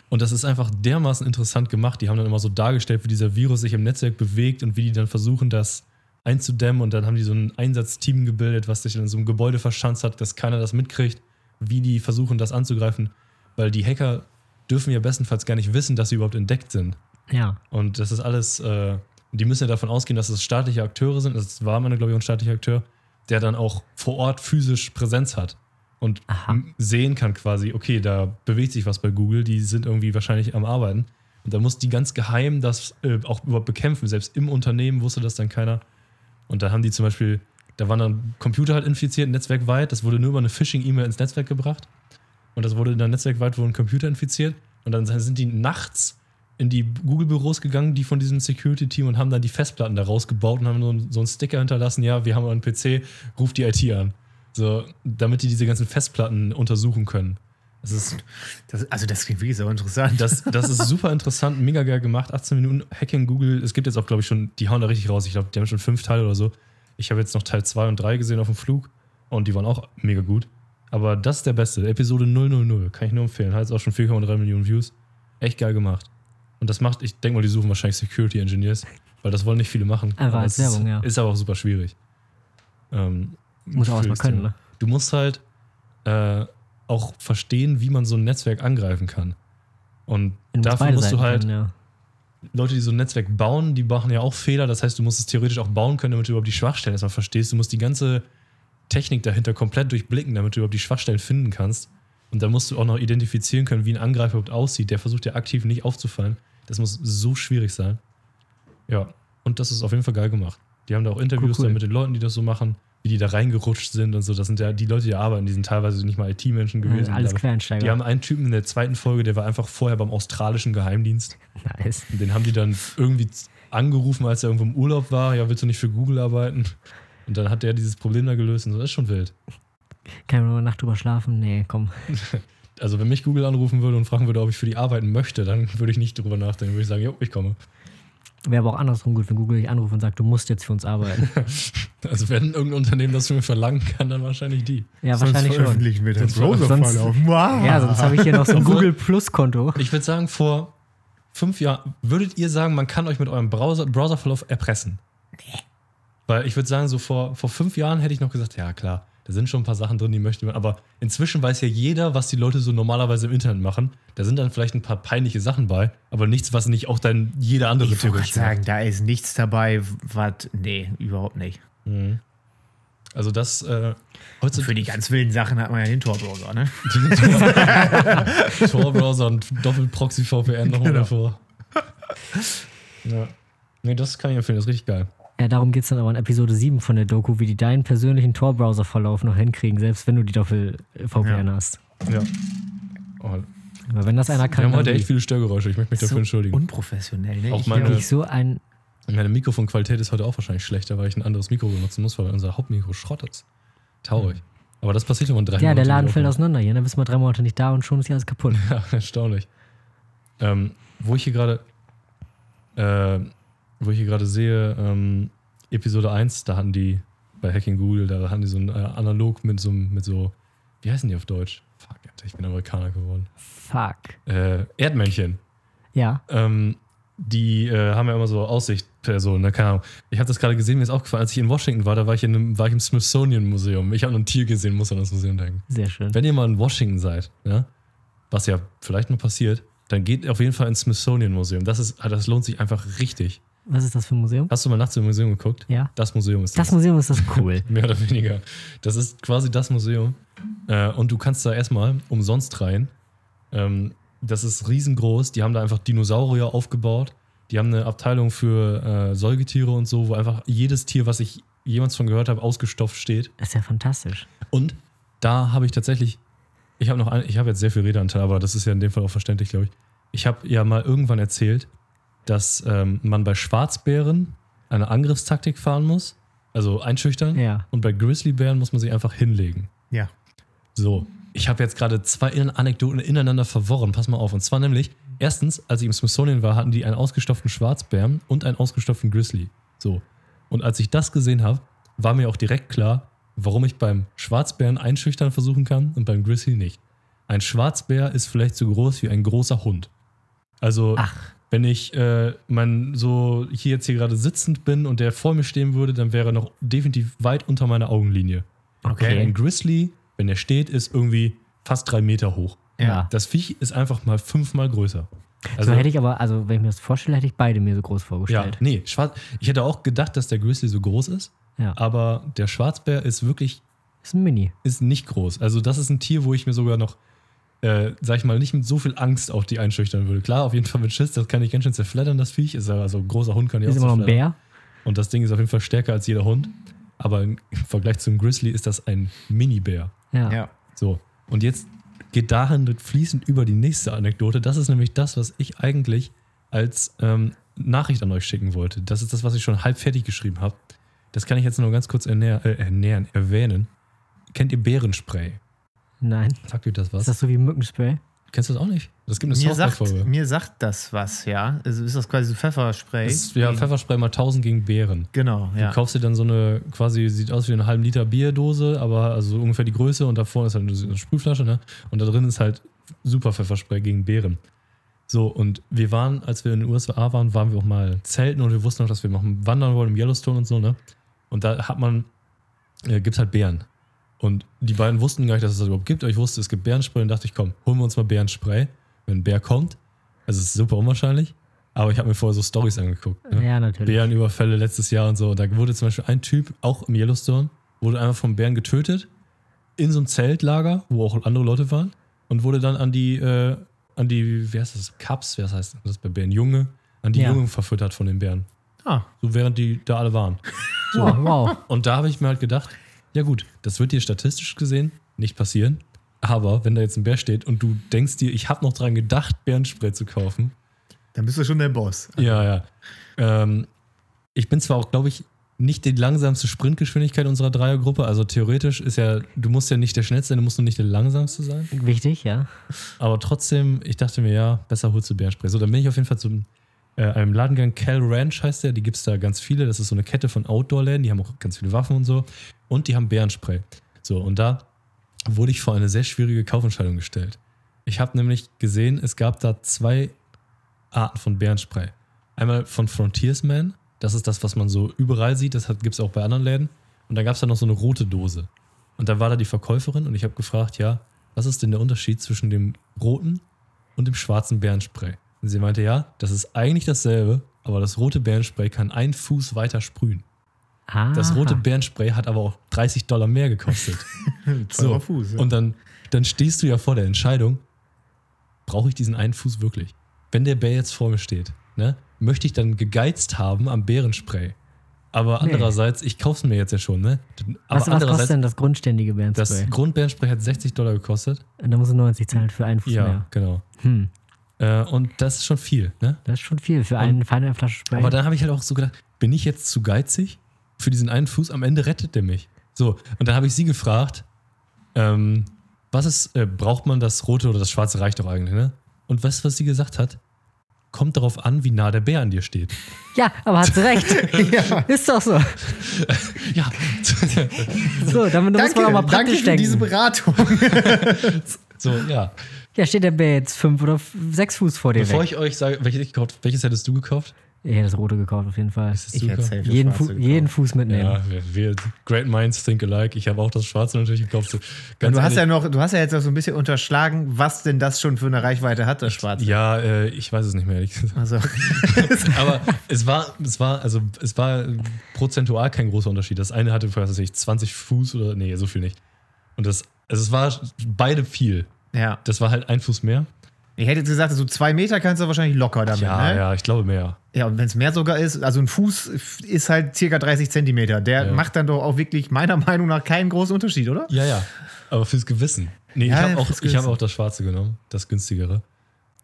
Speaker 2: Und das ist einfach dermaßen interessant gemacht. Die haben dann immer so dargestellt, wie dieser Virus sich im Netzwerk bewegt und wie die dann versuchen, das einzudämmen. Und dann haben die so ein Einsatzteam gebildet, was sich dann in so einem Gebäude verschanzt hat, dass keiner das mitkriegt, wie die versuchen, das anzugreifen. Weil die Hacker dürfen ja bestenfalls gar nicht wissen, dass sie überhaupt entdeckt sind.
Speaker 1: Ja.
Speaker 2: Und das ist alles, äh, die müssen ja davon ausgehen, dass es staatliche Akteure sind. Das war meine, glaube ich, auch ein staatlicher Akteur, der dann auch vor Ort physisch Präsenz hat und
Speaker 1: Aha.
Speaker 2: m- sehen kann quasi, okay, da bewegt sich was bei Google, die sind irgendwie wahrscheinlich am Arbeiten. Und da muss die ganz geheim das äh, auch überhaupt bekämpfen. Selbst im Unternehmen wusste das dann keiner. Und da haben die zum Beispiel, da waren dann Computer halt infiziert, netzwerkweit. Das wurde nur über eine Phishing-E-Mail ins Netzwerk gebracht. Und das wurde dann netzwerkweit, wurden Computer infiziert. Und dann sind die nachts in die Google-Büros gegangen, die von diesem Security-Team, und haben dann die Festplatten da rausgebaut und haben so, einen- so einen Sticker hinterlassen: Ja, wir haben euren PC, ruft die IT an. So, damit die diese ganzen Festplatten untersuchen können. Das ist,
Speaker 3: Das, also, das klingt wirklich so interessant.
Speaker 2: das, das ist super interessant, mega geil gemacht. 18 Minuten Hacking Google. Es gibt jetzt auch, glaube ich, schon, die hauen da richtig raus. Ich glaube, die haben schon fünf Teile oder so. Ich habe jetzt noch Teil 2 und 3 gesehen auf dem Flug und die waren auch mega gut. Aber das ist der beste. Episode 000. Kann ich nur empfehlen. Hat jetzt auch schon 4,3 Millionen Views. Echt geil gemacht. Und das macht, ich denke mal, die suchen wahrscheinlich Security Engineers, weil das wollen nicht viele machen.
Speaker 1: Einfach
Speaker 2: Aber
Speaker 1: als
Speaker 2: es
Speaker 1: Werbung, ja.
Speaker 2: Ist aber auch super schwierig. Ähm,
Speaker 1: Muss auch erstmal
Speaker 2: schwieriges
Speaker 1: können,
Speaker 2: Thema.
Speaker 1: ne?
Speaker 2: Du musst halt äh, auch verstehen, wie man so ein Netzwerk angreifen kann. Und
Speaker 1: Wenn wir uns
Speaker 2: dafür
Speaker 1: beide
Speaker 2: musst du
Speaker 1: Seiten ne?
Speaker 2: halt
Speaker 1: kennen, ja.
Speaker 2: Leute, die so ein Netzwerk bauen, die machen ja auch Fehler. Das heißt, du musst es theoretisch auch bauen können, damit du überhaupt die Schwachstellen erstmal verstehst. Du musst die ganze Technik dahinter komplett durchblicken, damit du überhaupt die Schwachstellen finden kannst. Und dann musst du auch noch identifizieren können, wie ein Angreifer überhaupt aussieht. Der versucht ja aktiv nicht aufzufallen. Das muss so schwierig sein. Ja, und das ist auf jeden Fall geil gemacht. Die haben da auch Interviews
Speaker 1: cool.
Speaker 2: Dann mit den Leuten, die das so machen, wie die da reingerutscht sind und so. Das sind ja die Leute, die da arbeiten, die sind teilweise nicht mal IT-Menschen gewesen.
Speaker 1: Alles
Speaker 2: aber
Speaker 1: Quereinsteiger.
Speaker 2: die haben einen Typen in der zweiten Folge, der war einfach vorher beim australischen Geheimdienst.
Speaker 1: nice.
Speaker 2: Und Den haben die dann irgendwie z- angerufen, als er irgendwo im Urlaub war. Ja, willst du nicht für Google arbeiten? Und dann hat der dieses Problem da gelöst und so, das ist schon wild.
Speaker 1: Kann man nur eine Nacht drüber schlafen? Nee, komm.
Speaker 2: Also, wenn mich Google anrufen würde und fragen würde, ob ich für die arbeiten möchte, dann würde ich nicht drüber nachdenken. Würde ich sagen, jo, ich komme.
Speaker 1: Wäre aber auch andersrum gut, wenn Google dich anruft und sagt, du musst jetzt für uns
Speaker 2: (laughs)
Speaker 1: arbeiten.
Speaker 2: Also, wenn irgendein Unternehmen das von mir verlangen kann, dann wahrscheinlich die.
Speaker 1: Ja, wahrscheinlich schon.
Speaker 3: veröffentlichen wir das
Speaker 2: Sonst-
Speaker 3: Browserfall
Speaker 1: sonst-
Speaker 3: auf. Wow.
Speaker 1: Ja, sonst habe ich hier noch so ein
Speaker 2: Obwohl-
Speaker 1: Google Plus Konto.
Speaker 2: Ich würde sagen, vor fünf Jahren, würdet ihr sagen, man kann euch mit eurem Browser, Browserverlauf erpressen? Weil ich würde sagen, so vor, vor fünf Jahren hätte ich noch gesagt, ja klar, da sind schon ein paar Sachen drin, die möchte man. Aber inzwischen weiß ja jeder, was die Leute so normalerweise im Internet machen. Da sind dann vielleicht ein paar peinliche Sachen bei, aber nichts, was nicht auch dann jeder andere
Speaker 3: Ich wollte gerade
Speaker 2: theoretisch macht.
Speaker 3: sagen, da ist nichts dabei, was. Nee, überhaupt nicht.
Speaker 2: Mhm. Also das äh,
Speaker 3: Für
Speaker 2: heutzutage
Speaker 3: die ganz wilden Sachen hat man ja den Tor-Browser, ne?
Speaker 2: Tor-Browser und Doppelproxy-VPN noch
Speaker 3: Genau.
Speaker 2: mal davor. Ja. Nee, das kann ich empfehlen, das ist richtig geil.
Speaker 1: Ja, darum geht es dann aber in Episode 7 von der Doku, wie die deinen persönlichen Tor-Browser-Verlauf noch hinkriegen, selbst wenn du die Doppel-VPN hast.
Speaker 2: Ja. Oh,
Speaker 1: Aber wenn das einer
Speaker 2: wir
Speaker 1: kann,
Speaker 2: haben
Speaker 1: dann
Speaker 2: heute echt
Speaker 1: die.
Speaker 2: viele Störgeräusche. Ich möchte mich dafür entschuldigen.
Speaker 3: unprofessionell, ne?
Speaker 2: Auch
Speaker 3: Ich
Speaker 2: meine-
Speaker 3: glaub,
Speaker 1: ich so ein
Speaker 2: Meine Mikrofonqualität ist heute auch wahrscheinlich schlechter, weil ich ein anderes Mikro benutzen muss, weil unser Hauptmikro Schrott ist. Traurig. Aber das passiert immer in drei
Speaker 1: Hm. Ja, der
Speaker 2: Monaten
Speaker 1: Laden
Speaker 2: wieder
Speaker 1: fällt
Speaker 2: auf.
Speaker 1: auseinander hier. Dann bist du mal drei Monate nicht da und schon ist hier alles kaputt.
Speaker 2: (laughs) Ja, erstaunlich. Ähm, wo ich hier gerade äh, wo ich hier gerade sehe, ähm, Episode 1, da hatten die bei Hacking Google, da hatten die so ein äh, Analog mit so, einem- mit so, wie heißen die auf Deutsch? Fuck, Alter, ich bin Amerikaner geworden.
Speaker 1: Fuck.
Speaker 2: Äh, Erdmännchen.
Speaker 1: Ja.
Speaker 2: Ähm, die äh, haben ja immer so Aussichtpersonen, ne? keine Ahnung. Ich habe das gerade gesehen, mir ist aufgefallen, als ich in Washington war, da war ich, in einem, war ich im Smithsonian Museum. Ich habe nur ein Tier gesehen, muss an das Museum denken.
Speaker 1: Sehr schön.
Speaker 2: Wenn ihr mal in Washington seid, ne, was ja vielleicht noch passiert, dann geht auf jeden Fall ins Smithsonian Museum. Das, ist, das lohnt sich einfach richtig.
Speaker 1: Was ist das für ein Museum?
Speaker 2: Hast du mal nachts im Museum geguckt?
Speaker 1: Ja.
Speaker 2: Das Museum ist
Speaker 1: Das Museum ist das
Speaker 2: (laughs)
Speaker 1: cool.
Speaker 2: Mehr oder weniger. Das ist quasi das Museum. Äh, und du kannst da erstmal umsonst rein. Ähm, das ist riesengroß. Die haben da einfach Dinosaurier aufgebaut. Die haben eine Abteilung für äh, Säugetiere und so, wo einfach jedes Tier, was ich jemals von gehört habe, ausgestopft steht.
Speaker 1: Das ist ja fantastisch.
Speaker 2: Und da habe ich tatsächlich, ich habe noch, ein, ich habe jetzt sehr viel Redeanteil, aber das ist ja in dem Fall auch verständlich, glaube ich. Ich habe ja mal irgendwann erzählt, dass ähm, man bei Schwarzbären eine Angriffstaktik fahren muss, also einschüchtern.
Speaker 1: Ja.
Speaker 2: Und bei Grizzlybären muss man sich einfach hinlegen.
Speaker 3: Ja.
Speaker 2: So, ich habe jetzt gerade zwei Anekdoten ineinander verworren. Pass mal auf. Und zwar nämlich, erstens, als ich im Smithsonian war, hatten die einen ausgestopften Schwarzbären und einen ausgestopften Grizzly. So. Und als ich das gesehen habe, war mir auch direkt klar, warum ich beim Schwarzbären einschüchtern versuchen kann und beim Grizzly nicht. Ein Schwarzbär ist vielleicht so groß wie ein großer Hund. Also, wenn ich äh, mein, so hier jetzt hier gerade sitzend bin und der vor mir stehen würde, dann wäre er noch definitiv weit unter meiner Augenlinie. Weil
Speaker 1: Okay.
Speaker 2: Ein Grizzly, wenn er steht, ist irgendwie fast drei Meter hoch.
Speaker 3: Ja.
Speaker 1: Ja.
Speaker 2: Das Viech ist einfach mal fünfmal größer.
Speaker 1: so hätte ich aber, also wenn ich mir das vorstelle, hätte ich beide mir so groß
Speaker 2: ja,
Speaker 1: vorgestellt.
Speaker 2: nee, schwarz, ich hätte auch gedacht, dass der Grizzly so groß ist,
Speaker 1: Ja.
Speaker 2: aber der Schwarzbär ist wirklich
Speaker 1: Ist ein Mini.
Speaker 2: ist nicht groß. Also das ist ein Tier, wo ich mir sogar noch, äh, sag ich mal, nicht mit so viel Angst auf die einschüchtern würde. Klar, auf jeden Fall mit Schiss, das kann ich ganz schön zerflattern, das Viech. Ist ja- also ein großer Hund kann ich
Speaker 1: Ist
Speaker 2: auch
Speaker 1: immer noch ein
Speaker 2: zerflattern.
Speaker 1: Bär.
Speaker 2: Und das Ding ist auf jeden Fall stärker als jeder Hund. Aber im Vergleich zum Grizzly ist das ein Mini-Bär.
Speaker 1: Ja.
Speaker 3: Ja.
Speaker 2: So, und jetzt geht dahin fließend über die nächste Anekdote. Das ist nämlich das, was ich eigentlich als ähm, Nachricht an euch schicken wollte. Das ist das, was ich schon halb fertig geschrieben habe. Das kann ich jetzt nur ganz kurz ernähr, äh, ernähren, erwähnen. Kennt ihr Bärenspray?
Speaker 1: Nein.
Speaker 2: Sagt ihr das was?
Speaker 1: Ist das so wie Mückenspray?
Speaker 2: Kennst du das auch nicht? Das gibt eine
Speaker 3: Mir sagt,
Speaker 2: Software-Folge.
Speaker 3: mir sagt das was, ja. Also ist das quasi so Pfefferspray?
Speaker 2: Das ist, Ja, Pfefferspray mal 1000 gegen Bären.
Speaker 3: Genau, ja.
Speaker 2: Du kaufst dir dann so eine, quasi sieht aus wie eine halben Liter Bierdose, aber also ungefähr die Größe und da vorne ist halt eine Sprühflasche, ne? Und da drin ist halt super Pfefferspray gegen Beeren. So, und wir waren, als wir in den USA waren, waren wir auch mal zelten und wir wussten auch, dass wir machen, wandern wollen im Yellowstone und so, ne? Und da hat man, äh, gibt's halt Bären. Und die beiden wussten gar nicht, dass es das überhaupt gibt, aber ich wusste, es gibt Bärenspray und dachte ich, komm, holen wir uns mal Bärenspray, wenn ein Bär kommt. Also es ist super unwahrscheinlich, aber ich habe mir vorher so Stories angeguckt.
Speaker 1: Ja,
Speaker 2: Ne?
Speaker 1: natürlich.
Speaker 2: Bärenüberfälle letztes Jahr und so. Und Da wurde zum Beispiel ein Typ, auch im Yellowstone, wurde einfach vom Bären getötet, in so einem Zeltlager, wo auch andere Leute waren, und wurde dann an die, äh, an die, wie heißt das, Cubs, wer heißt das bei Bären, Junge, an die
Speaker 1: Ja.
Speaker 2: Jungen verfüttert von den Bären.
Speaker 3: ah,
Speaker 2: So während die da alle waren.
Speaker 1: Wow, Oh, wow.
Speaker 2: Und da habe ich mir halt gedacht, ja gut, das wird dir statistisch gesehen nicht passieren. Aber wenn da jetzt ein Bär steht und du denkst dir, ich habe noch dran gedacht, Bärenspray zu kaufen,
Speaker 3: dann bist du schon der Boss.
Speaker 2: ja, ja. Ähm, ich bin zwar auch, glaube ich, nicht die langsamste Sprintgeschwindigkeit unserer Dreiergruppe. Also theoretisch ist ja, du musst ja nicht der Schnellste sein, du musst nur nicht der Langsamste sein.
Speaker 1: Wichtig, ja.
Speaker 2: Aber trotzdem, ich dachte mir, ja, besser holst du Bärenspray. So, dann bin ich auf jeden Fall zu äh, einem Ladengang, Cal Ranch heißt der, die gibt es da ganz viele. Das ist so eine Kette von Outdoor-Läden, die haben auch ganz viele Waffen und so. Und die haben Bärenspray. So, und da wurde ich vor eine sehr schwierige Kaufentscheidung gestellt. Ich habe nämlich gesehen, es gab da zwei Arten von Bärenspray. Einmal von Frontiersman, das ist das, was man so überall sieht, das gibt es auch bei anderen Läden. Und dann gab es da noch so eine rote Dose. Und da war da die Verkäuferin und ich habe gefragt, ja, was ist denn der Unterschied zwischen dem roten und dem schwarzen Bärenspray? Und sie meinte, ja, das ist eigentlich dasselbe, aber das rote Bärenspray kann einen Fuß weiter sprühen.
Speaker 1: Ah.
Speaker 2: Das rote Bärenspray hat aber auch 30 Dollar mehr gekostet.
Speaker 3: Teurer Fuß. ja. (laughs)
Speaker 2: Und dann, dann stehst du ja vor der Entscheidung, brauche ich diesen einen Fuß wirklich? Wenn der Bär jetzt vor mir steht, ne, möchte ich dann gegeizt haben am Bärenspray. Aber
Speaker 1: Nee.
Speaker 2: andererseits, ich kaufe es mir jetzt ja schon, ne? Dann- Aber
Speaker 1: was, was kostet
Speaker 2: andererseits,
Speaker 1: denn das grundständige
Speaker 2: das
Speaker 1: Bärenspray?
Speaker 2: Grundbärenspray hat 60 Dollar gekostet.
Speaker 1: Und da musst du 90 zahlen für einen Fuß
Speaker 2: Ja,
Speaker 1: mehr.
Speaker 2: genau.
Speaker 1: Hm.
Speaker 2: Äh, und das ist schon viel, ne?
Speaker 1: Das ist schon viel für einen feinen Flasche Sprite.
Speaker 2: Aber dann habe ich halt auch so gedacht, bin ich jetzt zu geizig für diesen einen Fuß? Am Ende rettet der mich. So, und dann habe ich sie gefragt, ähm, was ist, äh, braucht man das rote oder das schwarze reicht doch eigentlich, ne? Und weißt du, was sie gesagt hat? Kommt darauf an, wie nah der Bär an dir steht.
Speaker 1: ja, aber hat sie
Speaker 2: (laughs)
Speaker 1: recht. Ist doch so.
Speaker 2: Ja,
Speaker 1: So, damit muss man auch mal
Speaker 3: danke
Speaker 1: praktisch
Speaker 3: für diese
Speaker 1: denken.
Speaker 3: Beratung.
Speaker 2: (laughs) so, ja.
Speaker 1: Ja, steht der Bär jetzt fünf oder f- sechs Fuß vor dir
Speaker 2: Bevor
Speaker 1: weg.
Speaker 2: ich euch sage, welches, ich gekauft, welches hättest du gekauft?
Speaker 1: Ich hätte das Rote gekauft, auf jeden Fall.
Speaker 2: Hättest du
Speaker 3: hätte
Speaker 2: gekauft?
Speaker 3: safe das
Speaker 1: Jeden,
Speaker 3: Schwarze
Speaker 1: Fu
Speaker 3: gekauft.
Speaker 1: jeden Fuß mitnehmen.
Speaker 2: Ja, wir, wir, Great Minds think alike. Ich habe auch das Schwarze natürlich gekauft. So, ganz
Speaker 3: Du hast,
Speaker 2: ehrlich,
Speaker 3: ja noch, du hast ja jetzt noch so ein bisschen unterschlagen, was denn das schon für eine Reichweite hat, das Schwarze.
Speaker 2: ja, äh, ich weiß es nicht mehr, ehrlich gesagt.
Speaker 3: Also,
Speaker 2: Aber es war, es war, also es war prozentual kein großer Unterschied. Das eine hatte, was weiß ich, 20 Fuß oder nee, so viel nicht. Und das, also es war beide viel.
Speaker 3: ja.
Speaker 2: Das war halt ein Fuß mehr.
Speaker 3: Ich hätte jetzt gesagt, so zwei Meter kannst du wahrscheinlich locker damit.
Speaker 2: Ja,
Speaker 3: ne?
Speaker 2: ja, ich glaube mehr.
Speaker 3: Ja, und wenn es mehr sogar ist, also ein Fuß ist halt circa 30 Zentimeter. Der
Speaker 2: Ja.
Speaker 3: macht dann doch auch wirklich meiner Meinung nach keinen großen Unterschied, oder?
Speaker 2: Ja, ja. Aber fürs Gewissen. Nee,
Speaker 3: Ja,
Speaker 2: ich
Speaker 3: ja,
Speaker 2: habe auch,
Speaker 3: fürs
Speaker 2: ich hab
Speaker 3: Gewissen.
Speaker 2: auch das Schwarze genommen, das günstigere.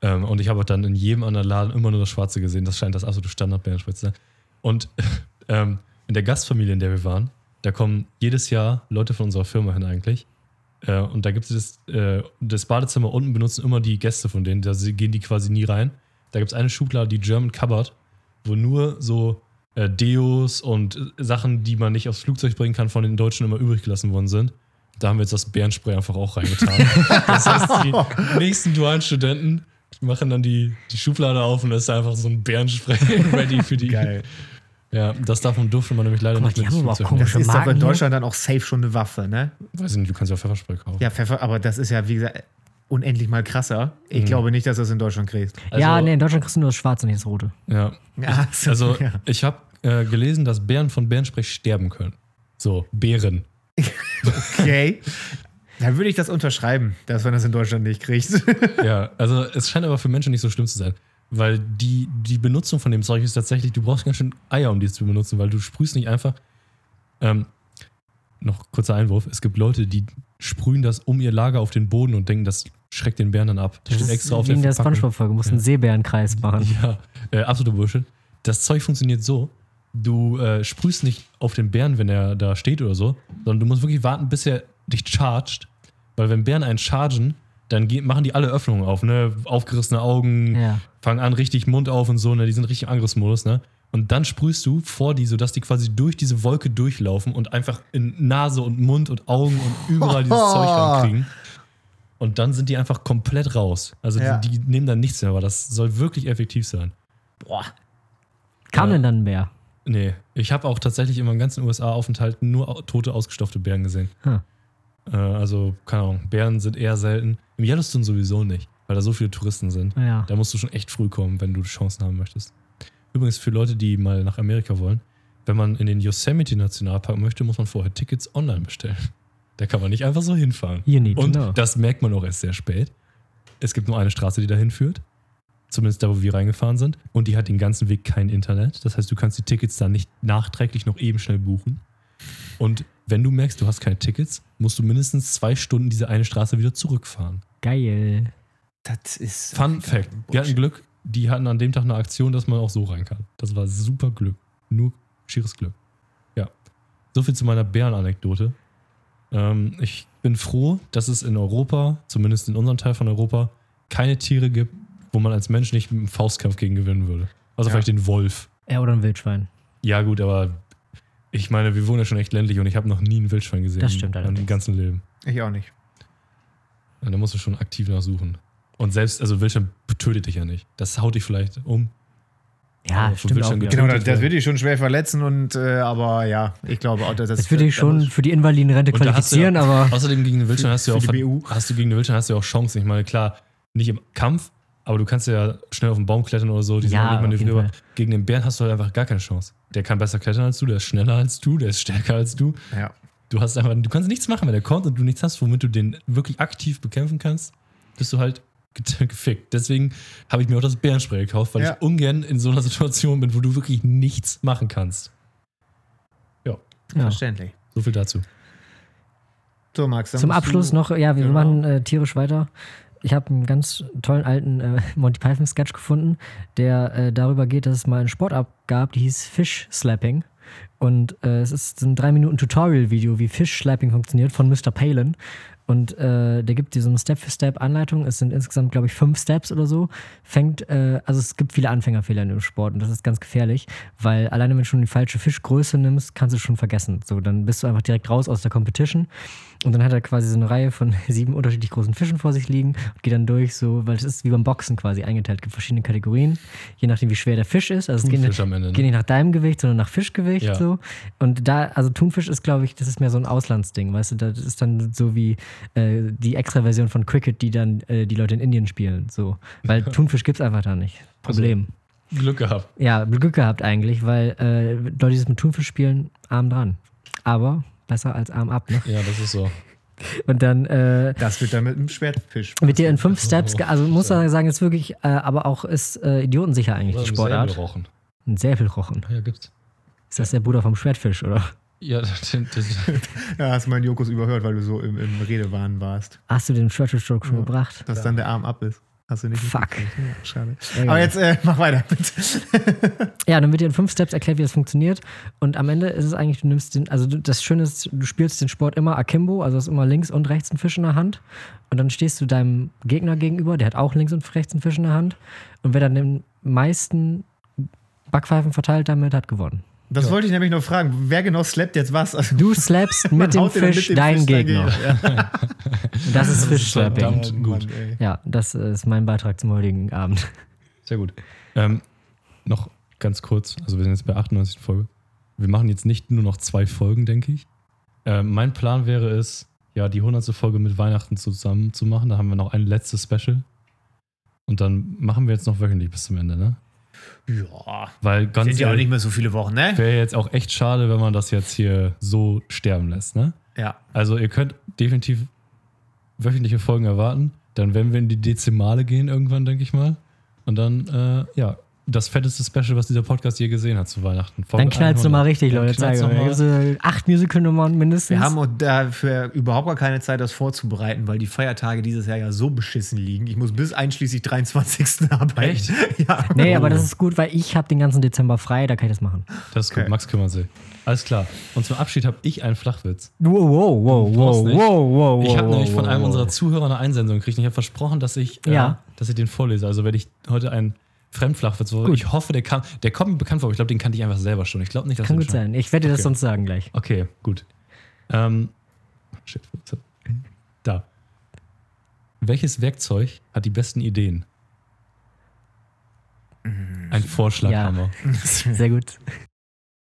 Speaker 2: Ähm, und ich habe dann in jedem anderen Laden immer nur das Schwarze gesehen. Das scheint das absolute Standardbärenspitze zu sein. Und ähm, in der Gastfamilie, in der wir waren, da kommen jedes Jahr Leute von unserer Firma hin eigentlich. Äh, und da gibt es das, äh, das Badezimmer unten benutzen immer die Gäste von denen. Da sie- gehen die quasi nie rein. Da gibt es eine Schublade, die German Cupboard, wo nur so äh, Deos und äh, Sachen, die man nicht aufs Flugzeug bringen kann, von den Deutschen immer übrig gelassen worden sind. Da haben wir jetzt das Bärenspray einfach auch reingetan. das heißt, die nächsten dualen Studenten machen dann die, die Schublade auf und da ist da einfach so ein Bärenspray (laughs) ready für die. Ja, das darf und durfte man nämlich leider
Speaker 1: Guck mal,
Speaker 2: nicht
Speaker 1: die
Speaker 2: mit ins
Speaker 1: haben aber auch
Speaker 2: Flugzeug nehmen.
Speaker 3: Das
Speaker 1: Für
Speaker 3: ist doch
Speaker 1: Marken
Speaker 3: in
Speaker 1: hier?
Speaker 3: Deutschland dann auch safe schon eine Waffe, ne?
Speaker 2: Weiß ich nicht, du kannst ja auch Pfefferspray kaufen.
Speaker 3: Ja, Pfeffer, aber das ist ja, wie gesagt, unendlich mal krasser.
Speaker 2: Mhm.
Speaker 3: Ich glaube nicht, dass du das in Deutschland kriegst.
Speaker 2: also-
Speaker 1: ja, nee, in Deutschland kriegst du nur das Schwarze, nicht das Rote. (laughs)
Speaker 2: Ja.
Speaker 3: Ja, so,
Speaker 2: Also,
Speaker 3: ja.
Speaker 2: ich habe äh, gelesen, dass Bären von Bärensprech sterben können. So, Bären.
Speaker 3: Okay. Dann würde ich das unterschreiben, dass man das in Deutschland
Speaker 1: (laughs)
Speaker 3: nicht kriegt.
Speaker 2: ja, also es scheint aber für Menschen nicht so schlimm zu sein. Weil die, die Benutzung von dem Zeug ist tatsächlich, du brauchst ganz schön Eier, um die zu benutzen, weil du sprühst nicht einfach. Ähm, noch kurzer Einwurf: Es gibt Leute, die sprühen das um ihr Lager auf den Boden und denken, das schreckt den Bären dann ab. Das, steht extra auf
Speaker 1: wie
Speaker 2: der
Speaker 1: in der
Speaker 2: Verpackung.
Speaker 1: Spongebob-Folge. Musst einen Seebärenkreis machen.
Speaker 2: Ja, äh, absolute Bullshit. Das Zeug funktioniert so: Du äh, sprühst nicht auf den Bären, wenn er da steht oder so, sondern du musst wirklich warten, bis er dich chargt. Weil, wenn Bären einen chargen, dann ge- machen die alle Öffnungen auf, ne? Aufgerissene Augen,
Speaker 1: Ja.
Speaker 2: fangen an, richtig Mund auf und so, ne? Die sind richtig im Angriffsmodus, ne? Und dann sprühst du vor die, sodass die quasi durch diese Wolke durchlaufen und einfach in Nase und Mund und Augen und überall dieses Zeug reinkriegen. Und dann sind die einfach komplett raus. Also
Speaker 3: Ja.
Speaker 2: die, die nehmen dann nichts mehr, aber das soll wirklich effektiv sein.
Speaker 3: Boah.
Speaker 1: Kam
Speaker 2: Ja.
Speaker 1: denn dann ein Bär?
Speaker 2: Nee, ich habe auch tatsächlich in meinem ganzen USA-Aufenthalt nur au- tote, ausgestopfte Bären gesehen.
Speaker 1: Hm.
Speaker 2: Äh, also, keine Ahnung, Bären sind eher selten. Im Yellowstone sowieso nicht, weil da so viele Touristen sind.
Speaker 1: Ja.
Speaker 2: Da musst du schon echt früh kommen, wenn du Chancen haben möchtest. Übrigens für Leute, die mal nach Amerika wollen, wenn man in den Yosemite Nationalpark möchte, muss man vorher Tickets online bestellen. Da kann man nicht einfach so hinfahren.
Speaker 1: You need to
Speaker 2: Und
Speaker 1: know.
Speaker 2: das merkt man auch erst sehr spät. Es gibt nur eine Straße, die dahin führt. Zumindest da, wo wir reingefahren sind. Und die hat den ganzen Weg kein Internet. Das heißt, du kannst die Tickets dann nicht nachträglich noch eben schnell buchen. Und wenn du merkst, du hast keine Tickets, musst du mindestens zwei Stunden diese eine Straße wieder zurückfahren.
Speaker 1: Geil.
Speaker 3: Das ist.
Speaker 2: Fun Fact: Wir hatten Glück, die hatten an dem Tag eine Aktion, dass man auch so rein kann. Das war super Glück. Nur schieres Glück. Ja. So viel zu meiner Bären-Anekdote. Ähm, ich bin froh, dass es in Europa, zumindest in unserem Teil von Europa, keine Tiere gibt, wo man als Mensch nicht mit einem Faustkampf gegen gewinnen würde. Also
Speaker 3: Ja.
Speaker 2: vielleicht den Wolf.
Speaker 1: Ja, oder ein Wildschwein.
Speaker 2: Ja, gut, aber ich meine, wir wohnen ja schon echt ländlich und ich habe noch nie einen Wildschwein gesehen.
Speaker 1: Das stimmt
Speaker 2: Im
Speaker 1: allerdings.
Speaker 2: ganzen Leben.
Speaker 3: Ich auch nicht.
Speaker 2: Ja, Da musst du schon aktiv nachsuchen. Und selbst, also Wildschwein tötet dich ja nicht. Das haut dich vielleicht um.
Speaker 1: Ja,
Speaker 2: Ja, von
Speaker 1: stimmt auch.
Speaker 2: Wildschwein
Speaker 1: wieder.
Speaker 2: getötet.
Speaker 3: Genau, das, das würde ich schon schwer verletzen und äh, aber ja, ich glaube auch, dass das.
Speaker 1: Das würde ich
Speaker 3: da
Speaker 1: schon
Speaker 3: muss-
Speaker 1: für die Invalidenrente
Speaker 2: Und da hast du
Speaker 1: qualifizieren,
Speaker 2: ja,
Speaker 1: aber
Speaker 2: Außerdem gegen den Wildschwein hast du ja
Speaker 3: für die
Speaker 2: auch
Speaker 3: BU.
Speaker 2: hast du gegen den Wildschwein hast du ja auch Chancen. Ich meine, klar, nicht im Kampf, aber du kannst ja schnell auf den Baum klettern oder so, die
Speaker 1: Ja,
Speaker 2: sind auch
Speaker 1: auf
Speaker 2: nicht
Speaker 1: jeden
Speaker 2: manövrierbar.
Speaker 1: Fall.
Speaker 2: Gegen den Bären hast du halt einfach gar keine Chance. Der kann besser klettern als du, der ist schneller als du, der ist stärker als du.
Speaker 3: Ja.
Speaker 2: Du hast einfach, du kannst nichts machen, wenn der kommt und du nichts hast, womit du den wirklich aktiv bekämpfen kannst, bist du halt (laughs) get- gefickt. Deswegen habe ich mir auch das Bärenspray gekauft, weil
Speaker 3: Ja.
Speaker 2: ich ungern in so einer Situation bin, wo du wirklich nichts machen kannst.
Speaker 1: ja.
Speaker 3: Verständlich.
Speaker 2: So viel dazu.
Speaker 3: So, Max. dann
Speaker 1: Zum
Speaker 3: musst
Speaker 1: Abschluss
Speaker 3: du-
Speaker 1: noch, ja, wir
Speaker 3: Genau.
Speaker 1: machen äh, tierisch weiter. ich hab einen ganz tollen alten äh, (laughs) Monty Python-Sketch gefunden, der äh, darüber geht, dass es mal einen Sportart gab, die hieß Fish Slapping. Und äh, es ist ein 3-Minuten-Tutorial-Video, wie Fish Slapping funktioniert, von Mr. Palin. Und äh, der gibt dir so eine Step-für-Step-Anleitung. Es sind insgesamt, glaube ich, fünf Steps oder so. Fängt, äh, also es gibt viele Anfängerfehler in dem Sport und das ist ganz gefährlich, weil alleine wenn du schon die falsche Fischgröße nimmst, kannst du schon vergessen. So, dann bist du einfach direkt raus aus der Competition. Und dann hat er quasi so eine Reihe von (laughs) sieben unterschiedlich großen Fischen vor sich liegen und geht dann durch, so, weil es ist wie beim Boxen quasi eingeteilt. Es gibt verschiedene Kategorien, je nachdem, wie schwer der Fisch ist. Also es geht,
Speaker 2: Thunfisch
Speaker 1: nicht-
Speaker 2: am Ende, ne?
Speaker 1: geht nicht nach deinem Gewicht, sondern nach Fischgewicht.
Speaker 2: Ja.
Speaker 1: So. Und da, also Thunfisch ist, glaube ich, das ist mehr so ein Auslandsding, weißt du, das ist dann so wie äh, die extra Version von Cricket, die dann äh, die Leute in Indien spielen. So. Weil Thunfisch gibt es einfach da nicht. Problem.
Speaker 2: Glück gehabt.
Speaker 1: ja, Glück gehabt eigentlich, weil äh, Leute, die das mit Thunfisch spielen, arm dran. Aber besser als arm ab. Ne?
Speaker 2: Ja, das ist so.
Speaker 1: Und dann äh,
Speaker 3: Das wird dann mit einem Schwertfisch.
Speaker 1: wird dir in fünf Steps, ge- also muss man sagen, ist wirklich, äh, aber auch ist äh, idiotensicher eigentlich
Speaker 2: Oder
Speaker 1: die
Speaker 2: im
Speaker 1: Sportart.
Speaker 2: Säbel rauchen.
Speaker 1: Ein Säbelrochen.
Speaker 2: Ah, Ja, gibt's.
Speaker 1: Ist das der Bruder vom Schwertfisch, oder?
Speaker 2: Ja, (laughs) das, das,
Speaker 3: Ja, hast meinen Jokus überhört, weil du so im, im Redewahn warst.
Speaker 1: Hast du den Schwertfisch-Joke schon gebracht?
Speaker 3: Dass dann der Arm ab ist. Hast du nicht.
Speaker 1: Fuck.
Speaker 3: mitgekriegt. Ja, schade.
Speaker 1: Ärgerlich.
Speaker 3: Aber jetzt äh, mach weiter, bitte.
Speaker 1: Ja, dann wird dir in fünf Steps erklärt, wie das funktioniert. Und am Ende ist es eigentlich, du nimmst den, also du, das Schöne ist, du spielst den Sport immer akimbo, also hast immer links und rechts einen Fisch in der Hand. Und dann stehst du deinem Gegner gegenüber, der hat auch links und rechts einen Fisch in der Hand. Und wer dann den meisten Backpfeifen verteilt damit, hat gewonnen.
Speaker 3: Das wollte ich nämlich noch fragen. Wer genau slappt jetzt was? Also,
Speaker 1: Du slappst mit dem
Speaker 3: haut dir dann
Speaker 1: Fisch
Speaker 3: mit dem
Speaker 1: deinen
Speaker 3: Fisch
Speaker 1: Gegner.
Speaker 3: dagegen. Ja.
Speaker 1: Und Das ist Fischslapping.
Speaker 2: verdammt.
Speaker 3: Oh,
Speaker 2: gut.
Speaker 3: Mann, ey.
Speaker 1: Ja, das ist mein Beitrag zum heutigen Abend.
Speaker 2: Sehr gut. Ähm, noch ganz kurz, also wir sind jetzt bei 98. Folge. Wir machen jetzt nicht nur noch zwei Folgen, denke ich. Ähm, mein Plan wäre es, ja, die 100. Folge mit Weihnachten zusammen zu machen. Da haben wir noch ein letztes Special. Und dann machen wir jetzt noch wöchentlich bis zum Ende, ne?
Speaker 3: Ja.
Speaker 2: Weil ganz
Speaker 3: Sind ja auch
Speaker 2: ehrlich,
Speaker 3: nicht mehr so viele Wochen, ne?
Speaker 2: wäre jetzt auch echt schade, wenn man das jetzt hier so sterben lässt, ne?
Speaker 3: Ja.
Speaker 2: Also ihr könnt definitiv wöchentliche Folgen erwarten. Dann werden wir in die Dezimale gehen irgendwann, denke ich mal. Und dann, äh, ja, das fetteste Special, was dieser Podcast je gesehen hat zu Weihnachten. Folge
Speaker 1: Dann knallst du mal
Speaker 2: 100.
Speaker 1: richtig,
Speaker 2: Dann
Speaker 1: Leute. Zeig
Speaker 2: knallst du mal.
Speaker 1: mal. So acht Musical-Nummern mindestens.
Speaker 3: Wir haben auch dafür überhaupt gar keine Zeit, das vorzubereiten, weil die Feiertage dieses Jahr ja so beschissen liegen. Ich muss bis einschließlich 23. arbeiten.
Speaker 2: Echt?
Speaker 3: (laughs) Ja.
Speaker 1: Nee, aber das ist gut, weil ich habe den ganzen Dezember frei, da kann ich das machen.
Speaker 2: Das ist gut,
Speaker 3: Okay.
Speaker 2: Max kümmert sich. Alles klar. Und zum Abschied habe ich einen Flachwitz.
Speaker 1: Wow, wow, wow,
Speaker 2: brauchst
Speaker 1: wow,
Speaker 2: Hm, nicht.
Speaker 1: wow, wow.
Speaker 2: Ich habe
Speaker 1: wow,
Speaker 2: nämlich von
Speaker 1: wow,
Speaker 2: einem
Speaker 1: wow.
Speaker 2: unserer Zuhörer eine Einsendung gekriegt. Und ich habe versprochen, dass ich, äh,
Speaker 1: Ja.
Speaker 2: dass ich den vorlese. Also werde ich heute einen Fremdflachwitz. Gut.
Speaker 1: Gut.
Speaker 2: Ich hoffe, der, kam, der kommt mir bekannt vor, aber ich glaube, den kannte ich einfach selber schon. Ich glaube nicht, dass
Speaker 1: Kann
Speaker 2: den
Speaker 1: gut
Speaker 2: schon-
Speaker 1: sein. Ich werde dir das
Speaker 2: Okay.
Speaker 1: sonst sagen (laughs) gleich.
Speaker 2: Okay, gut. Ähm, shit, was hab- da. Welches Werkzeug hat die besten Ideen? Ein Vorschlaghammer.
Speaker 1: Sehr gut.